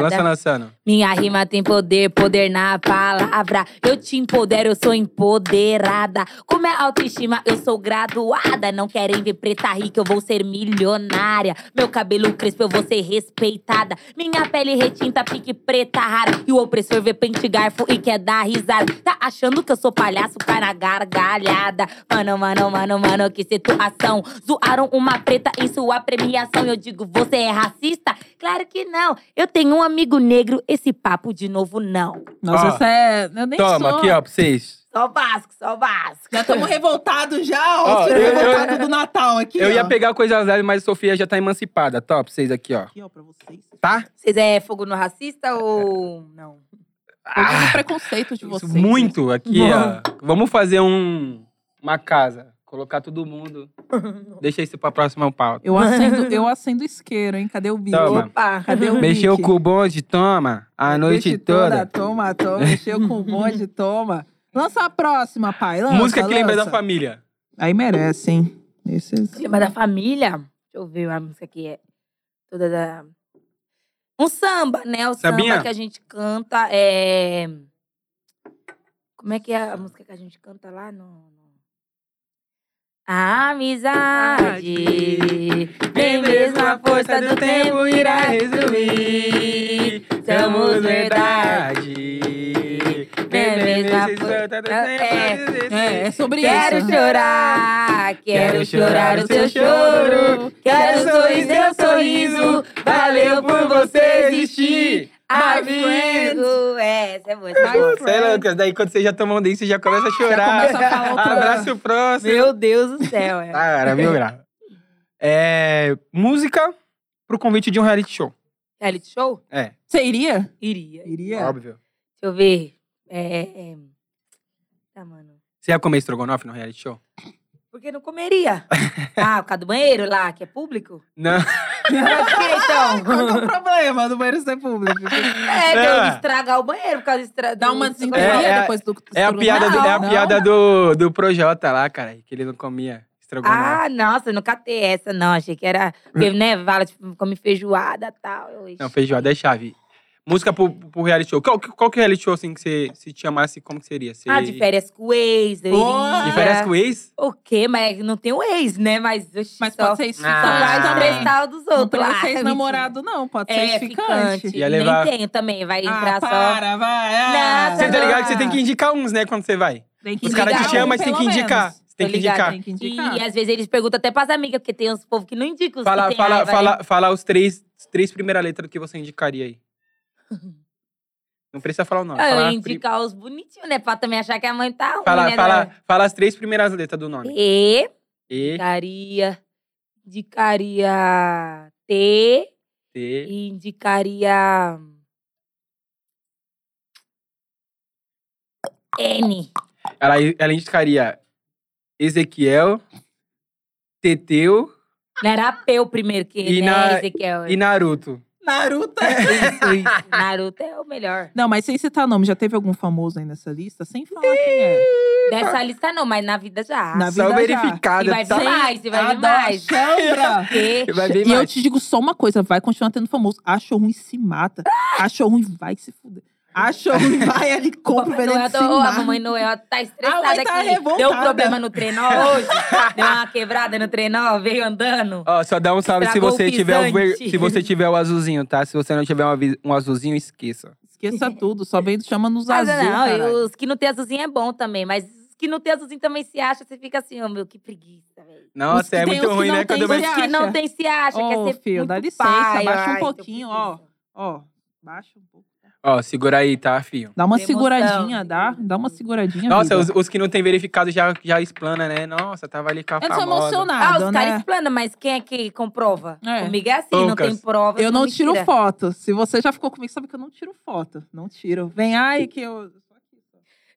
S1: Lança, lança lançando.
S3: Minha rima tem poder, poder na palavra. Eu te empodero, eu sou empoderada. Com minha autoestima, eu sou graduada. Não querem ver preta rica, eu vou ser milionária. Meu cabelo crespo, eu vou ser respeitada. Minha pele retinta, pique preta rara. E o opressor vê pente garfo e quer dar risada. Tá achando que eu sou palhaço, cai na gargalhada. Mano, mano, mano, mano, que situação. Zoaram uma preta em sua premiação. Eu digo, você é racista? Claro que não. Eu tenho um amigo negro, esse papo de novo não.
S2: Nossa,
S1: Ó.
S2: essa é. Eu nem
S1: Toma,
S2: sou.
S1: aqui, ó, pra vocês.
S3: Só Vasco, só Vasco.
S2: Já estamos revoltados já,
S1: Ó,
S2: ó. Tira
S1: eu- eu-
S2: revoltado do Natal aqui.
S1: Eu
S2: ó.
S1: ia pegar coisas leves, mas a Sofia já tá emancipada. Top, vocês aqui, ó.
S2: Aqui, ó, pra vocês.
S1: Tá?
S3: Vocês é fogo no racista ou não?
S2: Ouvindo o preconceito de
S1: Ah. Isso,
S2: vocês.
S1: muito
S3: né?
S1: aqui, ó. Vamos fazer um, uma casa. Colocar todo mundo. Deixa isso pra próxima pauta.
S2: Eu acendo, eu acendo isqueiro, hein? Cadê o bicho?
S1: Toma.
S3: Opa!
S2: Cadê o
S1: Mexeu
S2: bicho?
S1: com o bonde, toma. A noite
S2: Peixe
S1: toda.
S2: Toma, toma. Mexeu com o bonde, toma. Lança a próxima, pai. Lança,
S1: Música que lembra da
S2: lança.
S1: família.
S2: Aí merece, hein? Esses...
S3: Clima da família. Deixa eu ver a música que é toda da. Um samba, né? O
S1: Sabinha?
S3: samba que a gente canta é. Como é que é a música que a gente canta lá no. no- A amizade tem mesmo a força do tempo irá resumir. Somos verdade.
S2: É, é sobre
S3: Quero
S1: né?
S2: isso.
S3: chorar, quero chorar o seu choro. Quero sorrir seu sorriso. Valeu por você existir. Our
S2: friends.
S3: friends. É, essa é boa. Essa é
S2: Ai,
S3: boa.
S1: Você é louca. Daí quando você já toma um dente, você já
S3: Ah,
S1: começa a chorar.
S2: começa a falar o programa.
S1: Abraço o próximo.
S3: Meu Deus do céu, é.
S1: Ah, era mil graus. É, música pro convite de um reality show.
S3: Reality show?
S1: É,
S2: Você iria?
S3: Iria. Deixa
S2: Iria.
S1: óbvio.
S3: eu ver. É, é... Tá, mano.
S1: Você ia comer estrogonofe no reality show?
S3: Porque não comeria. Ah, por causa do banheiro lá, que é público?
S1: Não.
S3: Mas por que, então?
S2: Qual que é o problema do banheiro ser público?
S3: É,
S1: É.
S3: deu de estragar o banheiro por causa de estra...
S2: Dá uma
S3: do-
S2: desintoxicação
S1: É, é a-
S2: depois do
S1: É a piada, do, é a
S2: Não,
S1: piada do, do Projota lá, cara, que ele não comia estrogonofe.
S3: Ah, nossa, eu nunca ter essa, não. Achei que era. Porque, né, fala, tipo, come feijoada e tal. Eu-
S1: Não, feijoada é chave. Música pro, pro reality show. Qual, qual que é o reality show, assim, que você se te chamasse, como que seria? Você...
S3: Ah, de férias com ex, eu
S2: Boa!
S3: iria.
S1: De férias com o ex?
S3: O quê? Mas não tem um ex, né? Mas, oxi,
S2: Mas
S3: só...
S2: pode ser isso.
S1: Ah.
S3: Só vai
S1: Ah.
S3: de prestar dos
S2: Não
S3: outros.
S2: precisa ser
S3: lá. Ah, é Mentira.
S2: ex-namorado, não. Pode ser
S3: É,
S2: ficante.
S3: ficante.
S1: Ia levar-
S3: Nem tenho também, vai
S2: Ah,
S3: entrar só.
S2: para, vai. ah.
S3: Não,
S1: Você tá ligado que você
S3: Ah.
S1: tem que indicar uns, né, quando você vai.
S2: Tem que
S1: Os caras te
S2: indicar
S1: chamam,
S2: um,
S1: mas tem que
S2: pelo
S1: indicar.
S2: menos.
S1: Você tem que
S3: Tô ligada,
S1: indicar.
S2: Tem que
S3: E, é
S2: indicar.
S3: às vezes eles perguntam até pras amigas, porque tem uns povos que não indicam os que
S1: Fala,
S3: tem
S1: fala,
S3: raiva, né?
S1: fala, fala os três, as três primeiras letras que você indicaria aí. Não precisa falar o nome.
S3: Ah, Eu
S1: Fala,
S3: ia
S1: a pri-
S3: indicar os bonitinhos, né? Pra também achar que a mãe tá ruim,
S1: fala,
S3: né?
S1: fala, fala as três primeiras letras do nome.
S3: E,
S1: E,
S3: indicaria, indicaria T,
S1: T,
S3: e indicaria N.
S1: ela, ela indicaria Ezequiel, Teteu
S3: Não era P o primeiro que
S1: E
S3: né,
S1: na-
S3: Ezequiel.
S1: e Naruto.
S2: Naruto.
S3: Isso, isso. Naruto é o melhor.
S2: Não, mas sem citar nome, já teve algum famoso aí nessa lista? Sem falar quem é.
S3: Dessa lista não, mas na vida já.
S2: Na
S1: Só
S2: vida já.
S1: verificada.
S3: E vai
S1: tá?
S3: vir mais, e vai vir
S2: Adoro,
S3: mais.
S2: Xandra.
S3: Porque
S1: Vai vir
S2: E eu
S1: mais.
S2: te digo só uma coisa, vai continuar tendo famoso. Achou ruim, se mata.
S3: Ah!
S2: Achou ruim, vai se fuder. Achou ruim, vai ali,
S3: o
S2: compra o
S3: Papai
S2: veneno
S3: Noel
S2: e se
S3: tá- ô, a
S2: mata.
S3: mamãe Noel tá estressada
S2: assim, mãe tá
S3: aqui. Deu
S2: revoltada.
S3: um problema no trenó hoje. deu uma quebrada no trenó, veio andando.
S1: Ó, só dá um salve se
S3: Estragou
S1: você,
S3: o
S1: tiver o ver-
S3: pisante.
S1: se você tiver o azulzinho, tá? Se você não tiver um avi- um azulzinho, esqueça.
S2: Esqueça tudo, só vem chama nos
S3: Mas
S2: azul,
S3: não, e
S2: caralho.
S3: os que não tem azulzinho é bom também, mas os que não tem azulzinho também se acha, você fica assim, ô meu, que preguiça, velho.
S2: Os
S1: Nossa,
S2: que
S1: é
S2: tem
S1: muito
S2: os que
S1: ruim,
S2: não
S1: né?
S2: tem
S1: Quando vai
S2: se
S3: Os que não
S2: acha?
S3: tem se acha,
S2: Ô,
S3: quer ser
S2: filho,
S3: muito
S2: dá licença,
S3: pai,
S2: abaixa um
S3: ai, tô
S2: pouquinho, ó.
S3: preguiça.
S2: Ó, baixa um pouco.
S1: Ó, segura aí, tá, fio?
S2: Dá uma
S3: Tem emoção. né?
S2: seguradinha, dá. Dá uma seguradinha,
S1: Nossa,
S2: vida.
S1: os, os que não tem verificado já, já explana, né? Nossa, tava ali com a
S2: Eu não sou
S1: famosa.
S3: Ah,
S2: emocionada,
S3: os caras
S2: né?
S3: explanam, mas quem é que comprova?
S2: É.
S3: Comigo é assim,
S1: Poucas.
S3: não tem prova. é
S2: Eu não tiro
S3: mentira.
S2: foto. Se você já ficou comigo, sabe que eu não tiro foto. Não tiro. Vem, ai, que eu...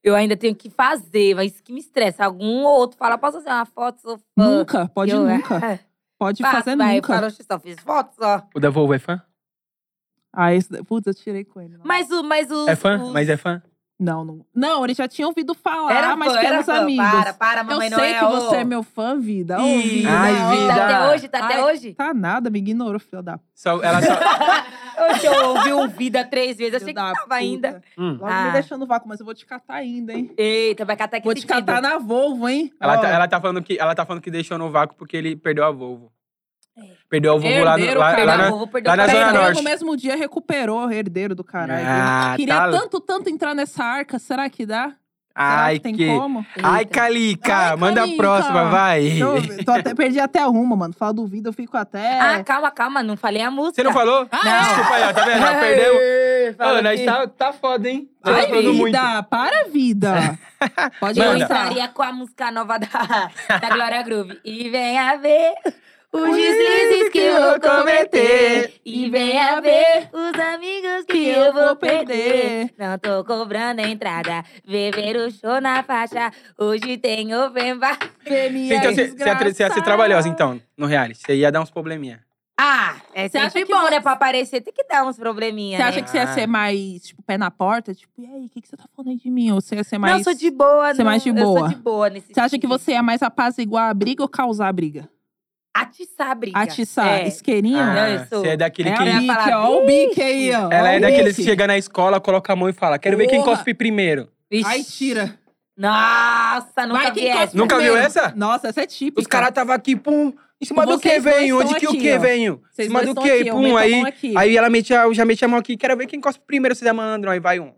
S3: Eu ainda tenho que fazer, mas isso que me estressa. Algum ou outro fala, posso fazer uma foto? Sou fã.
S2: Nunca, pode
S3: Eu,
S2: nunca.
S3: ah,
S2: Pode
S3: faço,
S2: fazer
S3: vai,
S2: nunca.
S3: Falou, só fiz foto só.
S1: O da Volvo é fã?
S2: Ah, esse... da- Putz, eu tirei com ele. não.
S3: Mas o. Mas o
S1: É fã?
S3: os-
S1: Mas é fã?
S2: Não, não. Não, ele já tinha ouvido falar,
S3: Era fã,
S2: Ah, mas
S3: era
S2: pelos
S3: fã.
S2: amigos.
S3: Para, para,
S2: eu
S3: mamãe
S2: sei
S3: Noel.
S2: que você é
S3: ô.
S2: meu fã, vida. Ô,
S1: Ih,
S2: vida.
S1: ai,
S2: ó.
S1: vida.
S3: Tá até hoje? Tá
S2: Ai,
S3: até hoje?
S2: Tá nada, me ignorou, filho da puta.
S1: Só, ela só...
S3: Hoje eu ouvi um vida três vezes. Achei que
S2: da
S3: tava
S2: puta.
S3: ainda.
S1: Hum.
S2: Logo me
S3: Ah.
S2: deixando no vácuo, mas eu vou te catar ainda, hein?
S3: Eita, vai catar aqui.
S2: Vou te catar na Volvo, hein?
S1: Ela,
S2: Ó,
S1: tá, ela, tá falando que, ela tá falando que deixou no vácuo porque ele perdeu a Volvo. Perdeu a Volvo lá, no-
S2: É. Herdeiro,
S1: lá,
S2: cara.
S1: lá na...
S3: vou perder
S1: lá
S3: o
S1: tá na
S3: cabelo.
S1: Zona
S2: perdeu
S1: Norte.
S2: no mesmo dia, recuperou, herdeiro do caralho.
S1: Ah,
S2: Queria
S1: tá.
S2: tanto, tanto entrar nessa arca. Será que dá? Será
S1: Ai,
S2: que tem
S1: que...
S2: como?
S1: Ai,
S3: Eita.
S1: Calica,
S2: Ai,
S1: manda
S2: Calica.
S1: a próxima, vai.
S2: Eu tô até, perdi até a ruma, mano. Fala do vídeo, eu fico até.
S3: Ah, calma, calma. Não falei a música.
S1: Você não falou?
S2: Ah,
S1: Desculpa aí, ó, tá vendo? Ela perdeu. Ô, nós tá, tá foda, hein? Nós
S2: Ai,
S1: tá falando
S2: vida,
S1: muito.
S2: para vida. Pode
S3: Eu
S1: Manda.
S2: entrar.
S3: entraria com a música nova da, da Glória Groove. E venha ver os deslizes que eu cometer. E venha ver os amigos que eu vou perder. Não tô cobrando a entrada. Vê ver o show na faixa. Hoje tem open bar.
S1: Então, você- você ia, tra- você ia ser trabalhosa, então, no reality. Você ia dar uns probleminha.
S3: Ah, é
S2: Você acha
S3: sempre
S2: que
S3: bom,
S2: você-
S3: né? Pra aparecer, tem que dar uns probleminhas.
S2: Você acha
S3: né?
S2: que você ia ser mais, tipo, pé na porta? Tipo, e aí, o que, que você tá falando aí de mim? Ou você ia ser mais…
S3: Não, eu sou de boa.
S2: Você é
S3: não-
S2: mais de
S3: Eu
S2: boa.
S3: sou de boa nesse
S2: Você acha que
S3: sentido.
S2: você ia mais apaziguar a briga ou causar a briga?
S3: Atiçar a briga.
S2: Atiçar,
S3: É.
S2: isqueirinho?
S1: Ah,
S3: eu sou.
S1: você é daquele que.
S2: é o
S3: ia
S2: bique,
S3: falar,
S2: ó, o bique aí, ó.
S1: Ela
S2: ó
S1: é
S2: o
S1: daqueles que
S2: bique.
S1: chega na escola, coloca a mão e fala: quero ver quem
S2: Porra.
S1: cospe primeiro.
S3: Vixe.
S2: Ai, tira.
S3: Nossa, nunca
S2: Vai
S3: vi
S2: quem
S3: essa.
S2: cospe
S1: Nunca viu
S2: primeiro.
S1: essa?
S2: Nossa, essa é típica.
S1: Os caras tava aqui, pum. Em cima do
S2: Vocês
S1: que,
S2: dois
S1: venho? Onde
S2: estão
S1: que o
S2: aqui,
S1: que,
S2: ó.
S1: venho? Em
S2: Vocês
S1: cima
S2: dois
S1: do
S2: estão
S1: que,
S2: aqui, eu meto
S1: pum.
S2: a
S1: Aí,
S2: mão aqui.
S1: aí ela mete a, já mete a mão aqui: quero ver quem cospe primeiro, vocês mandam. Aí vai um.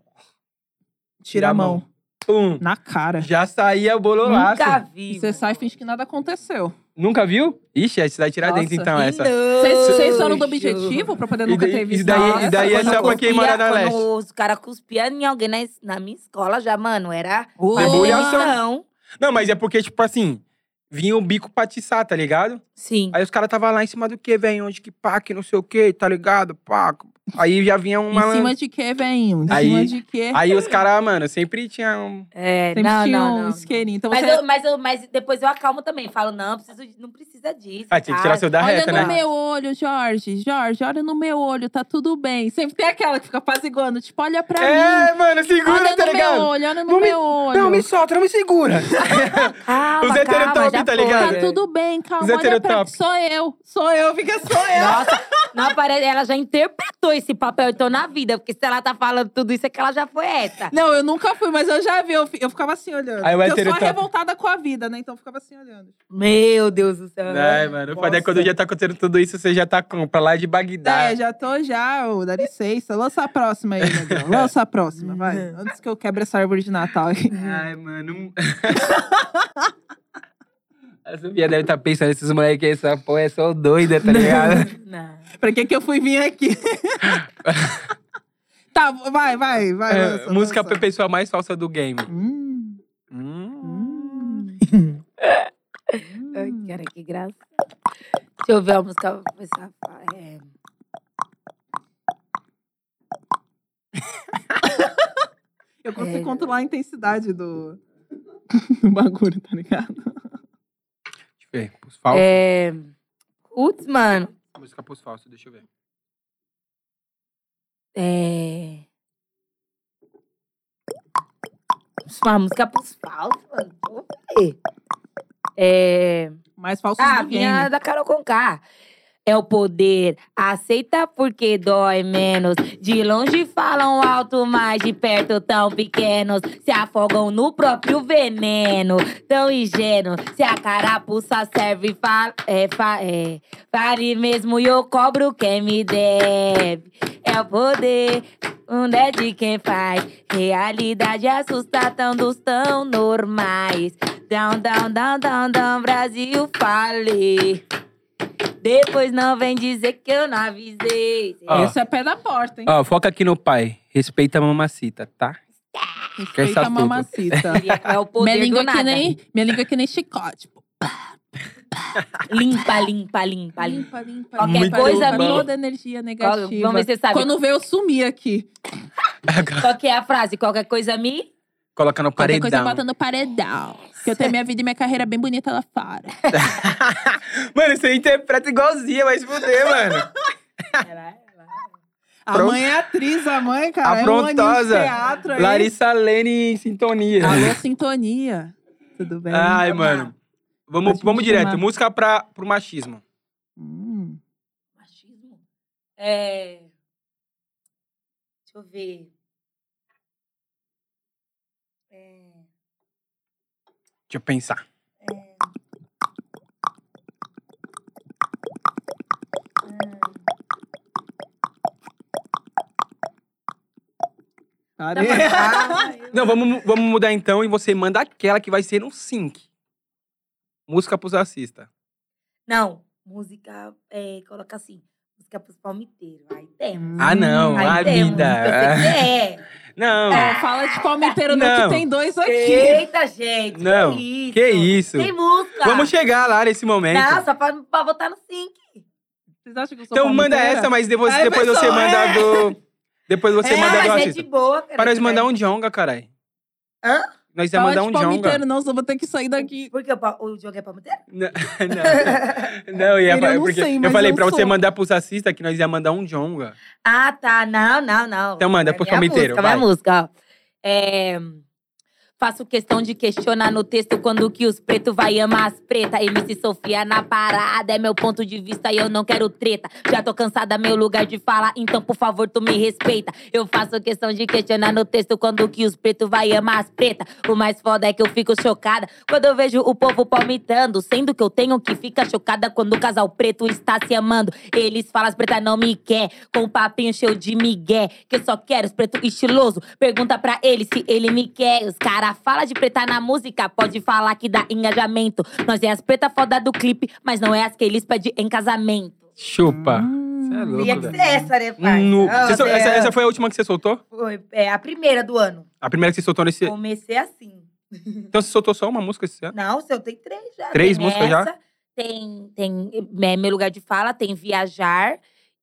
S2: Tira a mão.
S1: Pum.
S2: Na cara.
S1: Já saía o bololaço.
S3: Nunca vi.
S2: E você
S3: mano.
S2: sai e finge que nada aconteceu.
S1: Nunca viu? Ixi, é cidade de Tiradentes,
S2: Nossa.
S1: então, essa.
S2: Vocês vocês foram do objetivo pra poder
S1: E
S2: nunca
S1: daí-
S2: ter
S1: e
S2: visto?
S1: daí- e
S2: Nossa,
S1: daí é
S2: quando
S1: só
S2: eu
S1: pra quem mora na
S3: Quando
S1: leste.
S3: Os caras cuspiam em alguém na, na minha escola já, mano. Era
S2: Ô,
S1: é Debulhação.
S3: não.
S1: Não, mas é porque, tipo assim, vinha o bico pra atiçar, tá ligado?
S3: Sim.
S1: Aí os caras tava lá em cima do que, velho? Onde que pá, que não sei o que, tá ligado? Pá. Aí já vinha uma.
S2: Em cima de quê, velhinho? Em
S1: Aí-
S2: cima de quê?
S1: Aí os caras, mano, sempre tinha um.
S3: É,
S2: Sempre
S3: não,
S2: tinha
S3: não,
S2: um
S3: não.
S2: isqueirinho. Então
S3: Mas,
S2: você
S3: eu, mas, eu, mas depois eu acalmo também. Falo, não, preciso, de- não precisa disso.
S1: Ah, tinha que tirar
S3: cara.
S1: seu da
S2: olha
S1: reta,
S2: no
S1: né?
S2: meu olho, Jorge. Jorge, olha no meu olho, tá tudo bem. Sempre tem aquela que fica apaziguando. Tipo, olha pra mim.
S1: É, mano, segura, tá
S2: Olha no meu
S1: ligado?
S2: olho, olha no
S1: Não me-
S2: meu olho.
S1: Não, me solta, não me segura.
S3: Calma,
S1: Os
S3: calma,
S1: hétero top,
S3: já
S1: tá
S3: foi.
S1: ligado?
S2: Tá tudo bem, calma,
S1: Zé
S2: olha pra mim.
S1: Teletop.
S2: Sou eu, sou eu, fica só
S1: É.
S2: eu.
S3: Nossa, não, parece, ela já interpretou esse papel, então, na vida. Porque se ela tá falando tudo isso, é que ela já foi essa.
S2: Não, eu nunca fui, mas eu já vi. Eu, fi- eu ficava assim olhando.
S1: Aí o
S2: Porque eu
S1: hétero
S2: sou a
S1: tá-
S2: revoltada com a vida, né? Então eu ficava assim olhando.
S3: Meu Deus do céu.
S1: Ai, mano, o foda é
S2: Nossa.
S1: quando já tá acontecendo tudo isso, você já tá com, pra lá de Bagdá.
S2: É, já tô já, ô, dá licença. Lança a próxima aí, Miguel. Lança a próxima, vai. Antes que eu quebre essa árvore de Natal aqui.
S1: Ai, mano. um Essa minha deve estar tá pensando, esses moleques aí, essa porra é só doida, tá ligado?
S3: Não.
S2: Pra que que eu fui vir aqui? tá, vai, vai, vai.
S1: É,
S2: lança,
S1: música
S2: lança.
S1: pra pessoa mais falsa do game.
S2: Hum,
S1: Hum.
S2: hum.
S3: Ai, cara, que graça. Deixa eu ver a música pra começar a falar. É.
S2: Eu consigo
S3: É.
S2: controlar a intensidade do, do bagulho, tá ligado?
S1: Deixa eu ver. Pros falsos.
S3: é... Putz, mano.
S1: Música pros falsos, deixa eu ver.
S3: É. Uma música pros falsos, mano. Pô, aí. É.
S2: Mais falso
S3: Ah,
S2: do
S3: vinha
S2: game.
S3: da Carol Conká. É o poder, aceita porque dói menos. De longe falam alto, mas de perto tão pequenos. Se afogam no próprio veneno, tão ingênuo. Se a carapuça serve, fa é, fa é, fale mesmo e eu cobro quem me deve. É o poder, um é de quem faz. Realidade assusta tão dos tão normais. Down, down, down, down, down, Brasil, fale. Depois não vem dizer que eu não avisei.
S1: Ó.
S2: Esse é pé da porta, hein?
S1: Ó, foca aqui no pai. Respeita a mamacita, tá?
S2: Respeita a
S1: tudo.
S2: mamacita.
S3: É
S2: Minha
S3: o poder do
S2: língua,
S3: nada.
S2: que nem, minha língua é que nem chicote. Tipo,
S3: Limpa, limpa, limpa, Tá limpa.
S2: limpa, limpa.
S3: Qualquer
S2: limpa,
S1: coisa,
S2: limpa,
S1: amigo.
S2: toda energia negativa.
S3: Vamos ver se você sabe.
S2: Quando vê, eu sumi aqui.
S3: Qual que é a frase? Qualquer coisa me...
S1: Coloca no
S2: Qualquer coisa
S1: paredão.
S2: bota no paredão. Que eu tenho minha vida e minha carreira bem bonita lá fora.
S1: Mano, você interpreta igualzinha, vai se fuder, mano.
S3: é
S2: A
S1: Pronto.
S2: mãe é atriz, a mãe, cara. É um aninho de
S1: Aprontosa.
S2: teatro aí.
S1: Larissa Lene em sintonia.
S2: Alô, sintonia. Tudo bem?
S1: Ai, mano. Vamos,
S2: Pode me
S1: vamos direto.
S2: chamar.
S1: Música pra, pro machismo.
S2: Hum.
S3: Machismo? É... Deixa eu ver. É...
S1: Deixa eu pensar.
S2: Cara,
S3: Tá
S1: Não, vamos, mu- vamos mudar então e você manda aquela que vai ser um sync. Música pros racistas.
S3: Não, música, é, coloca assim, música pros palmiteiros. Aí temos.
S1: Ah, não.
S3: Aí
S1: a
S3: temos. Eu
S1: vida. ah.
S3: sei que
S1: Não.
S2: Não, fala de palmiteiro, não,
S1: Não.
S2: que tem dois
S3: é.
S2: aqui.
S3: Eita, gente.
S1: Não,
S3: Que isso.
S1: Que isso.
S3: Tem música.
S1: Vamos chegar lá nesse momento.
S3: Não, só pra, pra botar no sync.
S2: Vocês acham que eu sou
S1: então manda
S2: palmiteira?
S1: essa, mas depois,
S2: Ai,
S1: depois você
S2: pessoal,
S1: manda
S2: é.
S1: do. Depois você
S2: É, né?
S1: manda do
S3: mas é
S1: racista.
S3: de boa. Cara,
S1: Para nós mandar um jonga, caralho.
S3: Hã?
S1: Nós ia
S2: Fala
S1: mandar
S2: de
S1: um jonga.
S2: palmiteiro, não, só vou ter que sair
S1: um
S2: daqui.
S3: Porque o, pa- o jogo é palmiteiro?
S1: Não, não ia
S2: Eu
S1: fa-
S2: não
S1: porque
S2: sei,
S1: eu
S2: mas
S1: falei
S2: eu
S1: pra você
S2: sou.
S1: mandar pros racistas que nós ia mandar um jonga.
S3: Ah, tá. Não, não, não. É
S1: Então manda pros
S3: Minha
S1: palmiteiros,
S3: Música, minha
S1: vai.
S3: música, ó. É, Faço questão de questionar no texto quando que os pretos vai amar as pretas. MC Sofia na parada, é meu ponto de vista e eu não quero treta. Já tô cansada, meu lugar de falar, então por favor tu me respeita. Eu faço questão de questionar no texto quando que os pretos vai amar as pretas. O mais foda é que eu fico chocada quando eu vejo o povo palmitando. Sendo que eu tenho que ficar chocada quando o casal preto está se amando. Eles falam as pretas não me quer, com um papinho cheio de migué. Que eu só quero os pretos estiloso. Pergunta pra ele se ele me quer. Os cara Na fala de preta, na música, pode falar que dá engajamento. Nós é as preta foda do clipe, mas não é as que eles pedem em casamento.
S1: Chupa.
S2: Hum.
S1: Você é
S4: Tinha
S1: louco,
S4: que ser
S1: velho.
S4: essa, né, pai?
S1: Nu.
S4: Ah,
S1: Você sol-
S4: Deus.
S3: é.
S1: essa, essa foi a última que você soltou?
S4: Foi, é a primeira do ano.
S1: A primeira que você soltou nesse.
S4: Comecei assim.
S1: Então você soltou só uma música esse ano?
S4: Não, seu tem três já.
S1: Três
S3: Tem
S1: músicas já?
S3: essa, Tem, tem é, Meu Lugar de Fala, tem Viajar,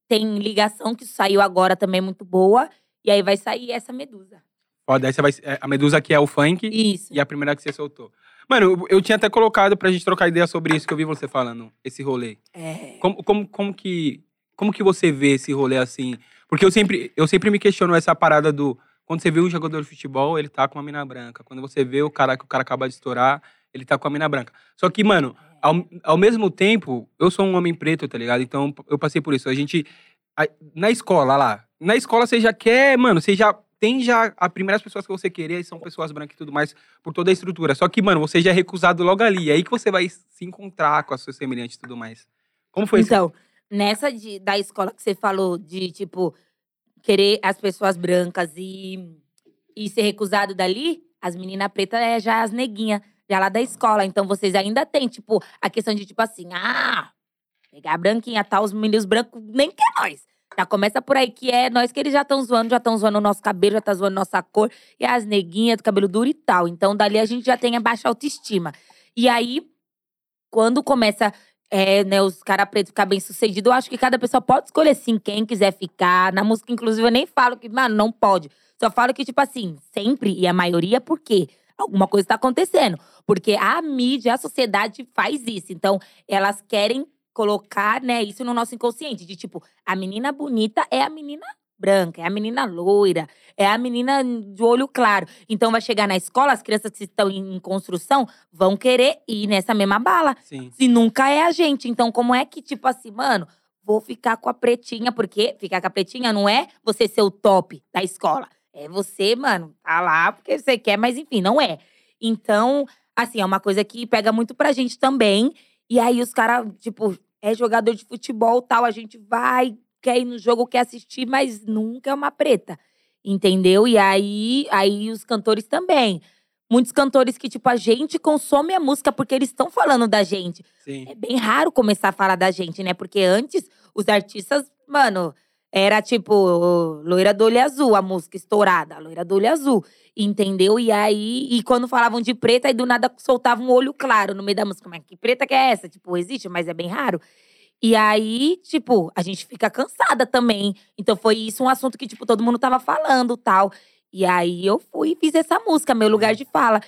S3: tem Ligação, que saiu agora também muito boa. E aí vai sair essa Medusa.
S1: Ó, daí você vai. é, A Medusa que é o funk
S3: Isso.
S1: e a primeira que você soltou. Mano, eu, eu tinha até colocado pra gente trocar ideia sobre isso que eu vi você falando, esse rolê.
S3: É.
S1: Como, como, como que. Como que você vê esse rolê assim? Porque eu sempre, eu sempre me questiono essa parada do. Quando você vê um jogador de futebol, ele tá com uma mina branca. Quando você vê o cara que o cara acaba de estourar, ele tá com a mina branca. Só que, mano, ao, ao mesmo tempo, eu sou um homem preto, tá ligado? Então eu passei por isso. A gente. a- na escola, olha lá. Na escola você já quer, mano, você já tem já as primeiras pessoas que você querer, são pessoas brancas e tudo mais, por toda a estrutura. Só que, mano, você já é recusado logo ali. É aí que você vai se encontrar com a sua semelhante e tudo mais. Como foi isso?
S3: Então, nessa de- da escola que você falou, de tipo, querer as pessoas brancas e, e ser recusado dali, as meninas pretas é já as neguinhas, já lá da escola. Então vocês ainda tem, tipo, a questão de tipo assim, ah, pegar a branquinha, tá? Os meninos brancos nem quer nós. Já começa por aí que é nós que eles já estão zoando, já estão zoando o nosso cabelo, já tá zoando nossa cor, e as neguinhas do cabelo duro e tal. Então dali a gente já tem a baixa autoestima. E aí, quando começa é, né, os caras pretos ficar bem sucedido, eu acho que cada pessoa pode escolher assim quem quiser ficar. Na música, inclusive, eu nem falo que, mano, não pode. Só falo que, tipo assim, sempre, e a maioria, por quê? Alguma coisa tá acontecendo. Porque a mídia, a sociedade faz isso. Então, elas querem colocar, né, isso no nosso inconsciente. De tipo, a menina bonita é a menina branca, é a menina loira, é a menina de olho claro. Então, vai chegar na escola, as crianças que estão em construção vão querer ir nessa mesma bala.
S1: Sim.
S3: Se nunca é a gente. Então, como é que, tipo assim, mano, vou ficar com a pretinha, porque ficar com a pretinha não é você ser o top da escola. É você, mano, tá lá porque você quer, mas enfim, não é. Então, assim, é uma coisa que pega muito pra gente também. E aí os caras, tipo, é jogador de futebol tal, a gente vai, quer ir no jogo, quer assistir, mas nunca é uma preta. Entendeu? E aí, aí os cantores também. Muitos cantores que, tipo, a gente consome a música porque eles estão falando da gente.
S1: Sim.
S3: É bem raro começar a falar da gente, né? Porque antes, os artistas, mano, era tipo loira do olho azul, a música estourada, loira do olho azul, entendeu? E aí, e quando falavam de preta, aí do nada soltavam um olho claro no meio da música. Mas que preta que é essa? Tipo, existe, mas é bem raro. E aí, tipo, a gente fica cansada também. Então foi isso um assunto que, tipo, todo mundo tava falando tal. E aí eu fui e fiz essa música, meu lugar de fala.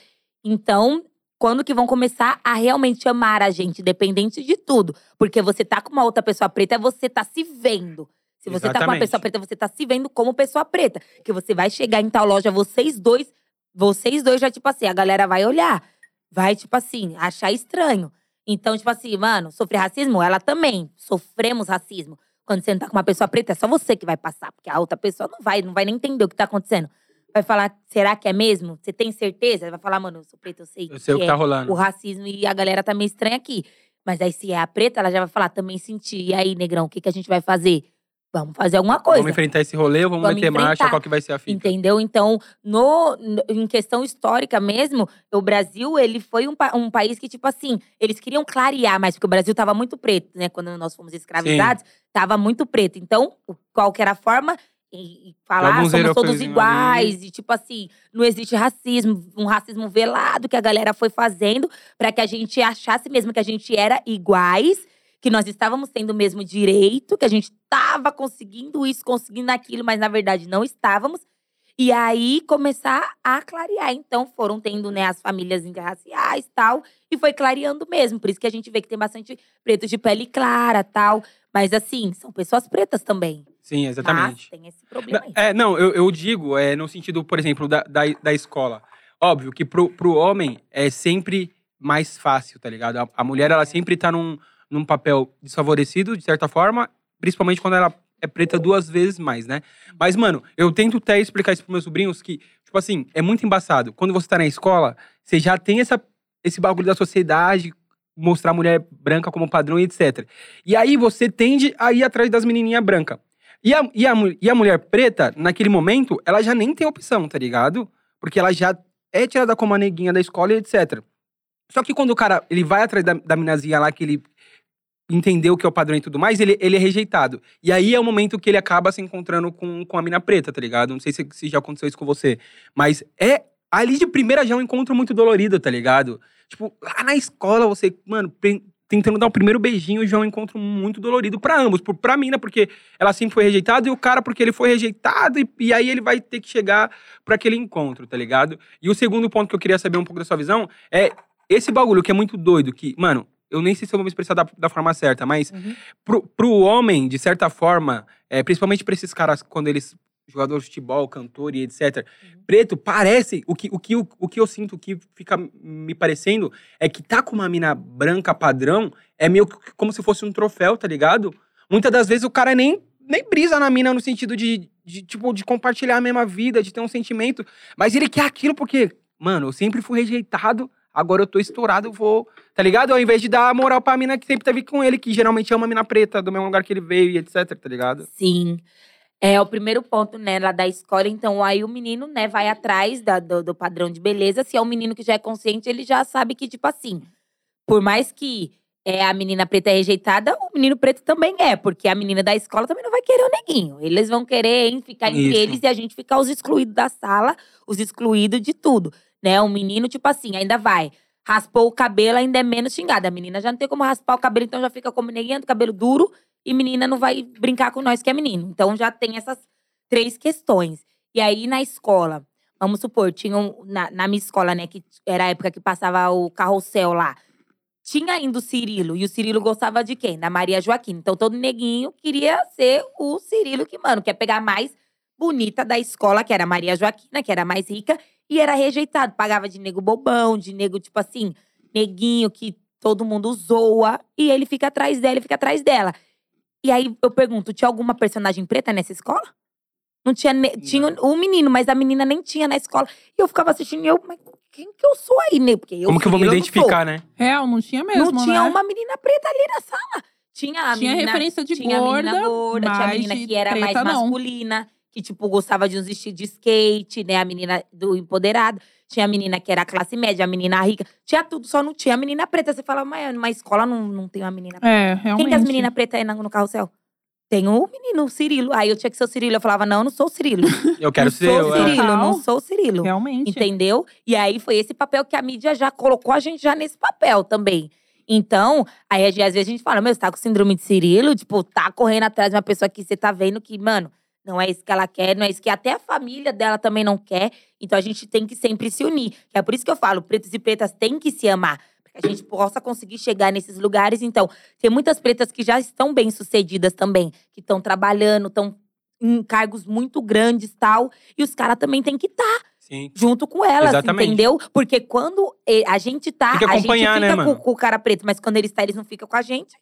S3: Então, quando que vão começar a realmente amar a gente, dependente de tudo. Porque você tá com uma outra pessoa preta, você tá se vendo. Se você tá com uma
S1: Exatamente.
S3: pessoa preta, você tá se vendo como pessoa preta. Que você vai chegar em tal loja, vocês dois, vocês dois já, tipo assim, a galera vai olhar. Vai, tipo assim, achar estranho. Então, tipo assim, mano, sofrer racismo, ela também. Sofremos racismo. Quando você não tá com uma pessoa preta, é só você que vai passar. Porque a outra pessoa não vai, não vai nem entender o que tá acontecendo. Vai falar, será que é mesmo? Você tem certeza? Vai falar, mano, eu sou preta, eu sei,
S1: Eu sei o que
S3: é
S1: tá rolando.
S3: o racismo e a galera tá meio estranha aqui. Mas aí, se é a preta, ela já vai falar, também senti. E aí, negrão, o que, que a gente vai fazer? Vamos fazer alguma coisa.
S1: Vamos enfrentar esse rolê, vamos,
S3: é. Vamos
S1: meter marcha,
S3: enfrentar.
S1: qual que vai ser a fita?
S3: Entendeu? Então, no, no- em questão histórica mesmo, o Brasil, ele foi um, pa- um país que, tipo assim, eles queriam clarear mais, porque o Brasil tava muito preto, né? Quando nós fomos escravizados, tava muito preto. Então, o- qual que era a forma? E, e falar,
S1: alguns
S3: somos todos
S1: europeuzinhos
S3: iguais, e tipo assim, não existe racismo, um racismo velado que a galera foi fazendo para que a gente achasse mesmo que a gente era iguais que nós estávamos tendo o mesmo direito, que a gente estava conseguindo isso, conseguindo aquilo, mas na verdade não estávamos. E aí começar a clarear. Então foram tendo né, as famílias interraciais e tal, e foi clareando mesmo. Por isso que a gente vê que tem bastante preto de pele clara tal. Mas assim, são pessoas pretas também.
S1: Sim, exatamente.
S3: Mas Tá, tem esse problema aí.
S1: É, não, eu, eu digo é, no sentido, por exemplo, da, da, da escola. Óbvio que pro, pro homem é sempre mais fácil, tá ligado? A, a mulher, ela sempre tá num, num papel desfavorecido, de certa forma, principalmente quando ela é preta duas vezes mais, né? Mas, mano, eu tento até explicar isso pros meus sobrinhos que, tipo assim, é muito embaçado. Quando você tá na escola, você já tem essa, esse bagulho da sociedade, mostrar a mulher branca como padrão e etc. E aí você tende a ir atrás das menininhas brancas. E a, e, a, mu- e a mulher preta, naquele momento, ela já nem tem opção, tá ligado? Porque ela já é tirada como a neguinha da escola e etc. Só que quando o cara ele vai atrás da, da minazinha lá, que ele entendeu que é o padrão e tudo mais, ele, ele é rejeitado. E aí é o momento que ele acaba se encontrando com, com a mina preta, tá ligado? Não sei se, se já aconteceu isso com você. Mas é. Ali de primeira já é um encontro muito dolorido, tá ligado? Tipo, lá na escola você, mano, pen- tentando dar o primeiro beijinho já é um encontro muito dolorido pra ambos. Por, pra mina, porque ela sempre foi rejeitada, e o cara, porque ele foi rejeitado, e, e aí ele vai ter que chegar pra aquele encontro, tá ligado? E o segundo ponto que eu queria saber um pouco da sua visão é esse bagulho que é muito doido, que, mano, eu nem sei se eu vou me expressar da, da forma certa, mas
S2: Uhum.
S1: pro, pro homem, de certa forma, é, principalmente pra esses caras, quando eles. Jogador de futebol, cantor e etc. Preto, parece. O que, o, que, o, que eu sinto, o que fica me parecendo, é que tá com uma mina branca padrão, é meio que como se fosse um troféu, tá ligado? Muitas das vezes o cara nem, nem brisa na mina no sentido de, de, tipo, de compartilhar a mesma vida, de ter um sentimento. Mas ele quer aquilo porque, mano, eu sempre fui rejeitado, agora eu tô estourado, eu vou. Tá ligado? Ao invés de dar moral pra mina que sempre teve com ele, que geralmente é uma mina preta, do mesmo lugar que ele veio e etc, tá ligado?
S3: Sim. É o primeiro ponto, né, lá da escola. Então, aí o menino, né, vai atrás da- do, do padrão de beleza. Se é um menino que já é consciente, ele já sabe que, tipo assim, por mais que é, a menina preta é rejeitada, o menino preto também é, porque a menina da escola também não vai querer o neguinho. Eles vão querer hein, ficar entre
S1: Isso.
S3: eles e a gente ficar os excluídos da sala, os excluídos de tudo. Né? Um menino, tipo assim, ainda vai. Raspou o cabelo, ainda é menos xingada. A menina já não tem como raspar o cabelo, então já fica como neguinha do cabelo duro e menina não vai brincar com nós que é menino. Então já tem essas três questões. E aí na escola, vamos supor, tinham na, na minha escola, né, que era a época que passava o carrossel lá. Tinha ainda o Cirilo, e o Cirilo gostava de quem? Da Maria Joaquina. Então todo neguinho queria ser o Cirilo que, mano, quer pegar a mais bonita da escola, que era a Maria Joaquina, que era a mais rica, e era rejeitado, pagava de nego bobão, de nego tipo assim, neguinho que todo mundo zoa, e ele fica atrás dela, ele fica atrás dela. E aí eu pergunto, tinha alguma personagem preta nessa escola? Não tinha. ne- Tinha um menino, mas a menina nem tinha na escola. E eu ficava assistindo e eu, mas quem que eu sou aí, né? Porque eu
S1: como que eu vou me
S3: filho, não sou.
S1: identificar, né?
S2: Real, não tinha mesmo,
S3: Não tinha
S2: né?
S3: uma menina preta ali na sala. Tinha a
S2: Tinha
S3: menina,
S2: referência de
S3: tinha a menina
S2: gorda,
S3: gorda, tinha a
S2: mas
S3: menina
S2: de
S3: que era mais
S2: preta, não.
S3: masculina, que, tipo, gostava de uns vestidos de skate, né? A menina do empoderado. Tinha a menina que era classe média, a menina rica. Tinha tudo, só não tinha a menina preta. Você fala, mas numa escola não, não tem uma menina
S2: É, realmente.
S3: quem que as meninas pretas é na- no carrossel? Tem o menino, o Cirilo. Aí eu tinha que ser o Cirilo. Eu falava, não, não sou o Cirilo.
S1: Eu quero
S3: não
S1: ser
S3: sou
S1: eu.
S3: o
S1: é.
S3: Cirilo, não
S2: Total.
S3: sou o Cirilo.
S2: Realmente.
S3: Entendeu? E aí foi esse papel que a mídia já colocou a gente já nesse papel também. Então, aí às vezes a gente fala, meu, você tá com síndrome de Cirilo? Tipo, tá correndo atrás de uma pessoa que você tá vendo que, mano, não é isso que ela quer, não é isso que até a família dela também não quer. Então a gente tem que sempre se unir. É por isso que eu falo, pretos e pretas têm que se amar. Pra que a gente possa conseguir chegar nesses lugares. Então, tem muitas pretas que já estão bem sucedidas também, que estão trabalhando, estão em cargos muito grandes tal. E os caras também têm que estar
S1: Sim.
S3: junto com elas,
S1: Exatamente.
S3: entendeu? Porque quando eh, a gente tá,
S1: Tem que
S3: a gente
S1: acompanhar,
S3: fica
S1: né,
S3: com,
S1: mano?
S3: com o cara preto, mas quando eles tá, eles não ficam com a gente.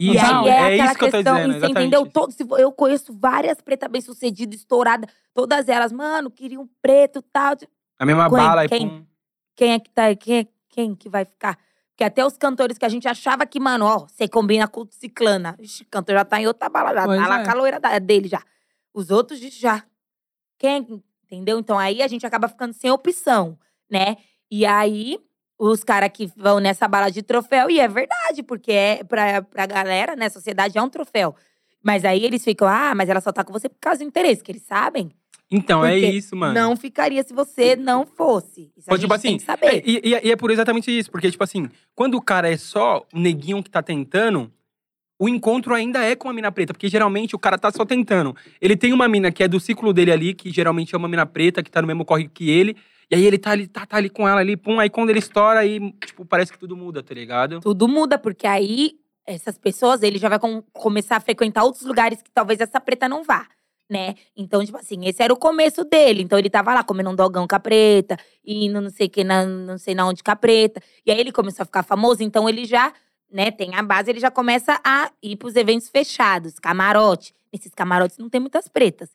S1: Isso,
S3: e aí é,
S1: é,
S3: aquela
S1: isso que eu tô
S3: questão,
S1: dizendo,
S3: você entendeu?
S1: exatamente.
S3: Todos, eu conheço várias pretas bem-sucedidas, estouradas, todas elas, mano, queriam um preto e tal.
S1: A mesma
S3: Quem-
S1: bala e
S3: quem-
S1: pum.
S3: Quem é que tá, quem, é- quem que vai ficar? Porque até os cantores que a gente achava que, mano, ó, você combina com o ciclana. Ixi, o cantor já tá em outra bala, já
S2: Pois
S3: tá lá
S2: é.
S3: com a loira da- dele já. Os outros de- já. Quem, entendeu? Então aí a gente acaba ficando sem opção, né? E aí os caras que vão nessa bala de troféu, e é verdade, porque é pra, pra galera, né, sociedade é um troféu. Mas aí eles ficam, ah, mas ela só tá com você por causa do interesse, que eles sabem.
S1: Então, é
S3: Porque
S1: isso, mano.
S3: Não ficaria se você não fosse. Isso
S1: Então,
S3: a gente
S1: tipo assim,
S3: tem que saber.
S1: é, e, e- e é por exatamente isso, porque, tipo assim, quando o cara é só o neguinho que tá tentando, o encontro ainda é com a mina preta, porque geralmente o cara tá só tentando. Ele tem uma mina que é do ciclo dele ali, que geralmente é uma mina preta, que tá no mesmo corre que ele, e aí ele tá ali, tá, tá ali com ela ali, pum, aí quando ele estoura, aí, tipo, parece que tudo muda, tá ligado?
S3: Tudo muda, porque aí essas pessoas, ele já vai com- começar a frequentar outros lugares que talvez essa preta não vá, né? Então, tipo assim, esse era o começo dele. Então ele tava lá comendo um dogão com a preta, e não sei que na, não sei na onde com a preta. E aí ele começou a ficar famoso, então ele já, né, tem a base, ele já começa a ir pros eventos fechados, camarote. Nesses camarotes não tem muitas pretas.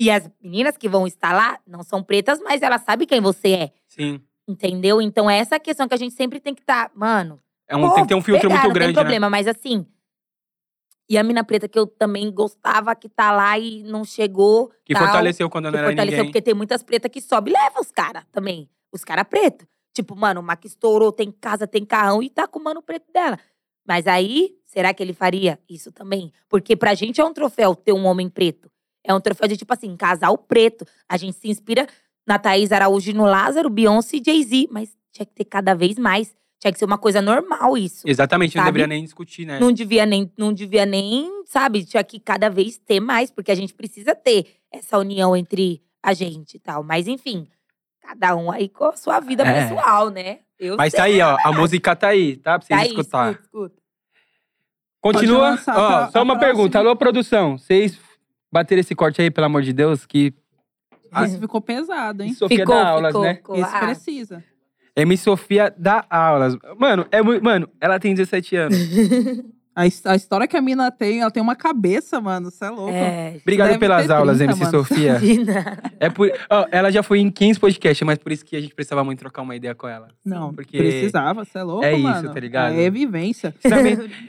S3: E as meninas que vão estar lá não são pretas, mas ela sabe quem você é,
S1: Sim.
S3: entendeu? Então é essa questão que a gente sempre tem que estar, mano,
S1: É um, tem que ter um
S3: Pô,
S1: filtro
S3: pegar,
S1: muito
S3: não
S1: grande,
S3: tem
S1: né?
S3: problema, mas assim. E a mina preta que eu também gostava, que tá lá e não chegou.
S1: Que
S3: tal,
S1: fortaleceu quando
S3: que
S1: não era
S3: fortaleceu,
S1: ninguém.
S3: porque tem muitas pretas que sobe e leva os caras também. os caras pretos. Tipo, mano, o Mac estourou, tem casa, tem carrão e tá com o mano preto dela. Mas aí, será que ele faria isso também? Porque pra gente é um troféu ter um homem preto. É um troféu de, tipo assim, casal preto. A gente se inspira na Thaís Araújo e no Lázaro, Beyoncé e Jay-Z. Mas tinha que ter cada vez mais. Tinha que ser uma coisa normal isso.
S1: Exatamente, não
S3: Sabe?
S1: deveria nem discutir, né?
S3: Não devia nem, não devia nem, sabe? Tinha que cada vez ter mais, porque a gente precisa ter essa união entre a gente e tal. Mas enfim, cada um aí com a sua vida
S1: É.
S3: pessoal, né? Eu
S1: Mas
S3: sei.
S1: tá aí, ó. A música tá aí, tá? Pra vocês
S3: Tá aí,
S1: escutar.
S3: escuta, escuta.
S1: Continua.
S2: Pode lançar a
S1: Ó,
S2: pro-
S1: só
S2: a
S1: uma
S2: próxima.
S1: pergunta. Alô, produção. Vocês bateram esse corte aí, pelo amor de Deus, que Ah.
S2: Isso ficou pesado, hein?
S1: Sofia
S3: Ficou,
S1: dá aulas,
S3: ficou,
S1: né?
S3: ficou.
S2: Esse
S3: Ah,
S2: precisa.
S1: M. Sofia dá aulas. Mano, é muito. Mano, ela tem 17 anos.
S2: A, his- a história que a mina tem, ela tem uma cabeça, mano. Você é louco.
S3: é,
S1: Obrigado
S2: Deve
S1: pelas
S2: ter
S1: aulas,
S2: 30,
S1: MC
S2: mano.
S1: Sofia.
S3: Gina.
S1: É por... ó, ela já foi em 15 podcasts, mas por isso que a gente precisava muito trocar uma ideia com ela.
S2: Não,
S1: Porque
S2: precisava. Você é louco,
S1: é isso,
S2: mano.
S1: tá ligado?
S2: É vivência.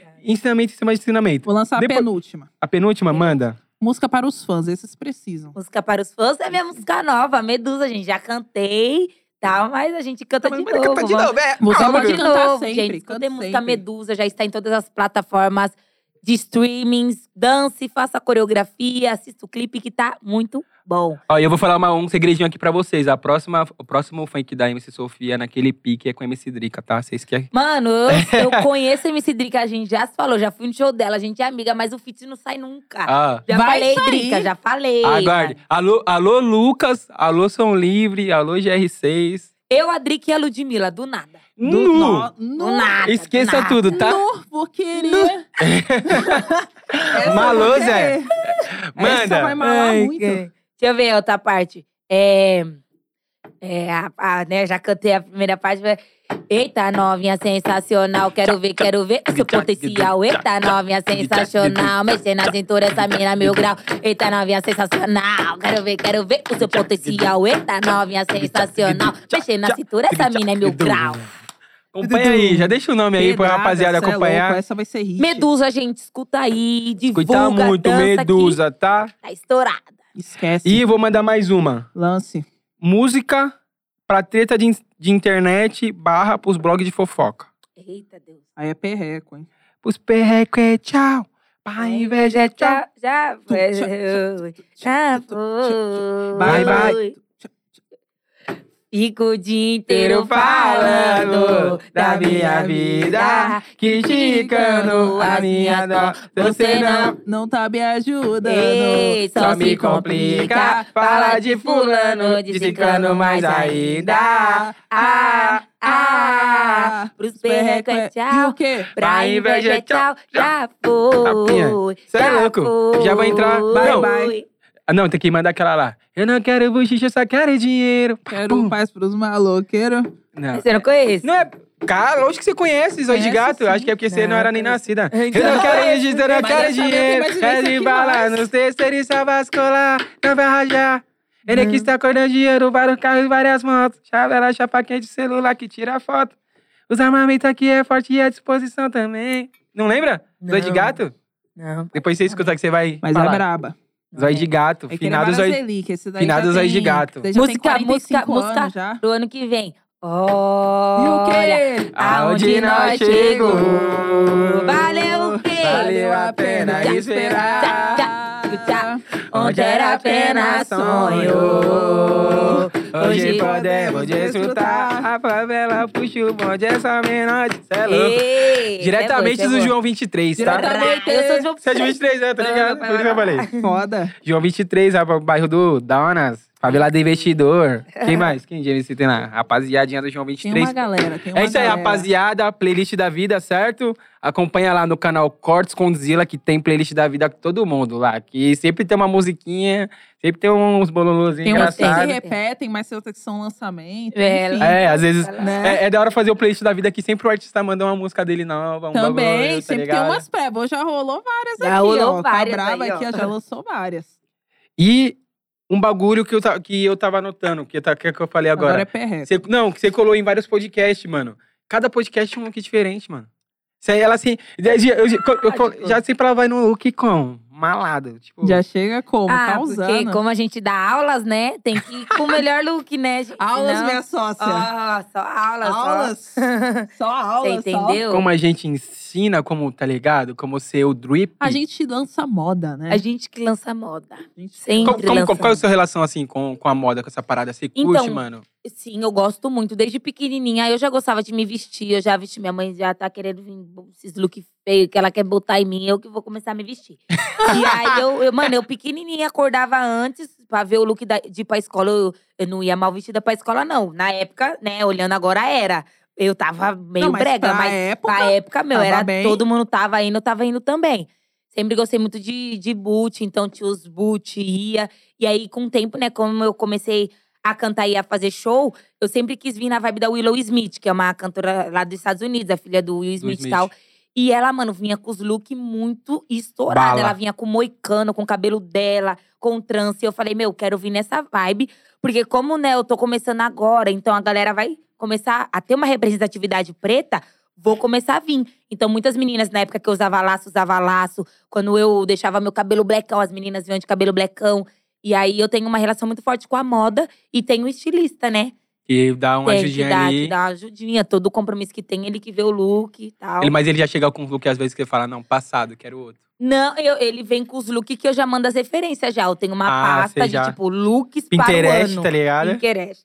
S1: Ensinamento, ensinamento em cima de ensinamento.
S2: Vou lançar
S1: Depois-
S2: a penúltima.
S1: A penúltima, manda.
S2: Música para os fãs, esses precisam.
S3: música para os fãs é minha música nova, Medusa, gente. Já cantei, tal, mas a gente canta Tá de novo.
S1: Tá, Canta de
S3: vamos-
S1: novo, é.
S2: Você
S3: Calma
S2: pode
S3: de
S2: cantar
S3: novo,
S2: sempre,
S3: gente.
S2: canta
S3: Escutem música
S2: sempre.
S3: Medusa, já está em todas as plataformas de streamings. Dance, faça a coreografia, assista o clipe que tá muito bom.
S1: Ó, e eu vou falar uma- um segredinho aqui pra vocês. A próxima, o próximo funk da MC Sofia naquele pique é com a MC Drica, tá? Vocês querem?
S3: Mano, eu, eu conheço a MC Drica, a gente já se falou, já fui no show dela, a gente é amiga, mas o feat não sai nunca.
S1: Ah,
S3: já
S2: Vai
S3: falei,
S2: sair.
S3: Drica, já falei.
S1: aguarde. Alô, alô, Lucas. Alô, São Livre. Alô, GR6.
S3: Eu, a Drica e a Ludmilla, do nada.
S1: Nu!
S2: no,
S3: Do
S2: no,
S3: nada. do
S1: Esqueça
S3: nada.
S1: tudo, tá?
S2: no, vou querer. Essa eu
S1: Malô,
S2: vou
S1: Zé.
S2: querer. Essa
S1: Manda.
S2: vai malar
S3: Ai,
S2: muito.
S3: que- Deixa eu ver a outra parte. É. É, a, a- né, já cantei a primeira parte. mas- Eita, novinha sensacional, quero ver, quero ver seu potencial. Eita, novinha sensacional, mexer na cintura, essa mina mil grau. Eita, novinha sensacional, quero ver, quero ver o seu potencial. Eita, novinha sensacional, mexer na cintura, essa mina é mil grau.
S1: Acompanha aí, já deixa o nome aí pra
S2: Pedrada,
S1: rapaziada
S2: cê é louco,
S1: acompanhar.
S2: Essa vai ser hit.
S3: Medusa, gente, escuta aí, divulga,
S1: Cuidar muito,
S3: dança
S1: Medusa, tá?
S3: Que tá estourada.
S2: Esquece.
S1: E vou mandar mais uma.
S2: Lance.
S1: Música pra treta de, in- de internet barra pros blogs de fofoca.
S3: Eita, Deus.
S2: Aí é perreco, hein?
S1: Os perreco é tchau. Pra inveja é tchau.
S3: Né? Já, já é, foi. Já foi.
S1: Bye, bye.
S3: Fico o dia inteiro falando da minha vida.
S1: criticando a minha dó. Você não
S2: Não tá me ajudando.
S3: Ei,
S1: só me complica. Fala de fulano, de ciclano, mais ainda.
S3: Ah, ah. Pros perreco é
S2: E o
S3: tchau.
S2: quê?
S3: Pra inveja é tchau. Já foi.
S1: Tapinha. Cê é
S3: já
S1: louco.
S3: foi.
S1: Já vou entrar.
S2: Bye,
S1: Não.
S2: bye.
S1: Ah, não, tem que mandar aquela lá. Eu não quero bochicha, eu só quero dinheiro. Pá,
S2: Quero
S1: pum.
S2: um paz pros maloqueiros.
S1: Não.
S3: Você não conhece?
S1: Não é. Cara, lógico que você conhece Zóio de
S2: Conhece,
S1: Gato.
S2: sim.
S1: Acho que é porque você não era nem nascida.
S3: Então-
S1: eu não quero registro, eu não
S2: Mas
S1: quero
S2: eu sabia,
S1: dinheiro.
S2: eu imaginei
S1: É
S2: isso
S1: de
S2: aqui,
S1: bala
S2: mas-
S1: nos terceiristas vascular. Não vai rajar. Ele que está acordando dinheiro, vários carros, várias motos. Chavela, chapa quente, celular que tira foto. Os armamentos aqui é forte e à disposição também. Não lembra? Zóio de
S3: Não.
S1: Gato?
S3: Não.
S1: Depois você escuta que você vai
S2: Mas é
S1: falar.
S2: braba.
S1: Zóio de Gato.
S2: É que ele é
S1: Finado Zóio...
S2: Barazelique, esse daí
S1: finado
S2: já
S1: Zóio de
S2: tem-
S1: Gato.
S2: daí já tem
S3: Música,
S2: 45
S3: música,
S2: anos
S3: música.
S2: já.
S3: Pro ano que vem. Olha.
S2: E o quê?
S3: Aonde nós chegou, valeu o quê?
S1: Valeu a pena esperar.
S3: Onde era apenas sonho.
S1: Hoje podemos desfrutar. A favela puxa o bonde, essa menor. Cê é louco.
S3: Ei,
S1: Diretamente
S3: é bom,
S1: do
S3: é bom.
S1: João 23, tá?
S2: Diretamente.
S3: Eu sou de João
S1: Você é de 23, né? Tá ligado? Por isso que eu falei.
S2: Foda.
S1: João 23, rapaz, bairro do Donas. Favela do Investidor. Quem mais? Quem de MC tem lá? Rapaziadinha do João
S2: Tem uma
S1: 23.
S2: galera, tem uma
S1: É isso aí,
S2: galera.
S1: rapaziada. Playlist da vida, certo? Acompanha lá no canal Cortes com Zila, que tem playlist da vida com todo mundo lá. Que sempre tem uma musiquinha, sempre tem uns bololôs
S2: Tem umas que se
S1: engraçados.
S2: repetem, mas tem outras que são lançamento.
S3: É,
S2: enfim,
S1: É, às vezes.
S2: né?
S1: É, é da hora fazer o playlist da vida que sempre o artista manda uma música dele nova, um
S2: Também,
S1: bagulho, tá
S2: sempre tem
S1: ligado?
S2: umas pré. Hoje já rolou várias
S3: Já
S2: aqui,
S3: rolou
S2: ó.
S3: várias
S2: tá brava
S3: aí, ó.
S2: aqui, ó, já lançou várias.
S1: E um bagulho que eu, ta- que eu tava anotando, que eu, ta- que eu falei agora.
S2: é perreco.
S1: Você- não, que você colou em vários podcasts, mano. Cada podcast é um look diferente, mano. Isso aí, ela assim. Eu, eu- eu- eu- eu- já sei pra ela vai no look com malada. Tipo,
S2: Já chega como? Tá
S3: ah,
S1: tá um
S2: Causando.
S3: porque como a gente dá aulas, né? Tem que ir com o melhor look, né, gente?
S2: Aulas,
S3: Não-
S2: minha sócia.
S3: Ó, só aulas. só.
S2: aulas. Só
S3: Você
S2: aulas. só.
S3: entendeu?
S1: como a gente ensina, como, tá ligado? Como ser o drip.
S2: A gente lança moda,
S1: é?
S2: né?
S3: A gente que lança moda.
S2: gente
S3: Sempre
S1: Como- como-
S3: lança
S1: qual é a
S3: moda.
S1: sua relação, assim, com, com a moda, com essa parada? Você curte,
S3: Então,
S1: mano?
S3: Sim, eu gosto muito. Desde pequenininha, eu já gostava de me vestir. Eu já vesti. Minha mãe já tá querendo vir esses look feio que ela quer botar em mim. Eu que vou começar a me vestir. e aí, eu, eu- mano, eu pequenininha acordava antes pra ver o look da- de ir pra escola. Eu, eu não ia mal vestida pra escola, não. Na época, né, olhando agora, era. Eu tava meio
S2: Não, mas
S3: brega,
S2: pra
S3: mas
S2: época,
S3: pra época, meu,
S2: tava
S3: era
S2: bem.
S3: todo mundo tava indo, eu tava indo também. Sempre gostei muito de, de boot, então tinha os boot, ia. E aí, com o tempo, né, como eu comecei a cantar e a fazer show, eu sempre quis vir na vibe da Willow Smith, que é uma cantora lá dos Estados Unidos, a filha do Will Smith e
S1: Smith.
S3: tal. E ela, mano, vinha com os looks muito estourados.
S1: Bala.
S3: Ela vinha com moicano, com o cabelo dela, com trança. E eu falei, meu, quero vir nessa vibe. Porque como, né, eu tô começando agora, então a galera vai começar a ter uma representatividade preta, vou começar a vir. Então muitas meninas, na época que eu usava laço, usava laço. Quando eu deixava meu cabelo blackão, as meninas vinham de cabelo blackão. E aí eu tenho uma relação muito forte com a moda e tenho um estilista, né?
S1: E dá uma
S3: tem que
S1: ajudinha
S3: dar,
S1: ali.
S3: que dar uma ajudinha. Todo o compromisso que tem, ele que vê o look e tal.
S1: Ele- mas ele já chega com um look, às vezes, que ele fala, não, passado, quero outro.
S3: Não, eu- ele vem com os looks que eu já mando as referências já. Eu tenho uma
S1: Ah,
S3: pasta
S1: você
S3: de,
S1: já-
S3: tipo, looks
S1: Pinterest,
S3: para o
S1: tá
S3: ano.
S1: ligado?
S3: Pinterest.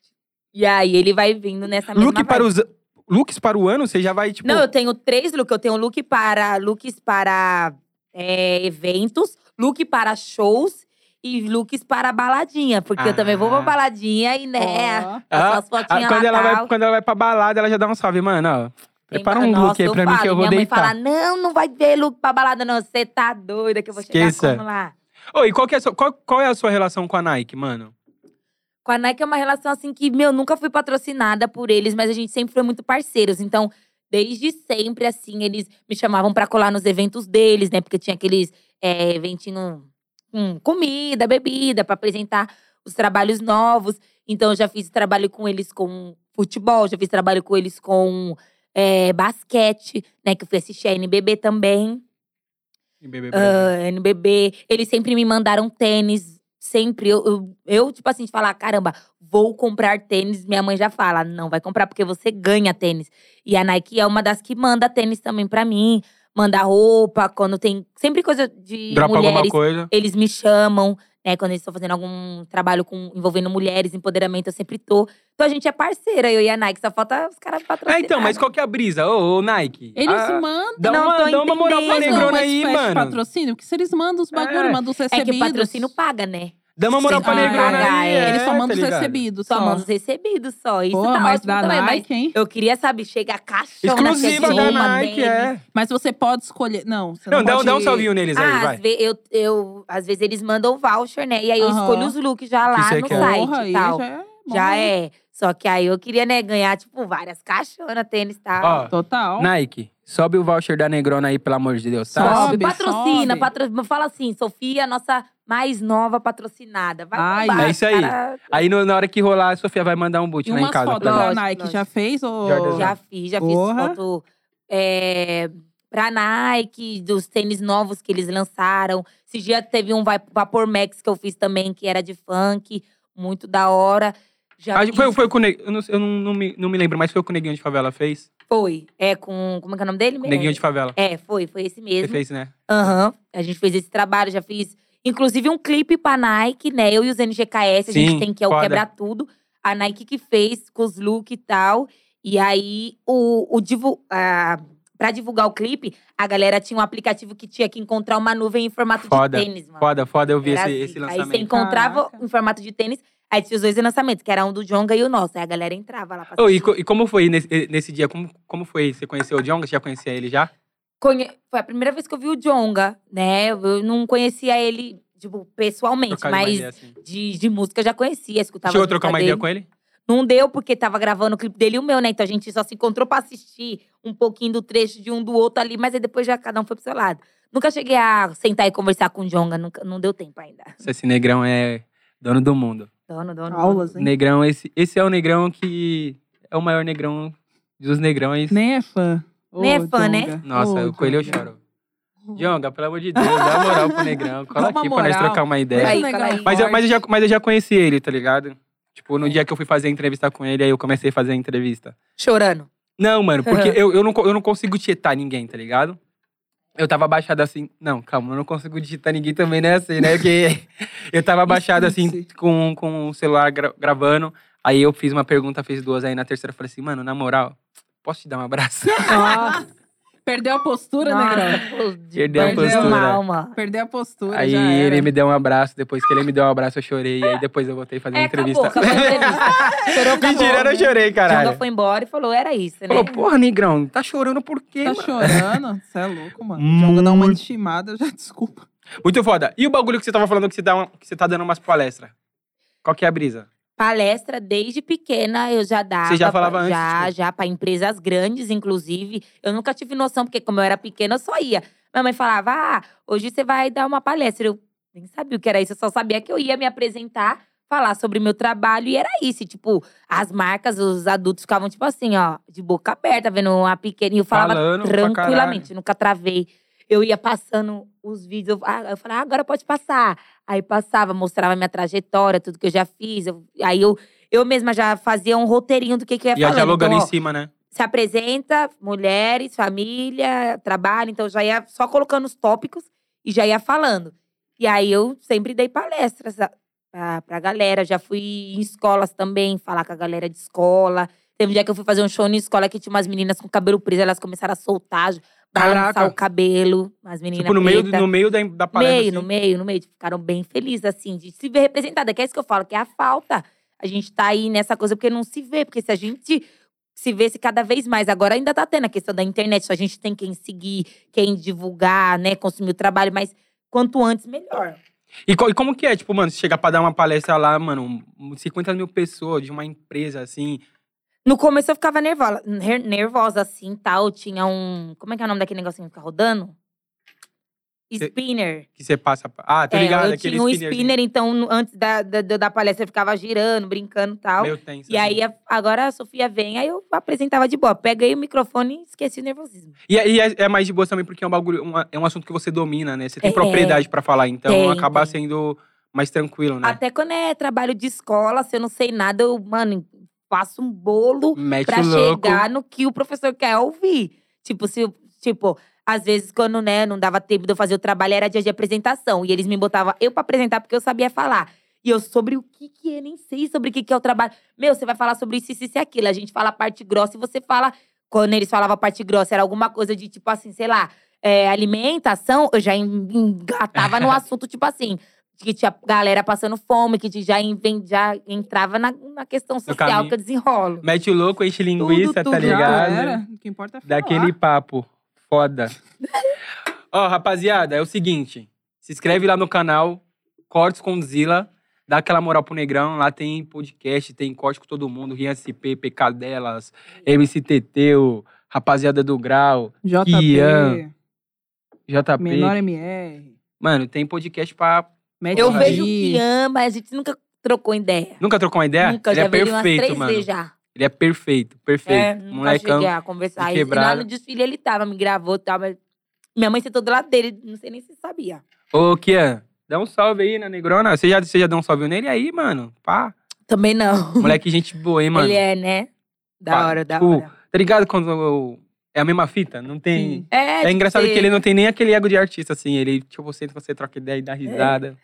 S3: E aí ele vai vindo nessa mesma
S1: Look para
S3: vibe.
S1: os… Looks para o ano, você já vai, tipo…
S3: Não, eu tenho três looks. Eu tenho look para looks para é, eventos, look para shows e looks para baladinha. Porque eu também vou pra
S1: Ah.
S3: baladinha e, né,
S2: Ó.
S1: Ah,
S3: passar as
S1: ah,
S3: fotinhas
S1: quando,
S3: lá
S1: ela vai,
S3: tal.
S1: quando ela vai pra balada, ela já dá um salve. Mano, ó,
S3: Tem
S1: prepara
S3: ba-
S1: um look
S3: Nossa,
S1: aí pra mim que
S3: falo.
S1: eu
S3: E
S1: vou
S3: minha mãe
S1: deitar.
S3: fala, não, não vai ver look pra balada não. Você tá doida que eu vou
S1: Esqueça.
S3: chegar como lá.
S1: Ô, e qual, que é a sua, qual, qual é a sua relação com a Nike, mano?
S3: Com a Nike é uma relação assim que, meu, nunca fui patrocinada por eles, mas a gente sempre foi muito parceiros. Então, desde sempre, assim, eles me chamavam pra colar nos eventos deles, né? Porque tinha aqueles é, eventinho com comida, bebida, pra apresentar os trabalhos novos. Então, eu já fiz trabalho com eles com futebol, já fiz trabalho com eles com é, basquete, né? Que eu fui assistir a NBB também.
S1: Em BBB.
S3: Ah, NBB. Eles sempre me mandaram tênis. Sempre. Eu, eu, eu, tipo assim, de falar, caramba, vou comprar tênis. Minha mãe já fala, não vai comprar porque você ganha tênis. E a Nike é uma das que manda tênis também pra mim. Manda roupa, quando tem… Sempre coisa de
S1: Dropa alguma
S3: mulheres.
S1: coisa. Ah,
S3: Eles me chamam, né? Quando eles estão fazendo algum trabalho com, envolvendo mulheres, empoderamento, eu sempre tô. Então a gente é parceira, eu e a Nike. Só falta os caras
S1: Ah,
S3: patrocinar.
S1: então, mas qual que é a brisa? Ô, ô, Nike.
S2: Eles
S1: ah,
S2: mandam.
S1: dá
S3: Não,
S1: uma,
S3: tô
S1: dá uma moral pra
S3: entendendo.
S1: negrona
S2: uma
S1: aí,
S2: espécie de
S1: mano.
S2: patrocínio, porque se eles mandam os bagulho,
S1: É.
S2: mandam os
S3: É
S2: recebidos.
S3: que patrocínio paga, né?
S1: Dá uma moral
S2: Tem
S1: pra
S2: que
S1: negrona
S2: pagar,
S1: aí.
S2: é. Eles só
S1: é,
S2: mandam
S1: tá
S2: os
S1: ligado?
S2: recebidos, só.
S3: Só manda os recebidos, só. Isso
S2: Pô,
S3: tá
S2: mas
S3: ótimo
S2: da
S3: também, mas
S2: Nike, hein?
S3: Eu queria, sabe, chega a caixona
S1: Exclusiva
S3: cheia de
S1: da
S3: roupa,
S1: Nike,
S3: tênis.
S1: é.
S2: Mas você pode escolher. Não, você não,
S1: Não, dá,
S2: pode...
S1: dá um salvinho neles aí,
S3: Ah,
S1: vai.
S3: às, ve- eu, eu, às vezes eles mandam voucher, né? E aí eu
S2: Aham.
S3: escolho os looks já
S1: Que
S3: lá
S1: você
S3: no
S2: é
S1: quer.
S3: site
S2: Porra, aí
S3: e tal.
S2: já
S3: Já,
S2: é. bom, né?
S3: é. Só que aí eu queria, né, ganhar, tipo, várias caixonas, tênis e tal.
S1: Ó,
S2: Total.
S1: Nike, sobe o voucher da negrona aí, pelo amor de Deus, tá?
S2: Sobe.
S3: patrocina,
S2: sobe.
S3: patro- fala assim, Sofia, nossa mais nova patrocinada. Vai
S2: Ai,
S3: bombar,
S1: é isso aí.
S3: cara.
S1: Aí no- na hora que rolar, a Sofia vai mandar um boot
S2: E
S1: lá em
S2: umas
S1: casa.
S2: fotos
S1: pra nós.
S2: da
S3: Lógico,
S2: Nike já
S3: lógico.
S2: fez? Ou...
S1: Jordan.
S3: Já fiz, já fiz
S2: Porra.
S3: foto é, pra Nike, dos tênis novos que eles lançaram. Esse dia teve um Va- Vapor Max que eu fiz também, que era de funk, muito da hora. Já
S1: Ah,
S3: fiz-
S1: foi, foi com o Neg... Eu, não, eu não, não me, não me lembro, mas foi com o Neguinho de Favela, fez?
S3: Foi. É, com. Como é que é o nome dele?
S1: Com o Neguinho de Favela.
S3: É, foi, foi esse
S1: Você
S3: mesmo.
S1: fez, né?
S3: Aham. A gente fez esse trabalho, já fiz. Inclusive um clipe pra Nike, né? Eu e os NGKS, a
S1: Sim,
S3: gente tem que é o
S1: foda.
S3: quebrar tudo. A Nike que fez com os looks e tal. E aí, o, o divu- ah, pra divulgar o clipe, a galera tinha um aplicativo que tinha que encontrar uma nuvem em formato
S1: Foda,
S3: de tênis, mano.
S1: Foda, foda, eu vi
S3: Era
S1: esse,
S3: zica.
S1: esse
S3: Aí você
S1: lançamento.
S3: encontrava
S2: Caraca.
S3: em formato de tênis, aí tinha os dois lançamentos, que era um do Jonga e o nosso. Aí a galera entrava lá pra
S1: Ô, e, co- e como foi nesse, eh, nesse dia? Como, como foi? Você conheceu o John? Você já conhecia ele já?
S3: Conhe- Foi a primeira vez que eu vi o Jonga, né? Eu não conhecia ele, tipo, pessoalmente,
S1: Trocar uma
S3: mas
S1: ideia, assim.
S3: de, de música eu já conhecia, escutava.
S1: Chegou a
S3: as
S1: trocar uma ideia
S3: músicas dele.
S1: com ele?
S3: Não deu, porque tava gravando o clipe dele e o meu, né? Então a gente só se encontrou pra assistir um pouquinho do trecho de um do outro ali, mas aí depois já cada um foi pro seu lado. Nunca cheguei a sentar e conversar com o Jonga, nunca, não deu tempo ainda.
S1: Nossa, Esse negrão é dono do mundo.
S3: Dono, dono.
S2: Aulas, hein?
S1: Negrão, esse, esse é o negrão que é o maior negrão dos negrões.
S2: Nem é fã.
S3: Nem é fã, né?
S2: Djonga.
S1: Nossa,
S2: Ô,
S1: com ele eu
S2: Djonga.
S1: choro. Dionga, pelo amor de Deus, dá uma moral pro Negrão. Cola
S2: Dá uma
S1: aqui pra nós
S2: moral.
S1: trocar uma ideia.
S3: Aí,
S2: Muito legal.
S3: aí.
S1: É. Mas eu, mas, eu já, mas eu já conheci ele, tá ligado? Tipo, no dia que eu fui fazer a entrevista com ele, aí eu comecei a fazer a entrevista.
S3: Chorando.
S1: Não, mano, porque eu, eu, não, co- eu não consigo tietar ninguém, tá ligado? Eu tava baixado assim. Não, calma, eu não consigo digitar ninguém também, né? Assim, né? Porque eu tava baixado assim,
S2: Difícil.
S1: com, com o celular gra- gravando. Aí eu fiz uma pergunta, fiz duas. Aí na terceira eu falei assim, mano, na moral, posso te dar um abraço?
S2: Nossa. Perdeu a postura, Negrão.
S1: Perdeu
S3: Perdeu
S1: a postura.
S3: uma alma.
S2: Perdeu a postura,
S1: Aí
S2: já era.
S1: ele me deu um abraço, depois que ele me deu um abraço, eu chorei. Aí depois eu voltei a fazer
S3: É,
S1: a
S3: acabou,
S1: entrevista.
S3: acabou a entrevista. Chorou, acabou.
S1: Mentira, eu não chorei,
S3: Jonga
S1: caralho.
S3: foi embora e falou, era isso, né?
S1: Falou, porra, Negrão, tá chorando por quê?
S2: Tá
S1: mano?"
S2: chorando? Você é louco, mano. Joga dá uma intimada, já desculpa.
S1: Muito foda. E o bagulho que você tava falando que você, dá uma- que você tá dando umas palestras? Qual que é a brisa?
S3: palestra desde pequena eu já dava.
S1: Você já falava
S3: pra-
S1: antes,
S3: Já,
S1: tipo?
S3: já, pra empresas grandes, inclusive. Eu nunca tive noção, porque como eu era pequena, eu só ia. Minha mãe falava, ah, hoje você vai dar uma palestra. Eu nem sabia o que era isso, eu só sabia que eu ia me apresentar, falar sobre meu trabalho, e era isso. E, tipo, as marcas, os adultos ficavam, tipo assim, ó, de boca aberta, vendo uma pequena. E eu falava
S1: Falando pra
S3: tranquilamente, nunca travei. Eu ia passando os vídeos, eu, ah, eu falava, ah, agora pode passar. Aí passava, mostrava minha trajetória, tudo que eu já fiz. eu- aí eu, eu mesma já fazia um roteirinho do que, que eu ia
S1: E a
S3: falando.
S1: dialogando
S3: Então,
S1: em
S3: ó,
S1: cima, né?
S3: Se apresenta, mulheres, família, trabalho. Então eu já ia só colocando os tópicos e já ia falando. E aí eu sempre dei palestras a- pra, pra galera. Já fui em escolas também, falar com a galera de escola. Teve um dia que eu fui fazer um show na escola que tinha umas meninas com cabelo preso, elas começaram a soltar,
S1: Caraca.
S3: balançar o cabelo. As meninas
S1: Tipo, no meio,
S3: preta.
S1: no meio da, da palestra.
S3: meio, no
S1: assim.
S3: meio, no meio. Tipo, Ficaram bem felizes, assim, de se ver representada. Que é isso que eu falo, que é a falta. A gente tá aí nessa coisa porque não se vê. Porque se a gente se vesse cada vez mais… Agora ainda tá tendo a questão da internet. só A gente tem quem seguir, quem divulgar, né, consumir o trabalho. Mas quanto antes, melhor.
S1: E, co- e como que é, tipo, mano, você chegar pra dar uma palestra lá, mano, 50 mil pessoas de uma empresa, assim.
S3: No começo eu ficava nervosa, ner- nervosa assim, tal. Tinha um… Como é que é o nome daquele negocinho que fica rodando?
S1: Cê-
S3: Spinner.
S1: Que você passa. pra- Ah, tô
S3: É,
S1: ligado,
S3: eu
S1: aquele
S3: tinha um
S1: spinnerzinho.
S3: spinner, então no- antes da, da, da da palestra eu ficava girando, brincando e tal.
S1: Meio tenso.
S3: E
S1: assim.
S3: aí, a- agora a Sofia vem, aí eu apresentava de boa. Peguei o microfone e esqueci o nervosismo.
S1: E, e é, é mais de boa também, porque é um bagulho, uma- é um assunto que você domina, né? Você tem
S3: É.
S1: propriedade pra falar, então
S3: Tem,
S1: acaba
S3: tem.
S1: sendo mais tranquilo, né?
S3: Até quando é trabalho de escola, se eu não sei nada, eu, mano, faço um bolo
S1: Mete
S3: pra
S1: o louco.
S3: chegar no que o professor quer ouvir. Tipo, se, eu- tipo, às vezes, quando né, não dava tempo de eu fazer o trabalho, era dia de apresentação. E eles me botavam eu pra apresentar porque eu sabia falar. E eu sobre o que que é, nem sei sobre o que que é o trabalho. Meu, você vai falar sobre isso, isso e aquilo. A gente fala a parte grossa e você fala. Quando eles falavam a parte grossa, era alguma coisa de tipo assim, sei lá, é, alimentação, eu já en- engatava no assunto, tipo assim. Que tinha galera passando fome, que já, inven- já entrava na, na questão social
S1: caminho.
S3: que eu desenrolo.
S1: Mete o louco, enche linguiça,
S3: tudo,
S1: tá
S2: Já
S1: ligado?
S2: era. O que importa é falar.
S1: Daquele papo. Foda. Ó, rapaziada, é o seguinte. Se inscreve lá no canal Cortes com Zila. Dá aquela moral pro Negrão. Lá tem podcast, tem corte com todo mundo. Rian SP, Pecadelas, MC Teteu, Rapaziada do Grau, Kian,
S2: JP,
S1: JP.
S2: menor MR.
S1: Mano, tem podcast pra...
S2: Mete
S3: Eu
S1: Porra,
S3: vejo o
S2: aí.
S3: Kian, mas a gente nunca trocou ideia.
S1: Nunca trocou uma ideia?
S3: nunca,
S1: Ele
S3: já
S1: é
S3: veio ele
S1: perfeito,
S3: umas três
S1: mano.
S3: vezes já.
S1: Ele é perfeito, perfeito.
S3: É, nunca
S1: Molecão.
S3: cheguei a conversar.
S1: de
S3: E lá
S1: quebrada.
S3: no desfile ele tava, me gravou e tal, mas minha mãe sentou do lado dele, não sei nem se sabia.
S1: Ô, Kian, dá um salve aí na Negrona. Você já, você já deu um salve nele aí, mano? Pá.
S3: Também não.
S1: Moleque, gente boa, hein, mano?
S3: Ele é, né? Da
S1: Pá,
S3: hora, da
S1: tipo,
S3: hora.
S1: Tá ligado quando eu- é a mesma fita? Não tem.
S2: Sim.
S3: É,
S1: É
S3: tipo,
S1: engraçado
S3: você-
S1: que ele não tem nem aquele ego de artista, assim. Ele, tipo, você, você troca ideia e
S3: É.
S1: dá risada.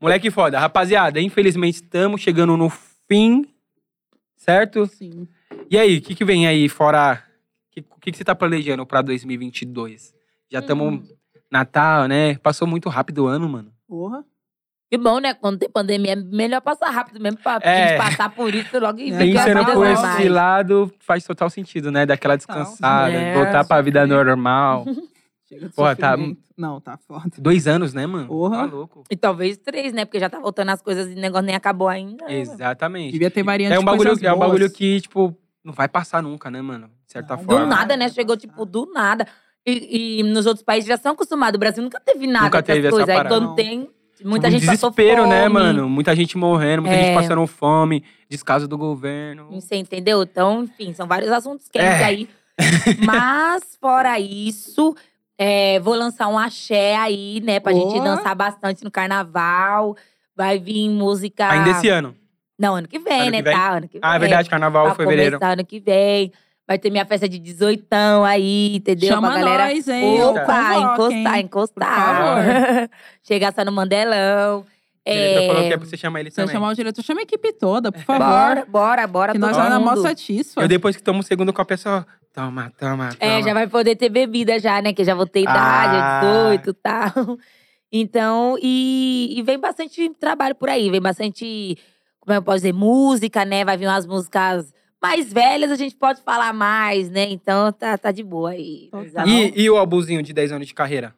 S1: Moleque foda. Rapaziada, infelizmente estamos chegando no fim, certo?
S2: Sim.
S1: E aí, o que, que vem aí fora. O que, que, que você tá planejando pra 2022? Já estamos.
S3: Hum.
S1: Natal, né? Passou muito rápido o ano, mano.
S2: Porra.
S3: Que bom, né? Quando tem pandemia, é melhor passar rápido mesmo pra
S1: É.
S3: gente passar por isso logo e
S2: É,
S3: ver que a
S1: Pensando
S3: vida
S1: por
S3: vai
S1: esse
S3: mais.
S1: lado, faz total sentido, né? Daquela
S2: Total.
S1: descansada,
S3: É,
S1: voltar pra vida
S2: super.
S1: normal.
S2: Chega de
S1: Porra, tá-
S2: sofrimento. Não, tá foda.
S1: Dois anos, né, mano?
S2: Porra.
S1: Tá louco.
S3: E talvez três, né? Porque já tá voltando as coisas e o negócio nem acabou ainda. né, mano?
S1: Exatamente.
S2: Devia ter variante
S1: É um,
S2: de
S1: bagulho,
S2: coisas
S1: é um
S2: boas.
S1: bagulho que, tipo, não vai passar nunca, né, mano? De certa
S2: Não.
S3: Do
S1: forma.
S3: nada, né? Chegou, tipo, do nada. E, e nos outros países já são acostumados. O Brasil nunca teve nada
S1: Nunca
S3: dessas
S1: teve essa
S3: coisas. Aí
S1: parada.
S3: quando
S2: Não.
S3: tem, muita
S1: Tipo,
S3: gente passou
S1: Desespero, né,
S3: fome,
S1: mano? Muita gente morrendo, muita
S3: É.
S1: gente passando fome, descaso do governo.
S3: Você entendeu? Então, enfim, são vários assuntos quentes
S1: É.
S3: aí. Mas, fora isso, É, vou lançar um axé aí, né? Pra gente
S2: Ó.
S3: dançar bastante no carnaval. Vai vir música.
S1: Ainda esse ano.
S3: Não, ano que vem,
S1: Ano
S3: né?
S1: que vem?
S3: Tá, ano que vem.
S1: Ah, é verdade, carnaval,
S3: Pra
S1: fevereiro.
S3: começar ano que vem. Vai ter minha festa de 18 aí, entendeu?
S2: Chama
S3: pra galera.
S2: nós, hein?
S3: Opa,
S2: Convoca, hein?
S3: encostar, encostar. Chegar só no Mandelão.
S1: O diretor falou que é pra
S3: É...
S1: você chamar ele
S2: Se eu
S1: também.
S2: chamar o diretor, chama a equipe toda, por favor.
S3: Bora, bora, bora.
S2: que nós
S3: todo
S2: já na mó
S3: mundo.
S2: satisfa.
S1: Eu depois que tomo o segundo copo, é só… Toma, toma, toma.
S3: É, já vai poder ter bebida já, né? Que já vou ter
S1: Ah.
S3: idade, é 18 e tal. Então, e, e vem bastante trabalho por aí. Vem bastante, como é eu posso dizer, música, né? Vai vir umas músicas mais velhas, a gente pode falar mais, né? Então, tá, tá de boa aí. Tá
S2: Total.
S1: E, e o albuzinho de 10 anos de carreira?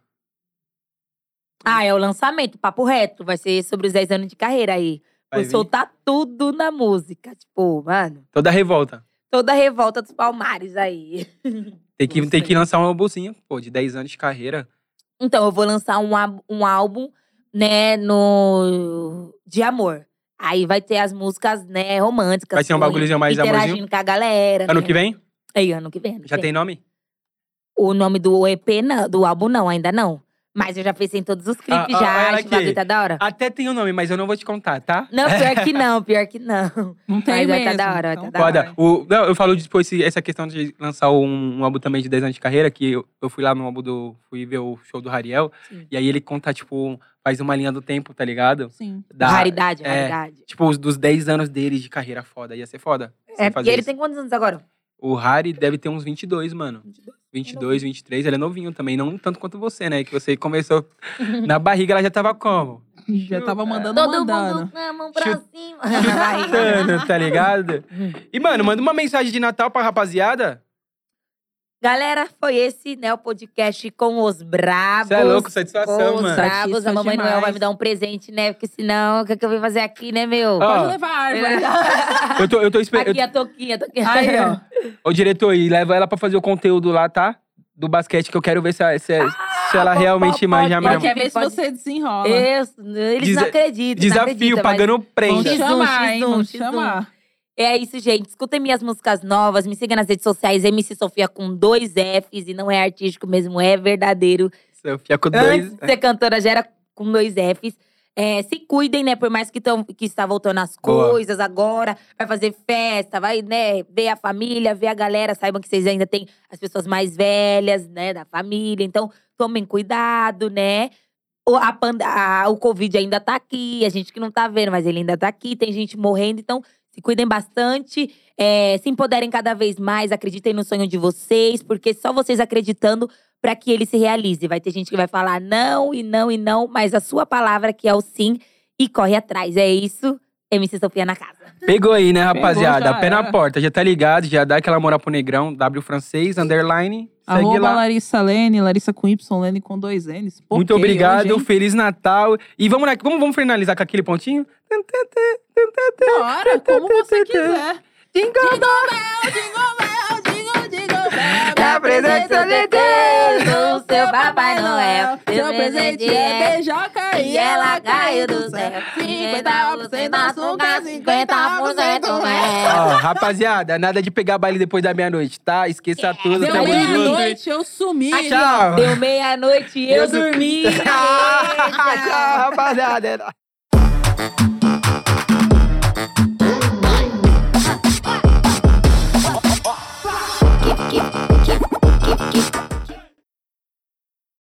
S3: Ah, é o lançamento, papo reto. Vai ser sobre os 10 anos de carreira aí.
S1: Vai
S3: Vou
S1: vir?
S3: soltar tudo na música. Tipo, mano,
S1: Toda revolta.
S3: toda a revolta dos palmares aí.
S1: Tem que, tem
S3: Gostei.
S1: que lançar um albuzinho, pô, de 10 anos de carreira.
S3: Então, eu vou lançar um, ál- um álbum, né, no… de amor. Aí vai ter as músicas, né, românticas.
S1: Vai ser um
S3: com-
S1: bagulhozinho mais
S3: Interagindo
S1: amorzinho?
S3: com a galera.
S1: Ano
S3: né?
S1: que vem?
S3: Aí, ano que vem. ano
S1: Já
S3: que
S1: tem
S3: vem.
S1: nome?
S3: O nome do EP, não, do álbum não, ainda não. Mas eu já pensei em todos os
S1: Ah,
S3: clipes
S1: ah,
S3: já.
S1: olha
S3: Acho que o bagulho
S1: aqui.
S3: tá da hora.
S1: Até tem o nome, mas eu não vou te contar, tá?
S3: Não, pior que não, pior que não.
S2: Não tem
S3: Mas vai tá
S2: mesmo.
S3: da hora, vai tá
S2: então
S3: da
S1: Foda. O, não, eu falo depois se- essa questão de lançar um, um álbum também de 10 anos de carreira, que eu, eu fui lá no álbum do. fui ver o show do Rariel.
S3: Sim.
S1: E aí ele conta, tipo, faz uma linha do tempo, tá ligado?
S2: Sim.
S1: Da,
S3: raridade,
S1: é.
S3: raridade.
S1: Tipo, os, dos 10 anos dele de carreira foda. Ia ser foda. você
S3: É,
S1: fazer
S3: e ele
S1: isso.
S3: tem quantos anos agora?
S1: O Harry deve ter uns 22, mano. 22, 23. Ele é novinho também. Não tanto quanto você, né? Que você começou na barriga, ela já tava como?
S2: Já tava mandando,
S3: Todo
S2: mandando.
S3: mundo na mão pra
S1: Chut-
S3: cima.
S1: Chutando, tá ligado? E, mano, manda uma mensagem de Natal pra rapaziada.
S3: Galera, foi esse, né, o podcast com os bravos.
S1: Você é louco, satisfação,
S3: Tá com os
S1: mano.
S3: bravos.
S2: Satisfa
S3: A mamãe
S2: demais.
S3: Noel vai me dar um presente, né? Porque senão, o que, que eu vim fazer aqui, né, meu?
S1: Ó,
S2: Pode levar a árvore.
S3: É.
S1: Eu tô, eu tô esperando.
S3: aqui a toquinha, a toquinha.
S2: Aí, ó.
S1: Ô, diretor, e leva ela pra fazer o conteúdo lá, tá? Do basquete, que eu quero ver se, a- se, a- se ela
S3: Ah, pode-
S1: realmente
S3: pode-
S1: manja
S3: pode-
S1: mesmo.
S2: Quer ver se
S3: Pode-
S2: você desenrola.
S3: Eu- eles
S1: Desa-
S3: não acreditam. não
S1: Desafio,
S3: acreditam, mas-
S1: pagando
S2: Vão te
S1: prenda.
S3: X1,
S2: chamar, hein? Vão te
S3: X1.
S2: chamar.
S3: É isso, gente. Escutem minhas músicas novas, me siga nas redes sociais, MC Sofia com dois Fs, e não é artístico mesmo, é verdadeiro.
S1: Sofia com dois.
S3: Antes de ser cantora, já era com dois Fs. É, se cuidem, né? Por mais que, tão, que está voltando as
S1: Boa.
S3: coisas agora, vai fazer festa, vai, né? Ver a família, ver a galera. Saibam que vocês ainda têm as pessoas mais velhas, né? Da família. Então, tomem cuidado, né? O, a panda- a- o Covid ainda tá aqui, a gente que não tá vendo, mas ele ainda tá aqui. Tem gente morrendo, então se cuidem bastante. é, se empoderem cada vez mais, acreditem no sonho de vocês, porque só vocês acreditando para que ele se realize. Vai ter gente que vai falar não e não e não, mas a sua palavra que é o sim e corre atrás. É isso, MC Sofia na casa.
S1: Pegou aí, né,
S2: Pegou,
S1: rapaziada?
S2: já
S1: Pé na
S2: era.
S1: porta, já tá ligado, já dá aquela moral pro negrão, W francês, underline. Segue
S2: Arroba
S1: lá.
S2: Larissa Lene, Larissa com Y, Lene com dois N's. Pô,
S1: Muito
S2: que
S1: obrigado,
S2: hoje, hein?
S1: Feliz Natal. E vamos, na- vamos, vamos finalizar com aquele pontinho?
S2: Da hora, como você quiser. Jingle Bell, Jingle Bell, Jingle, Jingle Bell.
S3: Da presença de Deus, do seu Papai Noel,
S2: Seu presente é beijoca e ela caiu do céu. 50% açúcar, 50%
S3: É.
S2: mel.
S1: Ó, rapaziada, nada de pegar baile depois da meia-noite, tá? Esqueça tudo,
S2: Deu
S1: tamo junto.
S2: meia-noite, eu sumi. né?
S1: Tchau.
S3: Deu meia-noite e eu
S1: Eu dormi.
S3: dormi.
S1: Tchau, rapaziada.